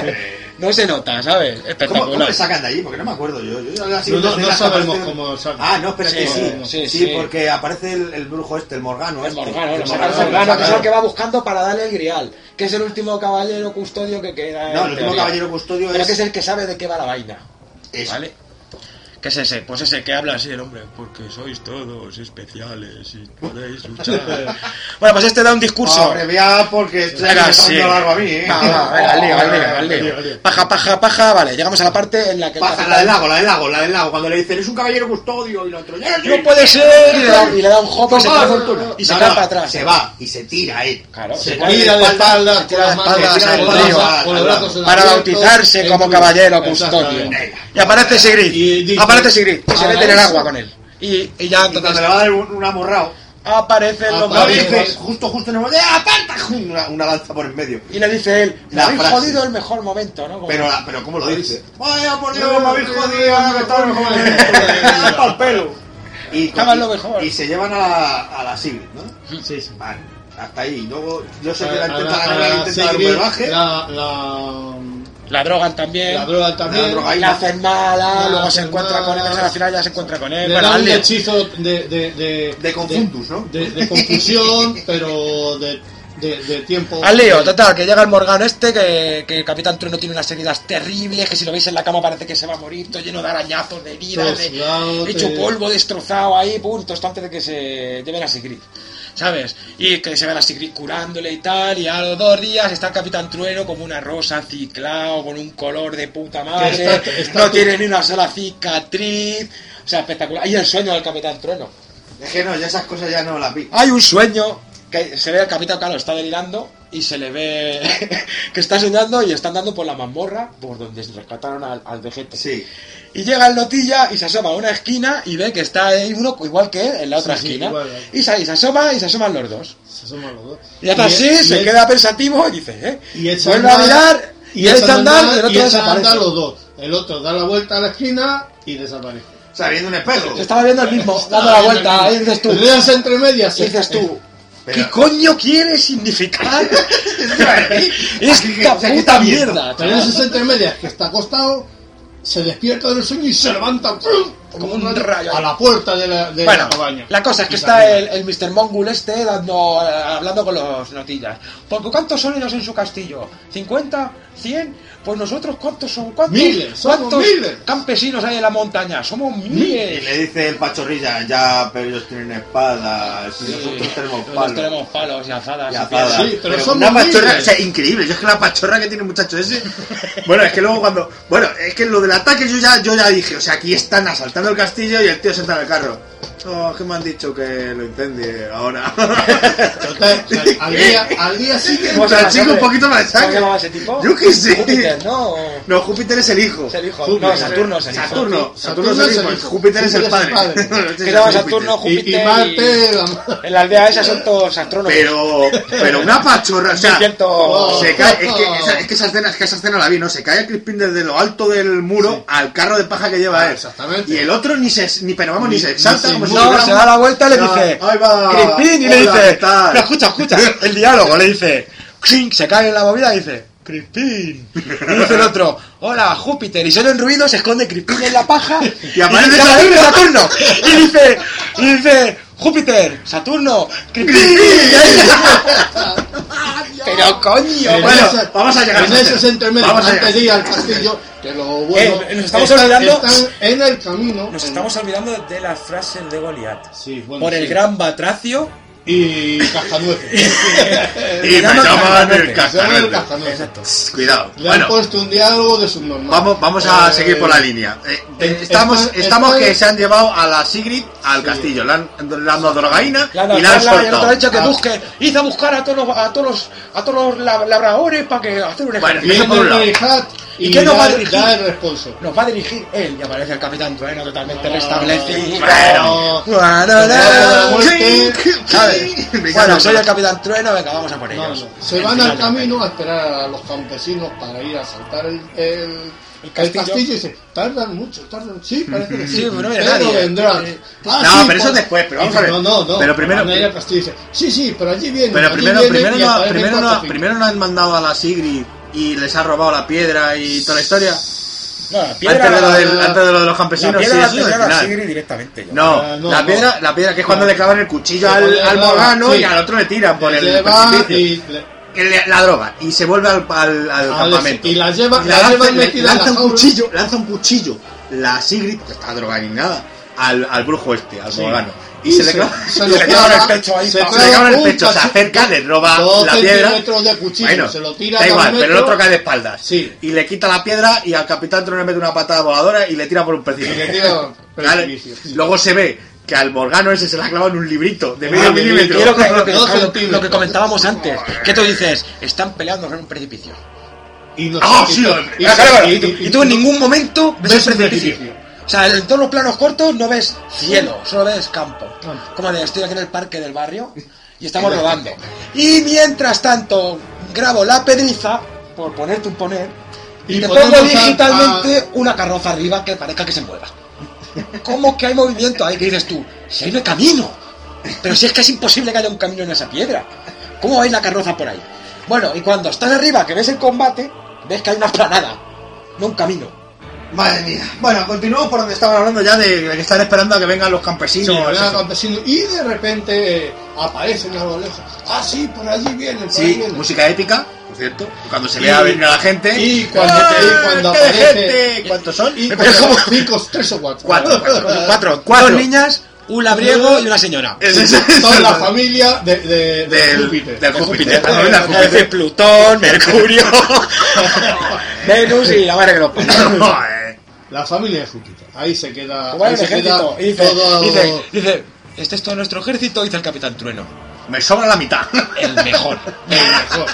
Speaker 4: No se nota, ¿sabes?
Speaker 5: ¿Cómo, ¿Cómo
Speaker 4: Espectacular.
Speaker 5: le sacan de allí? Porque no me acuerdo yo. yo la
Speaker 1: No,
Speaker 5: siguiente
Speaker 1: no, no
Speaker 5: escena
Speaker 1: sabemos
Speaker 5: aparece-
Speaker 1: cómo saca.
Speaker 5: Ah, no, pero es que
Speaker 4: Sí,
Speaker 5: sí.
Speaker 4: no,
Speaker 5: Sí,
Speaker 4: sí, sí.
Speaker 5: porque aparece el, el brujo este, el Morgano.
Speaker 4: El
Speaker 5: este.
Speaker 4: Morgano,
Speaker 5: El
Speaker 4: lo sacan
Speaker 5: Morgano,
Speaker 4: Morgano,
Speaker 5: lo
Speaker 4: que es el que
Speaker 5: sacan.
Speaker 4: va buscando para darle el grial, que es el último caballero custodio que queda.
Speaker 5: No,
Speaker 4: en
Speaker 5: el último
Speaker 4: teoría.
Speaker 5: caballero custodio
Speaker 4: Pero
Speaker 5: es-
Speaker 4: que es el que sabe de qué va la vaina.
Speaker 5: Eso.
Speaker 4: ¿Vale? ¿Qué es ese? Pues ese que habla así el hombre, porque sois todos especiales y podéis luchar. (laughs) bueno, pues este da un discurso.
Speaker 5: Abrevia porque estoy
Speaker 4: Venga, sí.
Speaker 5: empezando largo a mí, ¿eh?
Speaker 4: Va, va, venga, al lío, al lío, al lío. Paja, paja, paja, vale, llegamos a la parte en la que... el
Speaker 5: Pasa, la del lago, la del lago, la del lago. Cuando le dicen, es un caballero custodio y el otro, ¡No,
Speaker 4: capitán- ¡No puede ser! Y le da, y le da un jopo y se, cae, y se cae para atrás. ¿eh?
Speaker 5: Se va y se tira él.
Speaker 4: Claro,
Speaker 5: se
Speaker 4: se
Speaker 5: tira
Speaker 1: Tira de
Speaker 5: de espalda.
Speaker 1: espaldas, con las manos,
Speaker 4: espaldas
Speaker 1: tira de
Speaker 4: al
Speaker 1: espaldas,
Speaker 4: río,
Speaker 1: con los
Speaker 5: al
Speaker 1: brazos
Speaker 5: lado.
Speaker 4: Para
Speaker 1: abiertos,
Speaker 4: bautizarse
Speaker 1: en
Speaker 4: como
Speaker 1: cruz.
Speaker 4: caballero custodio.
Speaker 1: Exactamente.
Speaker 4: Y aparece
Speaker 1: Y
Speaker 4: Sigrid.
Speaker 1: dice-
Speaker 4: Aparece Sigrid. Y se
Speaker 1: Ah,
Speaker 4: mete en el
Speaker 1: eso.
Speaker 4: agua con él. Y, y ya
Speaker 5: Y cuando
Speaker 4: entonces
Speaker 5: le va a dar un, un amorrao,
Speaker 4: aparecen los
Speaker 5: lo
Speaker 1: Aparece.
Speaker 4: maridos.
Speaker 5: dice, justo, justo en el momento, ¡ah, aparta! (laughs) Una, una lanza por en medio.
Speaker 4: Y le dice él, me
Speaker 5: La
Speaker 4: habéis
Speaker 5: frase.
Speaker 4: jodido el mejor momento, ¿no? Como-
Speaker 5: Pero, la- pero ¿cómo lo dice? Vaya, por
Speaker 1: No,
Speaker 5: Dios, me habéis
Speaker 1: no,
Speaker 5: jodido,
Speaker 1: no,
Speaker 5: ahora que
Speaker 1: no,
Speaker 5: estaba (laughs)
Speaker 1: no,
Speaker 5: mejor.
Speaker 1: no, no, no,
Speaker 4: "Ah,
Speaker 5: Me
Speaker 1: no,
Speaker 5: pa'l pelo. Y,
Speaker 4: Jamás lo mejor.
Speaker 5: y se llevan a la, a la Sigrid, ¿no?
Speaker 1: Sí, sí.
Speaker 5: Vale, hasta ahí. Luego, yo sé que la
Speaker 1: A
Speaker 5: intenta
Speaker 1: la- a
Speaker 5: ganar,
Speaker 1: la
Speaker 5: la intenta dar un
Speaker 1: Sigrid,
Speaker 5: brebaje.
Speaker 1: La, la,
Speaker 4: La drogan también.
Speaker 1: la droga también.
Speaker 5: La droga
Speaker 4: Y la hacen mala,
Speaker 1: La
Speaker 4: luego se
Speaker 1: hacen
Speaker 4: encuentra
Speaker 1: mala.
Speaker 4: con él, entonces al final ya se encuentra con él.
Speaker 1: Le
Speaker 4: Bueno,
Speaker 1: da
Speaker 4: al
Speaker 1: un
Speaker 4: lío.
Speaker 1: hechizo de... De, de,
Speaker 5: De confundus, ¿no?
Speaker 1: De, de confusión, (laughs) pero de, de, de tiempo...
Speaker 4: Al lío, total, que llega el Morgano este, que, que Capitán Trueno tiene unas heridas terribles, que si lo veis en la cama parece que se va a morir, todo lleno de arañazos, de heridas, de,
Speaker 1: Todo sudado,
Speaker 4: hecho
Speaker 1: te-
Speaker 4: polvo, destrozado ahí, punto, esto antes de que se lleven a Sigrid, ¿sabes? Y que se ve a la Sigrid curándole y tal, y a los dos días está el Capitán Trueno como una rosa ciclado, con un color de puta madre,
Speaker 1: Que está- está-
Speaker 4: no tiene ni una sola cicatriz, o sea, espectacular. Y el sueño del Capitán Trueno.
Speaker 5: Es que no, ya esas cosas ya no las vi.
Speaker 4: Hay un sueño que se ve al capitán, claro, está delirando y se le ve (laughs) que está soñando y está andando por la mazmorra por donde se rescataron al, al vejete.
Speaker 5: Sí.
Speaker 4: Y llega el notilla y se asoma a una esquina y ve que está ahí uno igual que él en la otra
Speaker 1: Sí, sí,
Speaker 4: esquina.
Speaker 1: igual.
Speaker 4: y, se, y se asoma y se asoman los dos.
Speaker 1: Se asoman los dos.
Speaker 4: Y hasta así
Speaker 1: e-
Speaker 4: se
Speaker 1: y e-
Speaker 4: queda pensativo y dice, ¿eh?
Speaker 1: y echa
Speaker 4: Vuelve a
Speaker 1: andar,
Speaker 4: mirar y,
Speaker 1: echa
Speaker 4: echa a andar y el
Speaker 1: y
Speaker 4: otro
Speaker 1: echa a andar
Speaker 4: desaparece.
Speaker 1: los dos. El otro da la vuelta a la esquina y desaparece.
Speaker 5: O sea, viendo un espejo.
Speaker 4: Se estaba viendo el mismo, dando la vuelta. Ahí dices tú,
Speaker 1: Te das entre medias. eh,
Speaker 4: y dices tú, ¿qué
Speaker 5: Pero-
Speaker 4: coño quiere significar (laughs) esta
Speaker 5: Aquí, aquí
Speaker 4: puta
Speaker 5: está
Speaker 4: mierda?
Speaker 1: Pero
Speaker 4: chaval?
Speaker 1: esas entre medias que está acostado, se despierta del sueño y se levanta ¡pum!
Speaker 4: Como un rayo.
Speaker 1: a la puerta de la, de
Speaker 4: Bueno,
Speaker 1: la cabaña.
Speaker 4: la cosa es que
Speaker 1: Y
Speaker 4: está
Speaker 1: salió.
Speaker 4: el, el Mr. Mongul este dando, hablando con los notillas. Porque ¿cuántos son ellos en su castillo? ¿50? ¿100? Pues nosotros, ¿cuántos son? ¿Cuántos,
Speaker 1: Miles, somos
Speaker 4: ¿cuántos
Speaker 1: miles.
Speaker 4: campesinos hay en la montaña? Somos
Speaker 5: Y
Speaker 4: miles.
Speaker 5: le dice el pachorrilla, ya, pero ellos tienen espadas, y nosotros tenemos
Speaker 4: Nosotros
Speaker 5: palos.
Speaker 4: tenemos palos y azadas.
Speaker 5: Y
Speaker 4: y
Speaker 5: azada.
Speaker 4: piedras.
Speaker 1: Sí, pero son
Speaker 5: una
Speaker 1: muy
Speaker 5: pachorra, o
Speaker 1: libres.
Speaker 5: sea, increíble. Yo es que la pachorra que tiene el muchacho (laughs) ese. Bueno, es que luego cuando. Bueno, es que lo del ataque yo ya, yo ya dije, o sea, aquí están asaltando el castillo y el tío se entra en el carro. No, es que me han dicho que lo incendie (laughs) ahora.
Speaker 1: Total, al- al, día, al día siguiente.
Speaker 5: O sea, chico, un poquito más de
Speaker 4: ¿Cómo se
Speaker 5: sangre.
Speaker 4: llamaba ese tipo?
Speaker 5: Yo qué sé.
Speaker 4: Júpiter, ¿no?
Speaker 5: No, Júpiter es el hijo.
Speaker 4: Es el hijo.
Speaker 1: Júpiter.
Speaker 4: No, Saturno es el hijo.
Speaker 5: Saturno, Saturno,
Speaker 1: Saturno
Speaker 5: es el hijo. Júpiter es el padre. (laughs) Ese es
Speaker 4: Quedaba
Speaker 5: Júpiter.
Speaker 4: Saturno, Júpiter.
Speaker 1: Y, y Marte, la madre.
Speaker 4: En la aldea esa son todos astrónomos.
Speaker 5: Pero, pero una pachorra, o sea, oh,
Speaker 4: Siento-
Speaker 5: se cae, es que esa, es que esa escena, es que esa escena la vi, ¿no? Se cae el Crispin desde lo alto del muro al carro de paja que lleva
Speaker 1: Ah,
Speaker 5: él.
Speaker 1: exactamente.
Speaker 5: Y el otro ni se, ni, pero vamos, ni,
Speaker 1: Ni-
Speaker 5: se
Speaker 1: ni
Speaker 5: exalta
Speaker 1: se
Speaker 5: como si
Speaker 1: mueve.
Speaker 4: Pues No,
Speaker 5: fuera
Speaker 4: se
Speaker 5: un-
Speaker 4: da la vuelta y le
Speaker 5: Ya,
Speaker 4: dice.
Speaker 5: ahí va.
Speaker 4: Crispin, y le
Speaker 5: Ah, Hola, ¿qué
Speaker 4: dice.
Speaker 5: tal?
Speaker 4: No, escucha,
Speaker 5: (laughs)
Speaker 4: escucha. El diálogo le dice. clink, se cae en la movida y dice. Crispin. Y dice el otro. Hola, Júpiter. Y solo en ruido se esconde Crispin en la paja.
Speaker 5: (laughs) Y aparece
Speaker 4: dice, Saturno. Y dice. Y dice. Júpiter, Saturno, Crispin. Y ahí- Pero coño,
Speaker 1: En
Speaker 4: (laughs) bueno,
Speaker 1: esa-
Speaker 4: vamos a llegar.
Speaker 1: En ese sentido,
Speaker 4: Vamos a
Speaker 1: antes
Speaker 4: llegar.
Speaker 1: de ir al castillo, que lo bueno.
Speaker 4: Eh, nos estamos
Speaker 1: están-
Speaker 4: olvidando-
Speaker 1: están en el camino.
Speaker 4: Nos estamos olvidando de las frases de Goliat.
Speaker 1: Sí, bueno,
Speaker 4: Por el
Speaker 1: sí.
Speaker 4: gran batracio.
Speaker 1: Y
Speaker 4: (laughs)
Speaker 1: Cajanueces.
Speaker 2: Y me llaman el
Speaker 1: Se llama el
Speaker 2: cascanueces.
Speaker 1: Cajanueces.
Speaker 2: Cuidado.
Speaker 1: Le
Speaker 2: Bueno,
Speaker 1: han puesto un diálogo de subnormal.
Speaker 5: Vamos, vamos a
Speaker 1: Eh,
Speaker 5: seguir por la línea. Eh, eh,
Speaker 1: es-
Speaker 5: estamos
Speaker 1: es-
Speaker 5: estamos
Speaker 1: es-
Speaker 5: que se han llevado a la Sigrid al castillo. Le han, le han dado drogaína
Speaker 4: Le han dado
Speaker 5: y la han
Speaker 4: charla, y el otro ha
Speaker 5: soltado.
Speaker 4: dicho que
Speaker 1: Ah.
Speaker 4: busque. Hizo a buscar a todos los, a todos los, a todos los lab- labradores para que hacer un
Speaker 5: Bueno,
Speaker 4: ejército.
Speaker 1: Viene
Speaker 5: eso por un lado.
Speaker 1: Mary Hat
Speaker 4: ¿Y
Speaker 1: y,
Speaker 4: qué nos va a
Speaker 1: da-
Speaker 4: dirigir?
Speaker 1: da el responso.
Speaker 4: Nos va a dirigir él y aparece el capitán trueno totalmente
Speaker 1: Ah,
Speaker 4: restablecido.
Speaker 1: bueno.
Speaker 4: Bueno,
Speaker 1: Se va a dar la
Speaker 4: bueno,
Speaker 1: muerte.
Speaker 4: ¿sabes?
Speaker 5: Me
Speaker 4: Bueno,
Speaker 5: encanta.
Speaker 4: soy el capitán trueno, venga, vamos a por
Speaker 1: No,
Speaker 4: ellos.
Speaker 1: no. Se van al camino a esperar a los campesinos para ir a saltar el, el- el
Speaker 4: castillo.
Speaker 1: castillo. y se tardan mucho, tardan, sí, parece
Speaker 5: (laughs)
Speaker 1: que sí,
Speaker 4: Sí, pero no viene nadie.
Speaker 1: vendrán.
Speaker 4: Eh,
Speaker 1: Ah,
Speaker 5: no,
Speaker 1: sí,
Speaker 5: pero eso
Speaker 1: pues-
Speaker 5: después, pero vamos a ver.
Speaker 1: No, no, no,
Speaker 5: Pero primero-
Speaker 1: van a ir al castillo y dice, sí, sí, pero allí vienen,
Speaker 5: Pero
Speaker 1: allí
Speaker 5: primero,
Speaker 1: vienen
Speaker 5: primero,
Speaker 1: y
Speaker 5: no,
Speaker 1: aparecen
Speaker 5: primero,
Speaker 1: cuatro
Speaker 5: no,
Speaker 1: filas.
Speaker 5: primero no han mandado a la Sigrid y les ha robado la piedra y toda la historia.
Speaker 4: No, la piedra,
Speaker 5: Antes de, lo
Speaker 4: la,
Speaker 5: del- antes de lo de los campesinos,
Speaker 4: piedra
Speaker 5: sí,
Speaker 4: la
Speaker 5: eso es el
Speaker 4: tiraron a
Speaker 5: final.
Speaker 4: Sigrid directamente. ya.
Speaker 5: No,
Speaker 1: Ah, no,
Speaker 5: la
Speaker 1: no.
Speaker 5: piedra, la piedra que es cuando le clavan el cuchillo
Speaker 1: Sí,
Speaker 5: al,
Speaker 1: cuando le
Speaker 5: al
Speaker 1: clavan,
Speaker 5: Morgano
Speaker 1: sí.
Speaker 5: y al otro le tiran por el
Speaker 1: lleva
Speaker 5: precipicio.
Speaker 1: y, le-
Speaker 5: Que le- la droga y se vuelve al, al, al
Speaker 1: al-
Speaker 5: campamento.
Speaker 1: y la lleva,
Speaker 5: Y
Speaker 1: la
Speaker 5: lanza-
Speaker 1: lleva
Speaker 5: le-
Speaker 1: metida en la
Speaker 5: lanza un
Speaker 1: jaula.
Speaker 5: cuchillo, lanza un cuchillo, la Sigrid, que está droga ni nada, al, al brujo este, al Morgano. (laughs) Y se, le clava,
Speaker 1: se
Speaker 5: se
Speaker 1: lo
Speaker 5: le clava en el
Speaker 1: clava-
Speaker 5: pecho ahí,
Speaker 1: se
Speaker 5: pa, se
Speaker 1: clava
Speaker 5: le clava en el
Speaker 1: un
Speaker 5: pecho, se
Speaker 1: cacho-
Speaker 5: acerca, le roba
Speaker 1: dos
Speaker 5: la piedra.
Speaker 1: centímetros de cuchillo, se lo tira
Speaker 5: da
Speaker 1: cada
Speaker 5: igual,
Speaker 1: metro.
Speaker 5: pero el otro cae de espaldas.
Speaker 1: Sí.
Speaker 5: Y le quita la piedra y al capitán Trono le mete una patada voladora y le tira por un precipicio.
Speaker 1: Y le tira por el
Speaker 5: Vale.
Speaker 1: precipicio.
Speaker 5: Luego se ve que al Morgano ese se la ha clavado en un librito de medio
Speaker 1: Ah, milímetro.
Speaker 5: milímetro.
Speaker 4: Quiero que- lo, que,
Speaker 1: Dos
Speaker 4: lo- lo
Speaker 1: centímetros.
Speaker 4: que comentábamos antes, que tú dices, están peleando en un precipicio.
Speaker 1: y no
Speaker 5: ¡Ah,
Speaker 1: y-
Speaker 5: sí!
Speaker 1: y-
Speaker 5: Ah, claro,
Speaker 1: y-
Speaker 5: y tú-
Speaker 1: y-
Speaker 4: Y tú en ningún momento ves,
Speaker 1: Ves
Speaker 4: el
Speaker 1: un
Speaker 4: precipicio.
Speaker 1: precipicio.
Speaker 4: O sea, en todos los planos cortos no ves cielo, solo ves campo.
Speaker 1: Campo.
Speaker 4: Como de estoy aquí en el parque del barrio y estamos rodando. Y mientras tanto, grabo la pedriza, por ponerte un poner, y,
Speaker 1: Y
Speaker 4: te
Speaker 1: ponemos
Speaker 4: pongo
Speaker 1: a-
Speaker 4: digitalmente una carroza arriba que parezca que se mueva. ¿Cómo que hay movimiento ahí? Que dices tú, si ahí no hay camino. Pero si es que es imposible que haya un camino en esa piedra. ¿Cómo vais la carroza por ahí? Bueno, y cuando estás arriba, que ves el combate, ves que hay una planada, no un camino.
Speaker 5: Madre mía. Bueno, continuamos por donde estaban hablando ya de, de que están esperando a que vengan los
Speaker 1: y-
Speaker 5: campesinos.
Speaker 1: y- y-
Speaker 5: Eso.
Speaker 1: campesino, y de repente eh, aparecen a lo lejos. Ah, sí, por allí vienen, por ahí
Speaker 5: Sí,
Speaker 1: vienen.
Speaker 5: música épica, por cierto. Cuando se
Speaker 1: Y-
Speaker 5: vea venir a la gente.
Speaker 1: y cuando-
Speaker 5: ¡Ah,
Speaker 1: y cuando
Speaker 5: qué
Speaker 1: aparece-
Speaker 5: gente! ¿Cuántos son?
Speaker 1: Y
Speaker 5: Pero
Speaker 1: cuatro,
Speaker 5: ¿cómo?
Speaker 1: cinco, tres o cuatro.
Speaker 5: Cuatro, cuatro,
Speaker 1: (laughs)
Speaker 5: cuatro,
Speaker 4: Dos
Speaker 5: cuatro.
Speaker 4: niñas, un labriego y una señora.
Speaker 5: Es- es- es-
Speaker 1: Toda la familia de, de, de
Speaker 5: del
Speaker 1: Júpiter.
Speaker 5: del Júpiter.
Speaker 1: Júpiter.
Speaker 5: Ah, del
Speaker 4: Cada vez
Speaker 5: Júpiter.
Speaker 4: es Plutón,
Speaker 5: (laughs)
Speaker 4: Mercurio, Venus y la madre que los parió.
Speaker 5: Joder.
Speaker 1: La familia de Júpiter. Ahí se queda,
Speaker 4: Como hay
Speaker 1: ahí
Speaker 4: un
Speaker 1: se queda
Speaker 4: ejército. Y dice,
Speaker 1: todo...
Speaker 4: dice, dice, este es todo nuestro ejército, dice el Capitán Trueno.
Speaker 5: Me sobra la mitad.
Speaker 4: El mejor.
Speaker 1: mejor.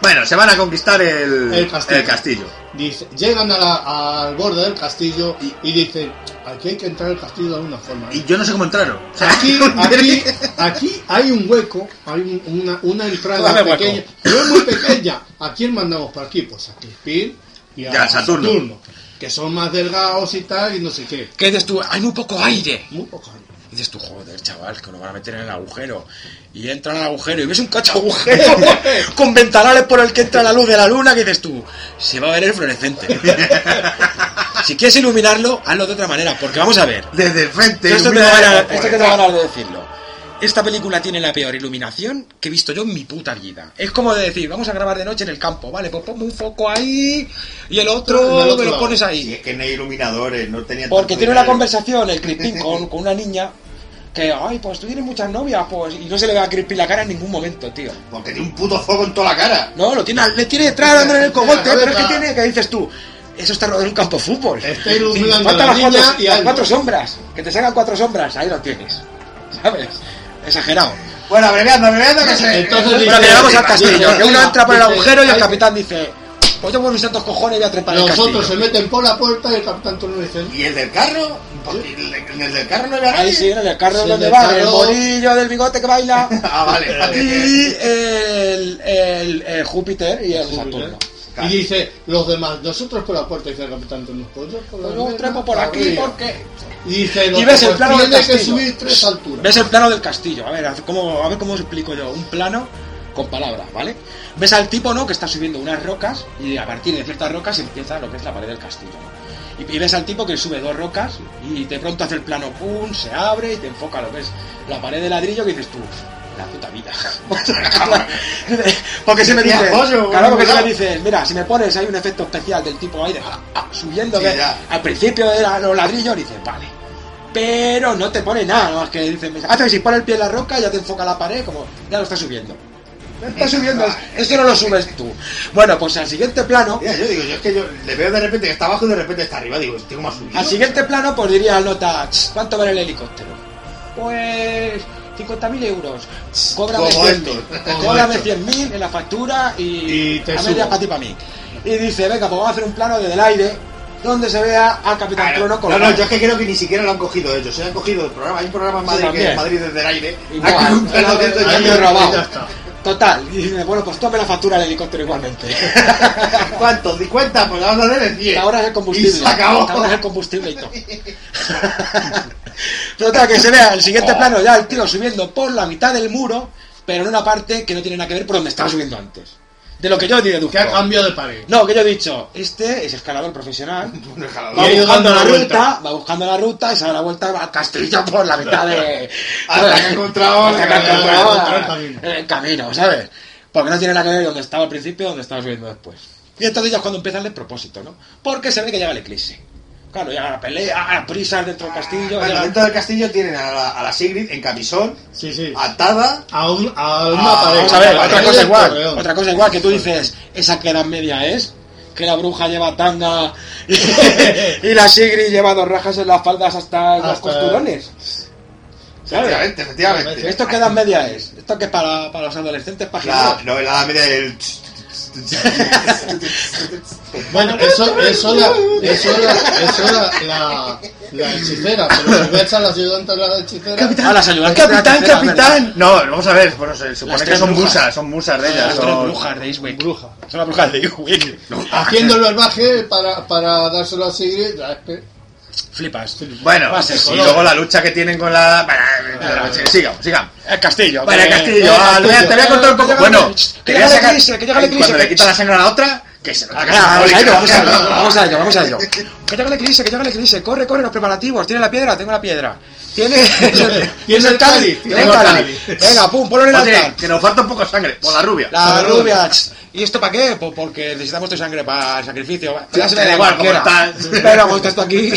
Speaker 5: Bueno, se van a conquistar el,
Speaker 1: El castillo.
Speaker 5: el castillo.
Speaker 1: (laughs) Dice, llegan a la- al borde del castillo y, dicen, aquí hay que entrar al castillo de alguna forma.
Speaker 5: Y yo no sé cómo entraron. O sea,
Speaker 4: (laughs)
Speaker 5: (laughs)
Speaker 1: Aquí, aquí, aquí hay un hueco, hay un- una, una entrada
Speaker 5: Dame hueco.
Speaker 1: pequeña, pero es muy pequeña. ¿A quién mandamos por aquí? Pues a Crispin y a,
Speaker 5: Y a Saturno.
Speaker 1: que son más delgados y tal, y no sé qué.
Speaker 4: ¿Qué dices tú? Hay muy poco aire.
Speaker 1: Muy poco.
Speaker 4: Y dices tú, joder, chaval, que nos van a meter en el agujero. Y entran al agujero y ves un cacho agujero con ventanales por el que entra la luz de la luna. Que dices tú, se va a ver el fluorescente. si quieres iluminarlo, hazlo de otra manera. Porque vamos a ver.
Speaker 5: desde el frente. Ah,
Speaker 4: Esto te,
Speaker 5: ilumina
Speaker 4: da ganas-
Speaker 5: algo por
Speaker 4: esto que te da
Speaker 5: detrás.
Speaker 4: ganas de decirlo. Esta película tiene la peor iluminación que he visto yo en mi puta vida. Es como de decir, vamos a grabar de noche en el campo, vale, pues ponme un foco ahí y el
Speaker 1: En el
Speaker 4: otro
Speaker 1: otro
Speaker 4: me lo
Speaker 1: lado.
Speaker 4: pones ahí.
Speaker 2: si es que no hay iluminadores, no tenía
Speaker 4: Porque
Speaker 2: tanto
Speaker 4: tiene una
Speaker 2: dinero.
Speaker 4: conversación el Crispin con, con una niña que, ay, pues tú tienes muchas novias, pues, y no se le ve a Crispin la cara en ningún momento, tío.
Speaker 2: Porque tiene Pues un puto fuego en toda la cara.
Speaker 4: No, lo tiene, le tiene detrás dándole en el cogote,
Speaker 1: A ver,
Speaker 4: pero es que
Speaker 1: la-
Speaker 4: tiene, que dices tú, eso está rodeado de un campo de fútbol.
Speaker 1: Está iluminando
Speaker 4: Faltan
Speaker 1: a la
Speaker 4: las cuatro,
Speaker 1: niña y
Speaker 4: las
Speaker 1: algo.
Speaker 4: cuatro sombras, que te salgan cuatro sombras, ahí lo tienes. (laughs) ¿Sabes? Exagerado.
Speaker 2: Bueno, abreviando, abreviando que se...
Speaker 1: Entonces
Speaker 4: Bueno, que llegamos al
Speaker 1: dice,
Speaker 4: castillo, que uno
Speaker 1: mira,
Speaker 4: entra por el
Speaker 1: dice,
Speaker 4: agujero y el
Speaker 1: hay-
Speaker 4: capitán dice, pues yo por mis santos cojones voy a trepar el
Speaker 1: Los
Speaker 4: castillo.
Speaker 1: otros se meten por la puerta y el capitán Turno dice,
Speaker 2: ¿Y el del carro? ¿En el del carro no había nadie?
Speaker 4: Ahí sí, en el carro
Speaker 1: Sí,
Speaker 4: donde
Speaker 1: el
Speaker 4: va,
Speaker 1: carro.
Speaker 4: el bolillo del bigote que baila.
Speaker 1: (laughs)
Speaker 2: Ah, vale.
Speaker 4: y eh, el, el- el Júpiter y el Saturno.
Speaker 1: Y dice, los demás, nosotros por la puerta, dice el capitán Turno. Pues yo por la
Speaker 4: Pues yo
Speaker 1: ventana,
Speaker 4: trepo por aquí
Speaker 1: arriba.
Speaker 4: porque...
Speaker 1: Y dice,
Speaker 4: Y
Speaker 1: "No,
Speaker 4: ves el
Speaker 1: pues
Speaker 4: plano del
Speaker 1: tiene que
Speaker 4: castillo.
Speaker 1: subir tres alturas.
Speaker 4: Ves el plano del castillo, a ver, haz- ¿cómo, a ver cómo os explico yo. Un plano con palabras, ¿vale? Ves al tipo, ¿no? Que está subiendo unas rocas y a partir de ciertas rocas empieza lo que es la pared del castillo, ¿no? Y, y ves al tipo que sube dos rocas y de pronto hace el plano, pum, se abre y te enfoca lo que es la pared de ladrillo que dices tú, la puta
Speaker 1: (laughs)
Speaker 4: vida. (laughs) porque si me dice,
Speaker 2: Viajoso,
Speaker 4: claro, porque si me
Speaker 2: cuidado.
Speaker 4: dice, mira, si me pones ahí un efecto especial del tipo ahí de ah, ah, subiendo,
Speaker 2: Sí,
Speaker 4: que
Speaker 2: ya.
Speaker 4: al principio eran los ladrillos, dice, vale. Pero no te pone nada, nada más que dice, hace que si pone el pie en la roca ya te enfoca la pared, como ya lo está subiendo. Ya Está subiendo, eso no lo subes tú. Bueno, pues al siguiente plano,
Speaker 2: Mira, yo digo, yo es que yo le veo de repente que está abajo y de repente está arriba. Digo, tengo más subido.
Speaker 4: Al siguiente plano, pues diría al nota, "Ch, ¿cuánto vale el helicóptero? (laughs) Pues 50.000 euros. Ch, Cóbrame
Speaker 2: Como
Speaker 4: 100.000.
Speaker 2: esto, como
Speaker 4: Cóbrame
Speaker 2: esto.
Speaker 4: 100.000 en la factura y,
Speaker 1: Y te
Speaker 4: a media
Speaker 1: subo.
Speaker 4: para ti para mí. Y dice, venga, pues vamos a hacer un plano desde el aire donde se vea al Capitán
Speaker 2: Ah,
Speaker 4: Trono
Speaker 2: no,
Speaker 4: con
Speaker 2: no, yo es que creo que ni siquiera lo han cogido ellos. Se han cogido el programa. Hay un programa en
Speaker 4: Sí,
Speaker 2: Madrid que
Speaker 4: también.
Speaker 2: es Madrid desde el aire.
Speaker 4: Igual,
Speaker 2: Ah, un plano
Speaker 4: el-
Speaker 2: de estos,
Speaker 4: el-
Speaker 2: ya-
Speaker 4: el- robado.
Speaker 2: ya está.
Speaker 4: Total, y dice, bueno, pues tome la factura del
Speaker 2: (laughs)
Speaker 4: helicóptero igualmente.
Speaker 2: ¿Cuántos? ¿50? Pues vamos a hacer el 10.
Speaker 4: Ahora es el combustible.
Speaker 2: Y se acabó.
Speaker 4: Te ahorras el combustible y todo. Total, que se vea el siguiente plano ya el tío subiendo por la mitad del muro, pero en una parte que no tiene nada que ver por donde estaba subiendo antes. De lo que yo he
Speaker 1: Que ha
Speaker 4: deduzco.
Speaker 1: cambiado de pared.
Speaker 4: No, que yo he dicho, este es escalador profesional.
Speaker 2: Déjalo.
Speaker 1: Y
Speaker 4: Va
Speaker 1: ha ido dando
Speaker 4: buscando la
Speaker 1: la
Speaker 4: ruta,
Speaker 1: vuelta.
Speaker 4: va buscando la ruta y se da la vuelta al castillo por la mitad de.
Speaker 2: Hasta que ha encontrado-
Speaker 4: Hasta que ha
Speaker 2: hasta que ha
Speaker 1: encontrado
Speaker 4: encontrado
Speaker 1: el
Speaker 4: la-
Speaker 1: camino.
Speaker 4: el camino, ¿sabes? Porque no tiene nada que ver donde estaba al principio y donde estaba subiendo después. Y entonces ya es cuando empieza el despropósito, ¿no? Porque se ve que llega el eclipse. Claro, llega la pelea, a las prisas dentro del castillo.
Speaker 2: Bueno,
Speaker 4: llega-
Speaker 2: dentro del castillo tienen a la, a la Sigrid en camisón,
Speaker 1: Sí, sí.
Speaker 2: atada.
Speaker 1: A, un, eh. a una
Speaker 2: Ah,
Speaker 1: pared.
Speaker 4: Vamos a ver,
Speaker 1: La
Speaker 4: otra
Speaker 1: pared
Speaker 4: cosa
Speaker 1: del
Speaker 4: igual,
Speaker 1: torreón.
Speaker 4: otra cosa igual que tú dices, esa que edad media es, que la bruja lleva tanga y, (laughs) la Sigrid lleva dos rajas en las faldas hasta, los
Speaker 1: Hasta-
Speaker 4: costurones. ¿Sabes?
Speaker 2: Efectivamente, efectivamente.
Speaker 4: ¿Esto qué edad media es? ¿Esto que es para, para los adolescentes
Speaker 2: La
Speaker 4: páginas?
Speaker 2: novela media del.
Speaker 1: Bueno, eso, eso, la, eso, la, eso la, la, la hechicera, pero si ves a las ayudantes de la hechicera,
Speaker 4: A las ayudantes de la
Speaker 5: ¡Capitán,
Speaker 4: tercera, ¿verdad?
Speaker 5: capitán! No, vamos a ver. Bueno, se supone
Speaker 4: Las
Speaker 5: que
Speaker 4: tres
Speaker 5: son
Speaker 4: brujas.
Speaker 5: musas, son musas de ellas.
Speaker 4: Las tres
Speaker 5: son-
Speaker 4: brujas de Eastwick.
Speaker 1: bruja.
Speaker 4: Son las brujas de Eastwick.
Speaker 1: Haciendo el barbaje para, para dárselo este. a Sigrid, la es que-
Speaker 4: Flipas. eh,
Speaker 5: Bueno,
Speaker 4: Va a ser
Speaker 5: y
Speaker 4: color.
Speaker 5: luego la lucha que tienen con la. Sigamos, sigamos.
Speaker 4: El castillo.
Speaker 5: Vale,
Speaker 4: que-
Speaker 5: Castillo, ah,
Speaker 1: este.
Speaker 5: te voy a- te voy a cortar un poco. Bueno,
Speaker 4: que
Speaker 5: te voy a
Speaker 4: llega la
Speaker 5: sacar-
Speaker 4: crisis, que llega la crisis.
Speaker 5: Cuando le quita la sangre a la otra, que se la
Speaker 4: Ah, claro, Vamos a ello, vamos a ello, vamos a ello, vamos a ello. Que llega la eclipse, que llega la eclipse, corre, corre, los preparativos, tiene la piedra, tengo la piedra. (laughs) Tiene, tiene el cáliz, tiene el cáliz. Venga, pum, ponlo en el altar.
Speaker 5: Oye, que nos falta un poco de sangre, por la rubia.
Speaker 4: La rubia. ch. ¿Y esto para qué? Pues porque necesitamos tu sangre para el sacrificio.
Speaker 5: Sí,
Speaker 4: Ya se
Speaker 5: da
Speaker 4: me da
Speaker 5: igual,
Speaker 4: cualquiera.
Speaker 5: como tal.
Speaker 4: Pero como esto (laughs) aquí,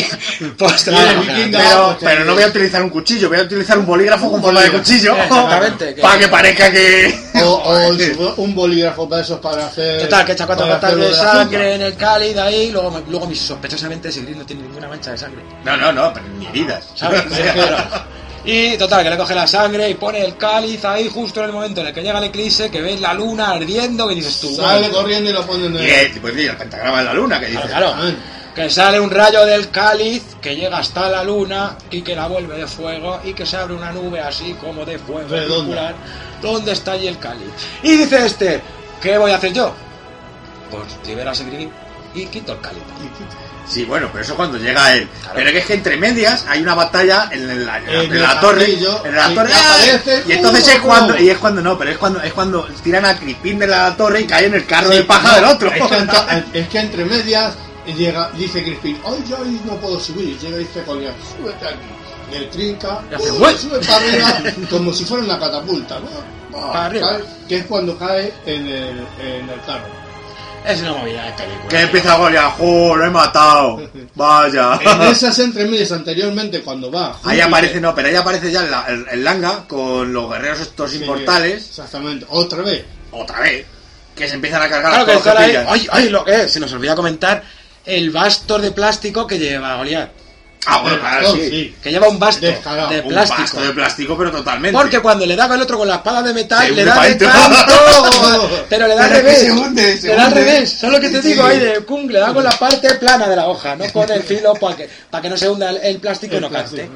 Speaker 4: pues te la
Speaker 1: Viene
Speaker 4: dan una.
Speaker 1: vikinga.
Speaker 5: Pero,
Speaker 1: pues,
Speaker 4: eh.
Speaker 5: pero no voy a utilizar un cuchillo, voy a utilizar un bolígrafo con forma de cuchillo.
Speaker 4: Exactamente, que- Oh.
Speaker 5: Para que parezca que.
Speaker 1: o, o el su- un bolígrafo para esos para hacer.
Speaker 4: Total, que echa cuatro
Speaker 1: para
Speaker 4: gotas
Speaker 1: hacer lo
Speaker 4: de
Speaker 1: la
Speaker 4: sangre
Speaker 1: zumba.
Speaker 4: en el cáliz ahí, luego, me- luego mis sospechosamente Sigrid no tiene ninguna mancha de sangre.
Speaker 5: No, no, no, pero ni heridas. (laughs)
Speaker 4: ¿sabes? Claro. Y total, que le coge la sangre y pone el cáliz ahí justo en el momento en el que llega el eclipse, que ves la luna ardiendo, que dices tú.
Speaker 1: Sale
Speaker 4: bueno,
Speaker 1: corriendo y lo ponen
Speaker 5: Y
Speaker 1: en el.
Speaker 5: el, pues, y el pentagrama de la luna que dice.
Speaker 4: claro, claro. Que sale un rayo del cáliz que llega hasta la luna y que la vuelve de fuego y que se abre una nube así como de fuego
Speaker 1: Redonda.
Speaker 4: circular. ¿Dónde está allí el cáliz? Y dice este, ¿qué voy a hacer yo? Pues libera a Sigrid y quito el cáliz.
Speaker 5: Sí, bueno, pero eso cuando llega él. Pero que es que entre medias hay una batalla en la, en la-
Speaker 1: En
Speaker 5: en
Speaker 1: el
Speaker 5: la torre.
Speaker 1: castillo,
Speaker 5: en la
Speaker 1: y
Speaker 5: torre.
Speaker 1: aparece
Speaker 5: y entonces
Speaker 1: uno
Speaker 5: es cuando.
Speaker 1: nuevo.
Speaker 5: Y es cuando no, pero es cuando es cuando tiran a Crispin de la torre y cae en el carro de paja
Speaker 1: no,
Speaker 5: del otro.
Speaker 1: Es que,
Speaker 5: (laughs)
Speaker 1: enta- es que entre medias llega, dice Crispin, hoy yo hoy no puedo subir. Y llega y dice Goliath, súbete aquí. Del trinca,
Speaker 4: Y hace,
Speaker 1: ¡uh!
Speaker 4: "Ué".
Speaker 1: sube para arriba como si fuera una catapulta, ¿no? Ah,
Speaker 4: Para arriba.
Speaker 1: cae- Que es cuando cae en el, en el carro.
Speaker 4: Es una movida de película.
Speaker 5: que empieza a golear. ¡Jo, lo he matado! Vaya.
Speaker 1: (laughs)
Speaker 5: (laughs)
Speaker 1: En esas entre medias anteriormente, cuando va.
Speaker 5: Ahí
Speaker 1: Júpiter-
Speaker 5: aparece, no, pero ahí aparece ya la- el, el Langa con los guerreros estos
Speaker 1: Sí,
Speaker 5: inmortales.
Speaker 1: Exactamente, otra vez.
Speaker 5: Otra vez. Que se empiezan a cargar
Speaker 4: Claro
Speaker 5: a
Speaker 4: que
Speaker 5: todos
Speaker 4: está
Speaker 5: los que
Speaker 4: ahí.
Speaker 5: pillan.
Speaker 4: Ay, ay, lo que es, se nos olvida comentar el basto de plástico que lleva Goliath.
Speaker 5: Ah, bueno, claro,
Speaker 1: Bastón,
Speaker 5: sí.
Speaker 1: sí.
Speaker 4: Que lleva un basto
Speaker 1: Descarado,
Speaker 4: de
Speaker 5: Un
Speaker 4: plástico.
Speaker 5: basto de plástico, pero totalmente.
Speaker 4: Porque cuando le daba el otro con la espada de metal,
Speaker 5: Se
Speaker 4: le
Speaker 5: hunde
Speaker 4: da
Speaker 5: pa'
Speaker 4: de
Speaker 5: dentro.
Speaker 4: tanto. pero le da al
Speaker 2: Pero es
Speaker 4: revés.
Speaker 2: que se hunde, se
Speaker 4: le da al
Speaker 2: hunde.
Speaker 4: revés. ¿Sabes lo que te
Speaker 2: Sí,
Speaker 4: digo
Speaker 2: sí.
Speaker 4: ahí de Kung? Le da con la parte plana de la hoja, no con el filo para que, para que no se hunda el, el plástico y no cante.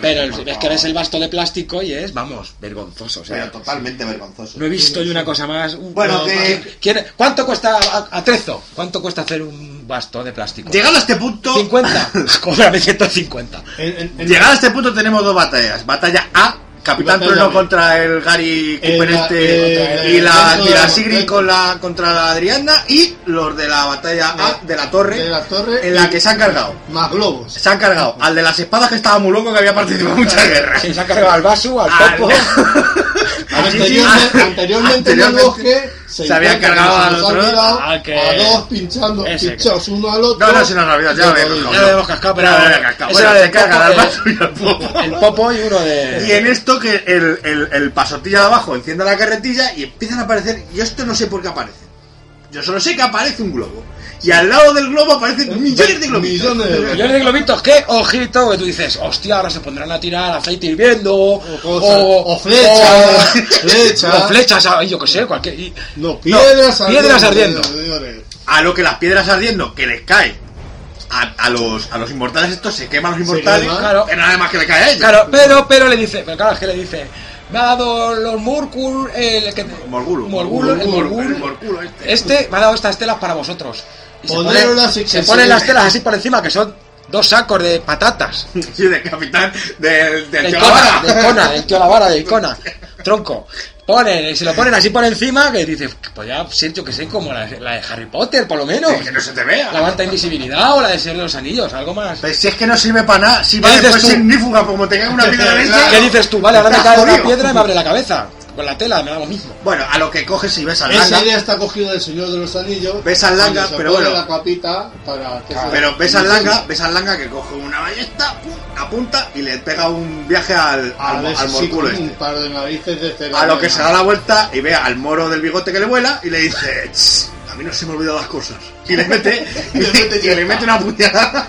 Speaker 4: Pero el- es que ves el basto de plástico y es, vamos, vergonzoso. O sea,
Speaker 2: Pero totalmente vergonzoso.
Speaker 4: no he visto yo una cosa más. un-
Speaker 2: Bueno,
Speaker 4: no,
Speaker 2: que-
Speaker 4: más- ¿Quién- ¿Cuánto cuesta a- atrezo? ¿Cuánto cuesta hacer un basto de plástico?
Speaker 5: Llegado a este punto.
Speaker 4: (laughs) 50. Cóbrame 150.
Speaker 1: En- en- en-
Speaker 5: Llegado a este punto tenemos dos batallas. Batalla A, Capitán
Speaker 1: Batalla
Speaker 5: Trueno
Speaker 1: B.
Speaker 5: contra el Gary Cooper
Speaker 1: El-
Speaker 5: este
Speaker 1: el-
Speaker 5: y la,
Speaker 1: el-
Speaker 5: y la
Speaker 1: el-
Speaker 5: Sigrid con la, contra la Adriana y los de la batalla A de la torre,
Speaker 1: de la torre
Speaker 5: en la
Speaker 1: y-
Speaker 5: que se han cargado.
Speaker 1: Más globos.
Speaker 5: Se han cargado (laughs) al de las espadas que estaba muy loco que había participado en muchas guerras. (laughs)
Speaker 4: Se ha cargado al vaso, al
Speaker 5: Al-
Speaker 4: topo.
Speaker 1: Anteriormente, anteriormente en el
Speaker 2: Anteriormente
Speaker 1: bosque
Speaker 2: se había
Speaker 1: encuentra
Speaker 2: cargado
Speaker 1: que se
Speaker 2: al
Speaker 1: nos
Speaker 2: otro,
Speaker 1: han mirado
Speaker 4: al que-
Speaker 1: a dos Ah, pinchando,
Speaker 4: ese que-
Speaker 1: pinchados uno al otro.
Speaker 2: No, no, se nos ha olvidado, ya lo había
Speaker 1: Cocodrilo.
Speaker 2: cascado.
Speaker 4: Ya lo habíamos cascado, pero
Speaker 2: Ya lo había cascado.
Speaker 4: ese
Speaker 2: Bueno,
Speaker 4: era
Speaker 2: se
Speaker 4: el
Speaker 2: carga
Speaker 4: popo,
Speaker 2: al
Speaker 4: el-
Speaker 2: macho y al popo.
Speaker 4: El popo y uno de.
Speaker 2: Y en esto que el, el, el pasotilla de abajo enciende la carretilla y empiezan a aparecer. Yo esto no sé por qué aparece. Yo solo sé que aparece un globo. Y al lado del globo aparecen millones de globitos.
Speaker 1: Millones de globitos.
Speaker 4: Millones de globitos, ¿qué? Ojito, que tú dices, hostia, ahora se pondrán a tirar aceite hirviendo, o,
Speaker 1: cosas, o
Speaker 4: o-
Speaker 1: flechas,
Speaker 4: o
Speaker 1: flechas,
Speaker 4: flechas, ah, yo qué sé, cualquier. y-
Speaker 1: no, piedras,
Speaker 4: no, piedras ardiendo.
Speaker 1: señores.
Speaker 2: A lo que las piedras ardiendo, que les cae. A, a los, a los inmortales estos se queman los inmortales.
Speaker 1: queman.
Speaker 4: Claro.
Speaker 2: Que nada más que le cae a ellos.
Speaker 4: Claro, pero, pero le dice, pero claro, es que le dice, me ha dado los Murkur, el que.
Speaker 2: Morgulo.
Speaker 4: Morgulo,
Speaker 2: Morgulo,
Speaker 4: el
Speaker 2: el
Speaker 4: Morgulo.
Speaker 2: morgulo este.
Speaker 4: Este me ha dado estas telas para vosotros. Y se
Speaker 1: Poneros
Speaker 4: pone-
Speaker 1: las-
Speaker 4: se ponen las telas así por encima, que son dos sacos de patatas.
Speaker 2: (laughs) Sí, del capitán del, del
Speaker 4: Del
Speaker 2: tío
Speaker 4: Cona,
Speaker 2: Lavara.
Speaker 4: del Cona, del tío Lavara, del Cona. Tronco. Ponen, se lo ponen así por encima que dices, pues ya siento que sé como la, la de Harry Potter, por lo menos.
Speaker 2: Que no se te vea.
Speaker 4: La manta invisibilidad o la de Señor de los Anillos, algo más.
Speaker 2: Pero si es que no sirve para nada, si
Speaker 4: ¿Qué
Speaker 2: va
Speaker 4: dices
Speaker 2: después
Speaker 4: tú?
Speaker 2: ignífuga, como te cae una piedra
Speaker 4: (laughs)
Speaker 2: de esa.
Speaker 4: ¿Qué dices tú? Vale, ahora me
Speaker 2: Estás
Speaker 4: cae una
Speaker 2: jodido.
Speaker 4: piedra y me abre la cabeza. Con la tela me da lo mismo.
Speaker 2: Bueno, a lo que coges y ves al
Speaker 1: Esa
Speaker 2: langa.
Speaker 1: idea está cogida del Señor de los Anillos.
Speaker 2: Ves al langa,
Speaker 1: donde se
Speaker 2: pero
Speaker 1: pone
Speaker 2: bueno.
Speaker 1: la capita para que se-
Speaker 2: Pero ves al langa, ves al langa que coge una ballesta, pum, apunta y le pega un viaje al,
Speaker 1: A
Speaker 2: al,
Speaker 1: ver
Speaker 2: al
Speaker 1: si
Speaker 2: morculo
Speaker 1: con un
Speaker 2: este.
Speaker 1: par de narices de cera
Speaker 2: A lo que se da
Speaker 1: buena.
Speaker 2: la vuelta y ve al moro del bigote que le vuela y le dice, "Tss, a mí no se me olvidan las cosas. Y le mete, y le mete, y le mete una puñalada.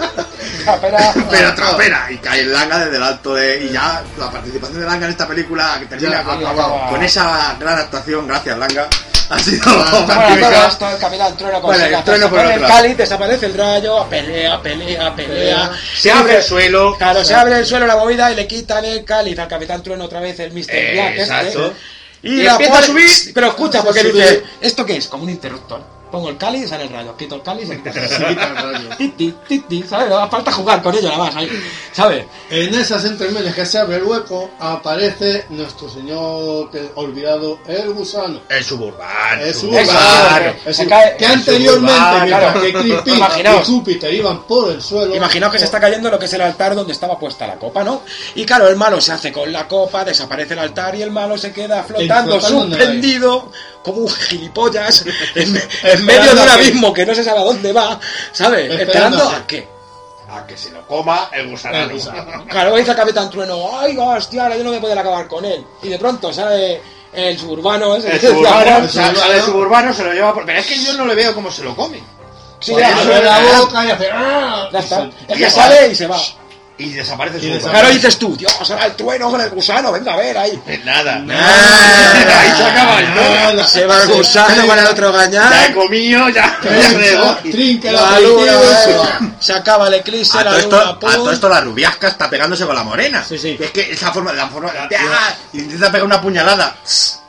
Speaker 2: (laughs) Pero trapera y cae el langa desde el alto de. Y ya la participación de langa en esta película que termina
Speaker 1: Ya,
Speaker 2: con,
Speaker 1: acabado.
Speaker 2: con esa gran actuación, gracias langa, ha sido
Speaker 4: Bueno, todo
Speaker 2: magnífica.
Speaker 4: esto, el capitán trueno con
Speaker 2: Vale,
Speaker 4: su
Speaker 2: el
Speaker 4: gata,
Speaker 2: trueno
Speaker 4: se
Speaker 2: por
Speaker 4: pone
Speaker 2: otro
Speaker 4: el
Speaker 2: lado.
Speaker 4: cáliz, desaparece el rayo, pelea, pelea, pelea.
Speaker 2: Se abre el
Speaker 4: Dice-
Speaker 2: suelo.
Speaker 4: Claro, se abre el suelo la movida y le quitan el cáliz al Capitán Trueno otra vez, el Mr. Black. este.
Speaker 2: Exacto.
Speaker 4: Y,
Speaker 2: Y
Speaker 4: la
Speaker 2: empieza a
Speaker 4: pone-
Speaker 2: subir.
Speaker 4: Pero escucha,
Speaker 1: Empieza
Speaker 4: porque
Speaker 1: a subir.
Speaker 4: dice: ¿esto qué es? Como un interruptor. Pongo el cáliz y sale el rayo. Quito el cáliz y sale el
Speaker 1: Sí,
Speaker 4: rayo.
Speaker 1: tan raro.
Speaker 2: (laughs)
Speaker 4: Titi, titi, ¿sabes? No hace falta jugar con ello nada más, ahí, ¿sabes?
Speaker 1: En esas entremenes que se abre el hueco aparece nuestro señor que- olvidado, el gusano.
Speaker 2: El suburbano.
Speaker 1: Es un
Speaker 4: Claro,
Speaker 1: es
Speaker 4: se
Speaker 1: un-
Speaker 4: cae-
Speaker 1: que anteriormente,
Speaker 4: Ah,
Speaker 1: mientras
Speaker 4: claro.
Speaker 1: que Creepy
Speaker 4: (laughs) Imaginaos.
Speaker 1: y Júpiter iban por el suelo,
Speaker 4: Imaginaos que se está cayendo lo que es el altar donde estaba puesta la copa, ¿no? Y claro, el malo se hace con la copa, desaparece el altar y el malo se queda flotando,
Speaker 1: flotando en el
Speaker 4: suspendido, como
Speaker 1: (laughs)
Speaker 4: un gilipollas, en, en
Speaker 1: Esperando
Speaker 4: medio de un
Speaker 1: a que-
Speaker 4: abismo que no se sabe a dónde va, ¿sabes?
Speaker 1: Esperando
Speaker 4: Esperando
Speaker 1: a
Speaker 4: a qué.
Speaker 2: A que se lo coma el gusanano.
Speaker 4: Claro, dice el Capitán Trueno, ay, hostia, ahora yo no voy a poder acabar con él. Y de pronto sale el suburbano ese. (laughs)
Speaker 2: El suburbano,
Speaker 1: El
Speaker 2: sale
Speaker 1: suburbano.
Speaker 2: el suburbano, se lo lleva por... Pero es que yo no le veo cómo se lo come.
Speaker 4: Sí,
Speaker 1: Pues
Speaker 4: ya,
Speaker 1: abre la
Speaker 4: ya,
Speaker 1: boca y hace "Ah",
Speaker 4: ya está.
Speaker 1: y
Speaker 4: Es que sale y se va.
Speaker 2: Y desaparece el
Speaker 1: Y
Speaker 2: suburbano.
Speaker 4: Claro, dices tú, Dios, ahora el trueno con el gusano, venga a ver ahí.
Speaker 2: Nada.
Speaker 1: Ah. (laughs)
Speaker 4: Nada.
Speaker 2: Ahí se acaba el
Speaker 1: Nada.
Speaker 2: todo.
Speaker 4: Se va el gusano con el otro
Speaker 2: Ya
Speaker 4: gañán.
Speaker 2: he comido, ya.
Speaker 1: se-
Speaker 2: ya me voy.
Speaker 1: trinca la eh.
Speaker 4: La luna,
Speaker 1: apellido.
Speaker 4: venga. se acaba el eclipse,
Speaker 2: A
Speaker 4: la
Speaker 2: todo,
Speaker 4: luna,
Speaker 2: esto, a
Speaker 4: pum.
Speaker 2: todo esto la rubiasca está pegándose con la morena.
Speaker 1: Sí, sí.
Speaker 2: Y es que esa forma, la forma de- ¡Ah! Y intenta pegar una puñalada,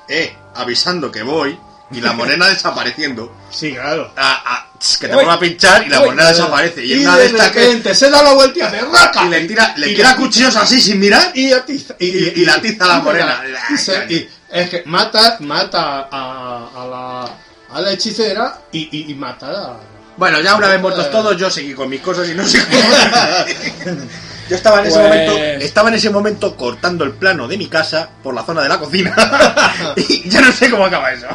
Speaker 2: eh, avisando que voy y la morena (laughs) desapareciendo.
Speaker 1: Sí, claro.
Speaker 2: Ah, ah, que te
Speaker 4: Uy.
Speaker 2: vuelve a pinchar y la
Speaker 4: Uy.
Speaker 2: morena desaparece. Y,
Speaker 1: Y
Speaker 2: en una de
Speaker 1: de
Speaker 2: estas que
Speaker 1: repente se da la vuelta y hace raca.
Speaker 2: y le tira, le tira cuchillos así sin mirar
Speaker 1: y atiza- y,
Speaker 2: Y- y la atiza a la morena.
Speaker 1: Y se- y- es que mata, mata a, a la, a la hechicera y, y- y mata a.
Speaker 2: Bueno, ya una vez muertos todos, yo seguí con mis cosas y no sé cómo. Yo estaba en, ese
Speaker 4: Pues-
Speaker 2: momento, estaba en ese momento cortando el plano de mi casa por la zona de la (laughs) cocina. y yo no sé cómo acaba eso.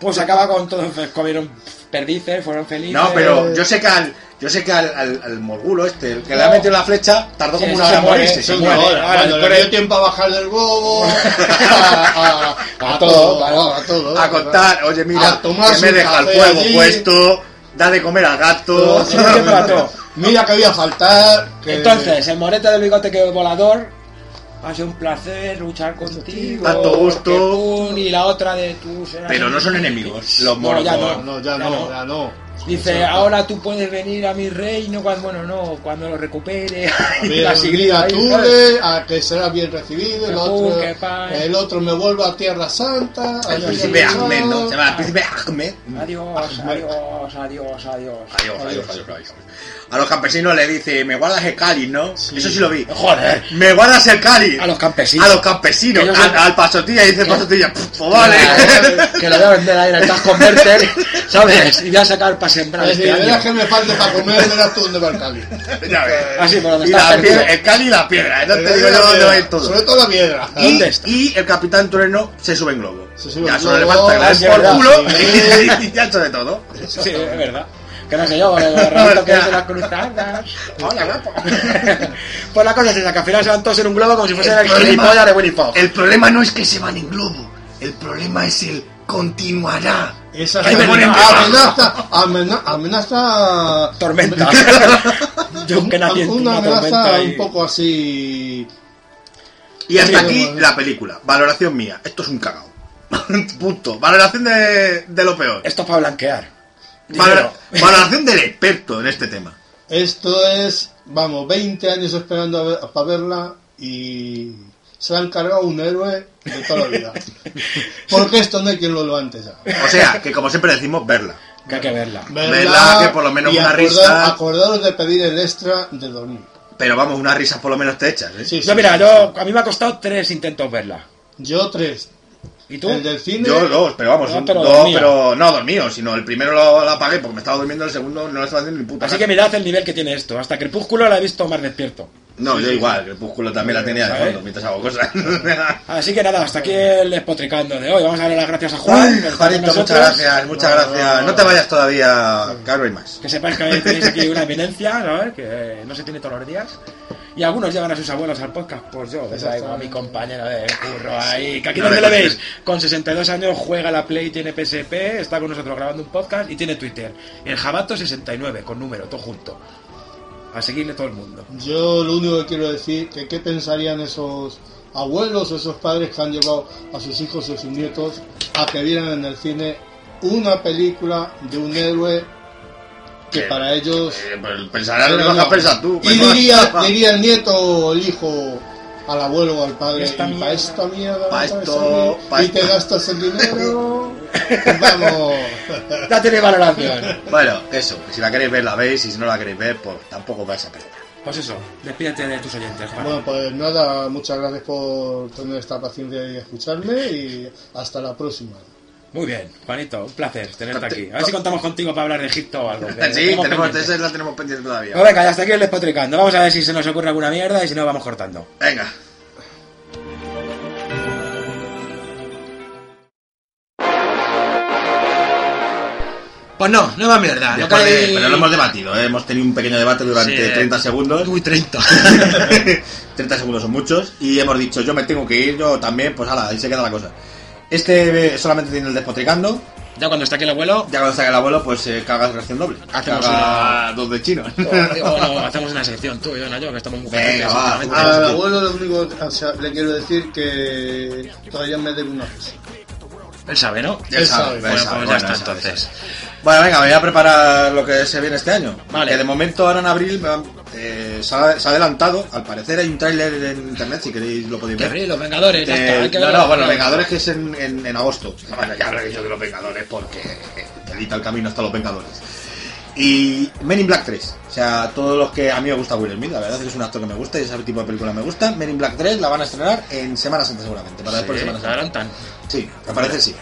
Speaker 4: Pues acaba con todos, comieron perdices, fueron felices.
Speaker 2: No, pero yo sé que al, yo sé que al, al- al morgulo este, el que le ha
Speaker 4: No.
Speaker 2: metido la flecha, tardó
Speaker 4: Sí,
Speaker 2: como
Speaker 4: se
Speaker 2: una hora en
Speaker 4: muere,
Speaker 2: morirse.
Speaker 4: se
Speaker 2: Sí,
Speaker 4: muere.
Speaker 2: bueno.
Speaker 4: ahora
Speaker 1: cuando
Speaker 4: le
Speaker 1: le
Speaker 4: pone-
Speaker 1: dio tiempo a bajar del bobo, a, a- a todo, claro, a todo.
Speaker 2: A contar, oye mira,
Speaker 1: A tomarse
Speaker 2: que me
Speaker 1: un
Speaker 2: deja el
Speaker 1: café
Speaker 2: fuego
Speaker 1: allí.
Speaker 2: puesto, da de comer al gato.
Speaker 4: Sí, sí, plato.
Speaker 1: Mira que había faltar. que-
Speaker 4: Entonces, el morete del bigote que es volador. Ha sido un placer luchar contigo.
Speaker 2: Tanto gusto.
Speaker 4: que pun, y la otra de tú serás
Speaker 2: Pero no
Speaker 4: un-
Speaker 2: son enemigos, los
Speaker 4: Bueno, ya
Speaker 2: moros.
Speaker 1: No, no, ya no, ya no.
Speaker 4: (laughs) Dice, ahora tú puedes venir a mi reino cuando, bueno, no, cuando lo recupere. (laughs)
Speaker 1: Mira,
Speaker 4: La
Speaker 1: siglita
Speaker 4: siglita ahí,
Speaker 1: Tule, a que será bien recibido, el
Speaker 4: Que
Speaker 1: otro,
Speaker 4: pum, que pan.
Speaker 1: el otro me vuelve a Tierra Santa. al
Speaker 2: El príncipe
Speaker 1: Tierra
Speaker 2: Ahmed, ¿no? Se
Speaker 1: Santa.
Speaker 2: llama el príncipe Ahmed.
Speaker 4: Adiós,
Speaker 1: Ah,
Speaker 4: adiós, adiós, adiós.
Speaker 2: Adiós, adiós, adiós, adiós. A los campesinos le dice, me guardas el cáliz, ¿no? Eso sí lo vi.
Speaker 4: Joder.
Speaker 2: Me guardas el cáliz.
Speaker 4: A los campesinos.
Speaker 2: A los campesinos.
Speaker 4: Que yo
Speaker 2: Al,
Speaker 4: soy-
Speaker 2: al pasotilla dice pasotilla, "Pff, pues vale.
Speaker 4: Que lo voy a vender ahí en el Task Converter, ¿sabes? Y voy a sacar para sembrar
Speaker 1: Es
Speaker 4: este
Speaker 1: decir, verás
Speaker 4: año.
Speaker 1: Pues que me falta para comer, verás tú dónde va el cali.
Speaker 2: (laughs) Ya ves.
Speaker 4: Así, Ah, por donde
Speaker 5: Y
Speaker 4: está
Speaker 5: la
Speaker 4: perdido.
Speaker 5: piedra- el Cali y la
Speaker 2: ¿eh?
Speaker 5: piedra, no te
Speaker 1: Verás
Speaker 5: digo
Speaker 1: la
Speaker 5: yo dónde
Speaker 1: piedra,
Speaker 5: va a ir todo.
Speaker 1: Sobre todo la piedra.
Speaker 5: Y,
Speaker 4: ¿Dónde está?
Speaker 5: y el Capitán Trueno se sube en globo.
Speaker 1: Se sube
Speaker 5: ya
Speaker 1: en
Speaker 5: solo le
Speaker 1: globo,
Speaker 5: falta
Speaker 4: ah,
Speaker 5: que
Speaker 4: sí,
Speaker 5: le den por
Speaker 4: verdad.
Speaker 5: culo
Speaker 2: (laughs)
Speaker 5: y, ya hecho de todo.
Speaker 4: Sí, es verdad. Que no sé yo, con el
Speaker 1: (laughs)
Speaker 4: gorrito que es de las cruzadas. Hola, guapo.
Speaker 5: (laughs)
Speaker 4: pues la cosa es esa, que al final se van todos en un globo como
Speaker 5: Pues
Speaker 4: si
Speaker 1: (laughs)
Speaker 4: fuesen el,
Speaker 1: Pues
Speaker 4: gilipollas de Willy Fox.
Speaker 5: el problema no es que se van en globo, el problema es el continuará.
Speaker 1: Esa
Speaker 5: Ahí me ponen
Speaker 1: amenaza, amena- amenaza,
Speaker 4: Tormenta.
Speaker 1: (laughs)
Speaker 4: yo que nací en
Speaker 1: una
Speaker 4: una
Speaker 1: amenaza
Speaker 4: tormenta
Speaker 1: un
Speaker 4: y...
Speaker 1: poco así.
Speaker 5: Y hasta
Speaker 1: Sí,
Speaker 5: aquí
Speaker 1: bueno.
Speaker 5: la película. Valoración mía. Esto es un cagao. (laughs) Punto. Valoración de, de lo peor.
Speaker 4: Esto es para blanquear.
Speaker 5: Valora-
Speaker 4: Dinero.
Speaker 5: valoración del experto en este tema.
Speaker 1: Esto es, vamos, 20 años esperando a ver- para verla y se la han cargado un héroe de toda la vida. Porque esto no hay quien lo levante ya.
Speaker 5: O sea, que como siempre decimos, verla.
Speaker 4: Que hay que verla.
Speaker 5: Verla, que por lo menos
Speaker 1: y
Speaker 5: una
Speaker 1: acordar-
Speaker 5: risa.
Speaker 1: Acordaros de pedir el extra de dormir.
Speaker 5: Pero vamos, unas risas por lo menos te echas, ¿eh?
Speaker 1: Sí, sí.
Speaker 4: Yo, mira, yo, a mí me ha costado tres intentos verla.
Speaker 1: Yo tres.
Speaker 4: ¿Y tú?
Speaker 1: El del cine.
Speaker 5: Yo dos, pero vamos,
Speaker 4: No,
Speaker 5: un-
Speaker 4: pero
Speaker 5: dos,
Speaker 4: dormido.
Speaker 5: pero no dormido, sino el primero lo, lo apagué porque me estaba durmiendo, el segundo no lo estaba haciendo ni puta.
Speaker 4: Así
Speaker 5: caso.
Speaker 4: que mirad el nivel que tiene esto. Hasta Crepúsculo la he visto más despierto.
Speaker 5: No, yo igual, el púsculo también la tenía de
Speaker 4: ¿Sabes?
Speaker 5: fondo mientras hago cosas.
Speaker 4: (laughs) Así que nada, hasta aquí el despotricando de hoy. Vamos a darle las gracias a Juan.
Speaker 5: Ay,
Speaker 4: que está con
Speaker 5: Juanito, muchas
Speaker 4: nosotros.
Speaker 5: gracias,
Speaker 1: No,
Speaker 5: muchas
Speaker 1: no,
Speaker 5: gracias.
Speaker 1: no.
Speaker 5: No te vayas todavía, que ahora hay más.
Speaker 4: Que sepáis que tenéis aquí una eminencia, ¿sabes? Que no se tiene todos los días. Y algunos llevan a sus abuelos al podcast, pues yo les traigo a mi compañero de curro ahí. Que aquí donde le veis, con 62 años juega la Play, tiene PSP, está con nosotros grabando un podcast y tiene Twitter. El Jabato69, con número, todo junto. A seguirle todo el mundo.
Speaker 1: Yo lo único que quiero decir que qué pensarían esos abuelos o esos padres que han llevado a sus hijos o sus nietos a que vieran en el cine una película de un héroe que
Speaker 5: Que-
Speaker 1: para ellos
Speaker 5: Eh, pues pensarás lo que
Speaker 1: era
Speaker 5: vas a
Speaker 1: una-
Speaker 5: pensar tú.
Speaker 1: y
Speaker 5: pues, (laughs)
Speaker 1: diría,
Speaker 5: va.
Speaker 1: diría el nieto o el hijo al abuelo o al padre
Speaker 4: Esta
Speaker 1: para
Speaker 4: mierda.
Speaker 1: esta mierda
Speaker 5: Pa'
Speaker 1: me
Speaker 5: esto,
Speaker 1: parece bien,
Speaker 5: pa'
Speaker 1: y te
Speaker 5: esto".
Speaker 1: gastas el
Speaker 5: (laughs)
Speaker 1: dinero vamos
Speaker 4: Ya tenéis valoración.
Speaker 5: Bueno, eso, que si la queréis ver, la veis, y si no la queréis ver, pues tampoco vais a perder.
Speaker 4: Pues eso, despídete de tus oyentes, Juan.
Speaker 1: bueno pues nada muchas gracias por tener esta paciencia y escucharme y hasta la próxima
Speaker 4: Muy bien, Juanito, un placer tenerte
Speaker 5: Conte-
Speaker 4: aquí. A ver si contamos contigo para hablar de Egipto o algo. que
Speaker 5: Sí, tenemos,
Speaker 4: pendiente.
Speaker 5: esa la tenemos pendiente todavía.
Speaker 4: Pues venga, ya hasta aquí el despotricando. Vamos a ver si se nos ocurre alguna mierda y si no, vamos cortando.
Speaker 5: Venga.
Speaker 4: Pues no, nueva mierda. Lo que
Speaker 5: Después de-
Speaker 4: hay-
Speaker 5: pero lo hemos debatido, ¿eh? hemos tenido un pequeño debate durante
Speaker 4: Sí.
Speaker 5: 30 segundos.
Speaker 4: Uy,
Speaker 5: (laughs)
Speaker 4: 30.
Speaker 5: 30 segundos son muchos. Y hemos dicho, yo me tengo que ir, yo también, pues ala, ahí se queda la cosa. Este eh, solamente tiene el despotricando.
Speaker 4: ya cuando está aquí el
Speaker 5: (laughs)
Speaker 4: abuelo,
Speaker 5: Ya cuando saca el abuelo, pues eh, cagas ración doble.
Speaker 4: Hacemos
Speaker 5: Caga dos de chino.
Speaker 4: o no, hacemos una sección tú y yo, no yo, que estamos muy calientes,
Speaker 5: Venga, va,
Speaker 4: sinceramente.
Speaker 5: va.
Speaker 1: Al abuelo lo único Ah, o sea, le quiero decir que todavía me debe una cosa.
Speaker 4: Él sabe, ¿no?
Speaker 5: Ya sabe,
Speaker 4: Bueno,
Speaker 5: sabe,
Speaker 4: pues
Speaker 5: bueno,
Speaker 4: ya está
Speaker 5: ya sabe,
Speaker 4: entonces.
Speaker 5: Bueno, venga, voy a preparar lo que se viene este año.
Speaker 4: Vale.
Speaker 5: Que de momento, ahora en abril, me han- eh, se, ha, se ha adelantado. Al parecer hay un tráiler en internet, si queréis lo podéis
Speaker 4: Que
Speaker 5: ver.
Speaker 4: ríe, los Vengadores, ya
Speaker 5: Eh,
Speaker 4: está. hay que
Speaker 5: no,
Speaker 4: verlo.
Speaker 5: no, bueno, Vengadores que es en, en, en agosto. Bueno, ya hablaré yo de los Vengadores porque eh, te edita el camino hasta los Vengadores. Y Men in Black 3. O sea, todos los que a mí me gusta Will Smith, la verdad es que es un actor que me gusta y ese tipo de película me gusta. Men in Black 3 la van a estrenar en Semana Santa seguramente, para después
Speaker 4: Sí,
Speaker 5: de Semana
Speaker 4: se
Speaker 5: Santa.
Speaker 4: adelantan.
Speaker 5: Sí, me parece sí.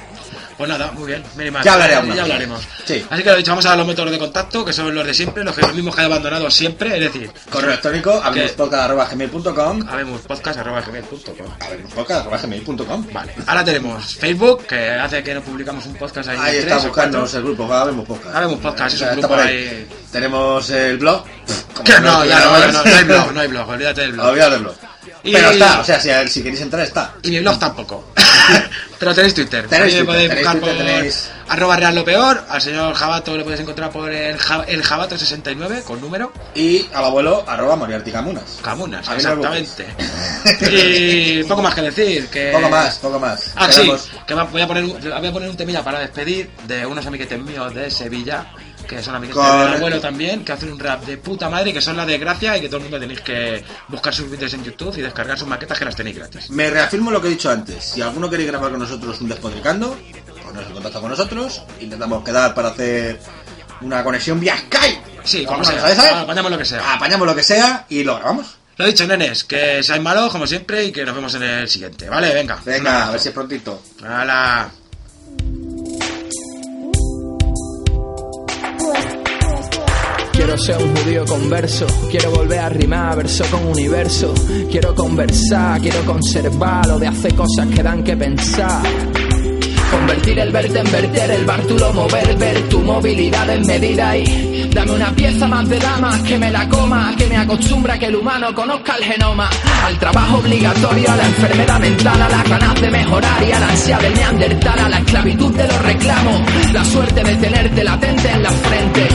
Speaker 4: Pues nada, muy bien. mira y más.
Speaker 5: Ya hablaremos.
Speaker 4: Ya hablaremos.
Speaker 5: Sí.
Speaker 4: Así que lo dicho, vamos a los métodos de contacto, que son los de siempre, los, que, los mismos que he abandonado siempre, es decir,
Speaker 5: Correo electrónico, habemuspodcast.com.
Speaker 4: habemos podcast.com.
Speaker 5: Habemuspodcast.com.
Speaker 4: Vale, ahora tenemos Facebook, que hace que no publicamos un podcast ahí.
Speaker 5: Ahí
Speaker 4: tres
Speaker 5: está
Speaker 4: o
Speaker 5: buscándonos
Speaker 4: cuatro.
Speaker 5: el grupo, Habemos Podcast.
Speaker 4: Habemos Podcast, es un
Speaker 5: Está
Speaker 4: grupo
Speaker 5: por
Speaker 4: ahí.
Speaker 5: Tenemos
Speaker 4: (laughs)
Speaker 5: el blog.
Speaker 4: Que no, ya no, ya no,
Speaker 5: tuviéramos.
Speaker 4: no hay blog,
Speaker 5: (laughs)
Speaker 4: no hay blog, olvídate del blog.
Speaker 5: Olvidad del blog.
Speaker 4: Y-
Speaker 5: Pero está, o sea, si, si queréis entrar, está.
Speaker 4: Y mi blog tampoco. (laughs) Pero tenéis Twitter.
Speaker 5: Tenéis
Speaker 4: A mí me
Speaker 5: Twitter,
Speaker 4: podéis
Speaker 5: tenéis
Speaker 4: buscar por
Speaker 5: Twitter, tenéis-
Speaker 4: arroba real lo peor. Al señor Jabato lo podéis encontrar por el, Ja- el Jabato69 con número
Speaker 5: Y al abuelo, arroba Moriarty Camunas.
Speaker 4: Camunas.
Speaker 5: A mí no me
Speaker 4: exactamente. (laughs) y poco más que decir. Que...
Speaker 5: (laughs) Poco más, poco más.
Speaker 4: Ah, sí,
Speaker 5: Tenemos-
Speaker 4: que va- voy a, poner un, voy a poner un temilla para despedir de unos amiguetes míos de Sevilla, que son amiguetes de mi
Speaker 5: Correcto.
Speaker 4: abuelo también, que hacen un rap de puta madre, que son la desgracia y que todo el mundo tenéis que buscar sus vídeos en YouTube y descargar sus maquetas que las tenéis gratis.
Speaker 5: Me reafirmo lo que he dicho antes. Si alguno quiere grabar con nosotros un despotricando, poneros en contacto con nosotros. Intentamos quedar para hacer una conexión vía Skype.
Speaker 4: Sí, como
Speaker 5: vamos
Speaker 4: sea,
Speaker 5: ¿sabes?
Speaker 4: apañamos lo que sea.
Speaker 5: Apañamos lo que sea y lo grabamos.
Speaker 4: Lo dicho, nenes, que seáis malos como siempre y que nos vemos en el siguiente, ¿vale? Venga.
Speaker 5: Venga, a ver si es prontito.
Speaker 4: ¡Hala!
Speaker 12: Pues Quiero ser un judío converso, quiero volver a rimar verso con universo. Quiero conversar, quiero conservar lo de hacer cosas que dan que pensar. Convertir el verte en verter, el bar tu lomo, ver, ver tu movilidad en medida y dame una pieza más de damas que me la coma, que me acostumbra a que el humano conozca el genoma, al trabajo obligatorio, a la enfermedad mental, a las ganas de mejorar y a la ansia del neandertal, a la esclavitud de los reclamos, la suerte de tenerte latente en la frente.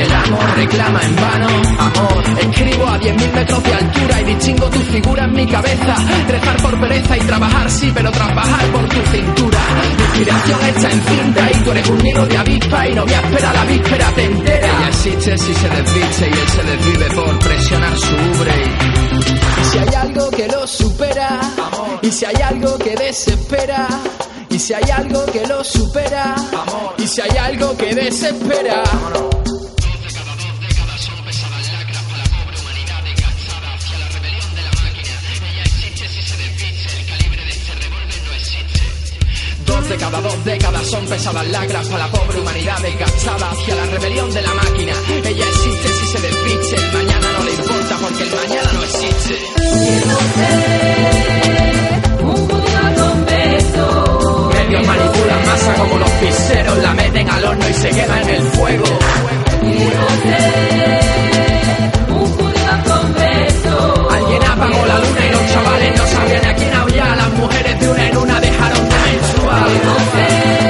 Speaker 12: El amor reclama en vano, amor, escribo a 10.000 metros de altura y distingo tu figura en mi cabeza, rezar por pereza y trabajar sí, pero trabajar por tu cintura. Mi inspiración está encinta y tú eres un nido de avispa y no voy a esperar la víspera te entera. Ella existe si se desviste y él se desvive por presionar su ubre. Y si hay algo que lo supera, y si hay algo que desespera, y si hay algo que lo supera, y si hay algo que desespera. Dos de cada dos décadas son pesadas lacras para la pobre humanidad desgastada hacia la rebelión de la máquina. Ella existe si se desfiche, el mañana no le importa porque el mañana no existe. Medios manipulan masa como los piseros, la meten al horno y se quema en el fuego. Alguien apagó la luna y los chavales no sabían a quién había. Las mujeres de una en una dejaron de menstruar. Dame una pieza más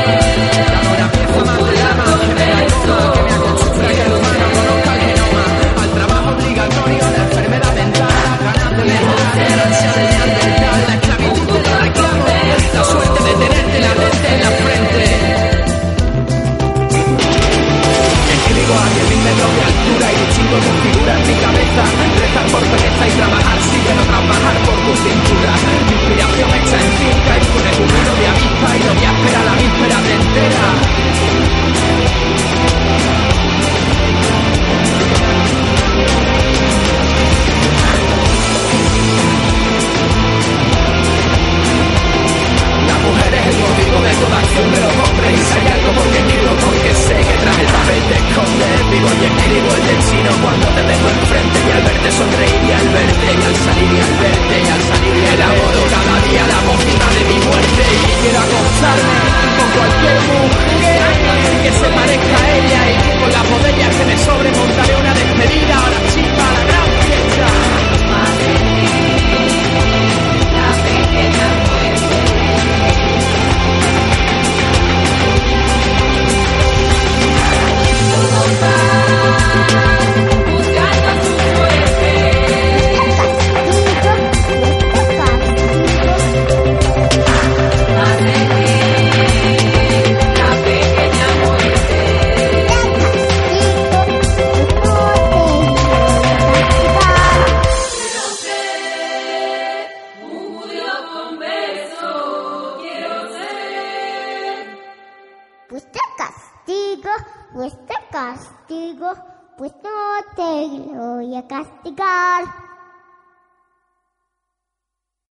Speaker 12: de dama, que me la coma, que me acostumbre a que el humano conozca el genoma. Al trabajo obligatorio, la enfermedad mental, las ganas de mejorar, el ansia de neandertal, la esclavitud de los reclamos, la suerte de tenerte la mente en la frente. Escribo a 10.000 metros de altura y distingo tu figura en mi cabeza. Rezar por pereza y trabajar, sí, pero trabajar por tu cintura. Mi inspiración hecha en cinta y con el número de avispa y no voy a esperar la víspera de entera. La mujer es el motivo de toda acción de los hombres Y si hay algo porque quiero, porque sé que tras el papel te escondes Vivo y escribo el destino cuando te tengo enfrente Y al verte sonreír y al verte y al salir y al verte y al salir Elaboro cada día la bocina de mi muerte Y quiero acostarme con cualquier mujer Que se parezca a ella y que con las botellas que me sobre Montaré una despedida a la chispa, a la gran fiesta
Speaker 13: Vuestro castigo, vuestro castigo, pues no te lo voy a castigar.